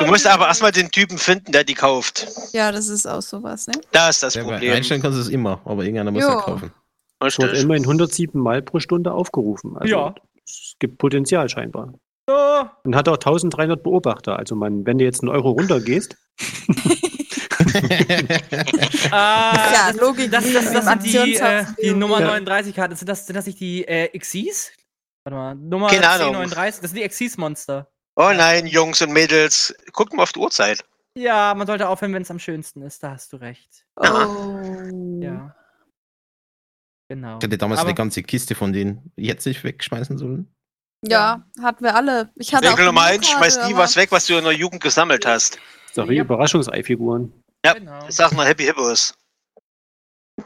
S4: du musst aber erstmal den Typen finden, der die kauft.
S5: Ja, das ist auch sowas, ne?
S4: Da ist das
S2: Ja, bei
S4: Problem.
S2: Einstellen kannst du es immer, aber irgendeiner muss halt
S5: Jo.
S2: ja kaufen.
S6: Es wird
S4: Richtig.
S6: immerhin 107 Mal pro Stunde aufgerufen. Also
S1: Ja.
S6: Es gibt Potenzial scheinbar.
S1: Oh,
S4: [LAUGHS]
S6: Und hat auch 1300 Beobachter. Also man, wenn du jetzt einen Euro runtergehst,
S1: [LAUGHS]
S2: [LAUGHS]
S1: ah,
S5: Ja, Logik.
S1: Das, das, das sind die, äh,
S5: Aktionshaus-
S1: die Nummer
S6: Ja.
S1: 39 Karten. Sind das, sind das nicht die äh, Xyz? Warte mal, Nummer
S4: Keine Ahnung.
S1: 39. Das sind die Xyz-Monster.
S4: Oh nein, Jungs und Mädels, guckt mal auf die Uhrzeit.
S1: Ja, man sollte aufhören, wenn es am schönsten ist. Da hast du recht.
S5: Oh.
S1: Ja. Genau.
S2: Ich hätte damals
S1: Aber-
S2: eine ganze Kiste von denen jetzt nicht wegschmeißen sollen.
S5: Ja, hatten wir alle. Ich hatte
S4: Regel
S5: auch
S4: Nummer
S5: eine
S4: 1, schmeiß
S5: Karte,
S4: nie
S5: aber-
S4: was weg, was du in der Jugend gesammelt hast.
S6: sorry,
S1: Ja.
S6: Überraschungseifiguren.
S4: Ja,
S1: Genau.
S4: Ich sag nur Happy Hippos.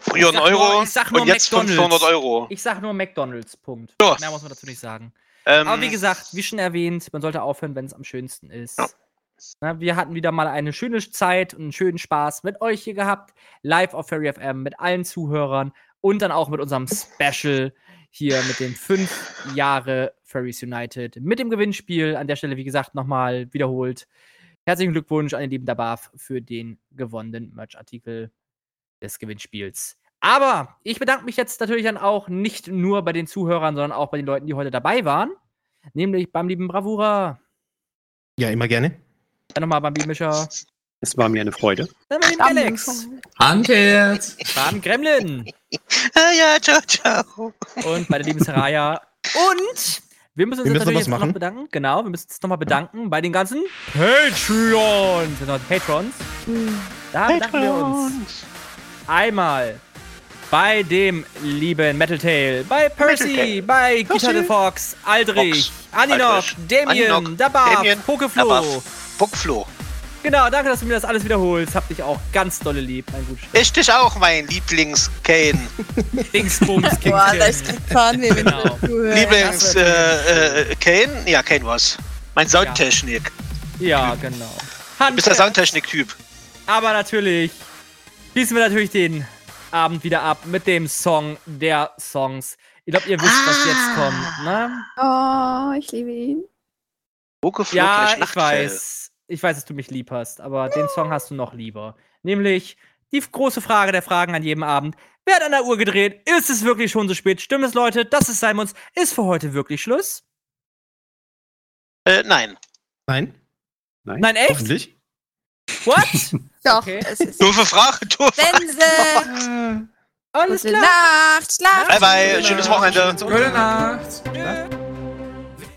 S4: Früher
S1: Ich
S4: ein
S1: sag nur-
S4: Euro
S1: ich sag nur
S4: und jetzt
S1: McDonald's.
S4: 500 Euro.
S1: Ich sag nur McDonalds. Punkt.
S4: Ja.
S1: Mehr muss man dazu nicht sagen.
S4: Ähm,
S1: Aber wie gesagt, wie schon erwähnt, man sollte aufhören, wenn es am schönsten ist.
S4: Ja.
S1: Na, wir hatten wieder mal eine schöne Zeit und einen schönen Spaß mit euch hier gehabt. Live auf Fairy FM mit allen Zuhörern und dann auch mit unserem Special hier mit den fünf Jahre Fairies United mit dem Gewinnspiel. An der Stelle, wie gesagt, nochmal wiederholt. Herzlichen Glückwunsch an den lieben Dabaf für den gewonnenen Merchartikel des Gewinnspiels. Aber ich bedanke mich jetzt natürlich dann auch nicht nur bei den Zuhörern, sondern auch bei den Leuten, die heute dabei waren. Nämlich beim lieben Bravura,
S2: Ja, immer gerne.
S1: dann nochmal beim lieben Mischer,
S6: Es war mir eine Freude.
S1: dann beim lieben
S5: Am-
S1: Alex,
S3: Hand jetzt!
S1: beim Gremlin
S4: Ah, ja, ciao, ciao.
S1: und bei der lieben Saraya. Und wir müssen uns
S2: Wir müssen noch
S1: natürlich
S2: was
S1: jetzt noch
S2: machen.
S1: bedanken. Genau, wir müssen uns nochmal bedanken bei den ganzen Patreons. Genau, Patrons.
S5: Mhm.
S1: Da bedanken wir uns. einmal bei dem lieben Metal Tail, bei Percy,
S4: Metal Tail.
S1: bei Gitarre
S4: Percy.
S1: Fox, Aldrich,
S4: Fox,
S1: Aninok,
S4: Aldrich,
S1: Damien,
S4: Aninok,
S1: Dabab,
S4: Damien,
S1: Pokeflo.
S4: Bockflo.
S1: Genau, danke, dass du mir das alles wiederholst. Hab dich auch ganz dolle lieb, mein guter
S4: Ich dich auch, mein
S1: [LAUGHS]
S4: Lieblings-Kane.
S1: Dingsbums
S5: [LAUGHS] Boah,
S1: Kingchen.
S5: das kriegt Zahnweh, wenn
S1: Genau.
S5: du zuhörst.
S1: das
S4: Lieblings-Kane?
S1: wär
S4: Äh, äh, Kane? ja, Kane war's. Mein Soundtechnik.
S1: Ja, genau.
S4: Du
S1: Hand,
S4: bist der Soundtechnik-Typ.
S1: aber natürlich schließen wir natürlich den Abend wieder ab mit dem Song der Songs. Ich glaube, ihr wisst, was jetzt
S4: Ah.
S1: kommt, ne?
S5: Oh, ich liebe ihn.
S4: Bockflo,
S1: Ja,
S4: gleich
S1: ich
S4: Nachtfell.
S1: weiß. Ich weiß, dass du mich lieb hast, aber den Song hast du noch lieber. Nämlich die f- große Frage der Fragen an jedem Abend. Wer hat an der Uhr gedreht? Ist es wirklich schon so spät? Stimmt es, Leute? Das ist Simons. Ist für heute wirklich Schluss?
S4: Äh, nein.
S2: Nein,
S1: Nein, echt?
S2: hoffentlich.
S1: What?
S5: Doch,
S1: Okay.
S5: es ist.
S4: Doofe Frage, doof.
S5: Sense!
S1: [LAUGHS] Alles
S5: Gute
S1: klar.
S5: Nacht, schlaf
S4: Bye, bye. Schönes Wochenende.
S3: Gute Nacht!
S1: Tschö.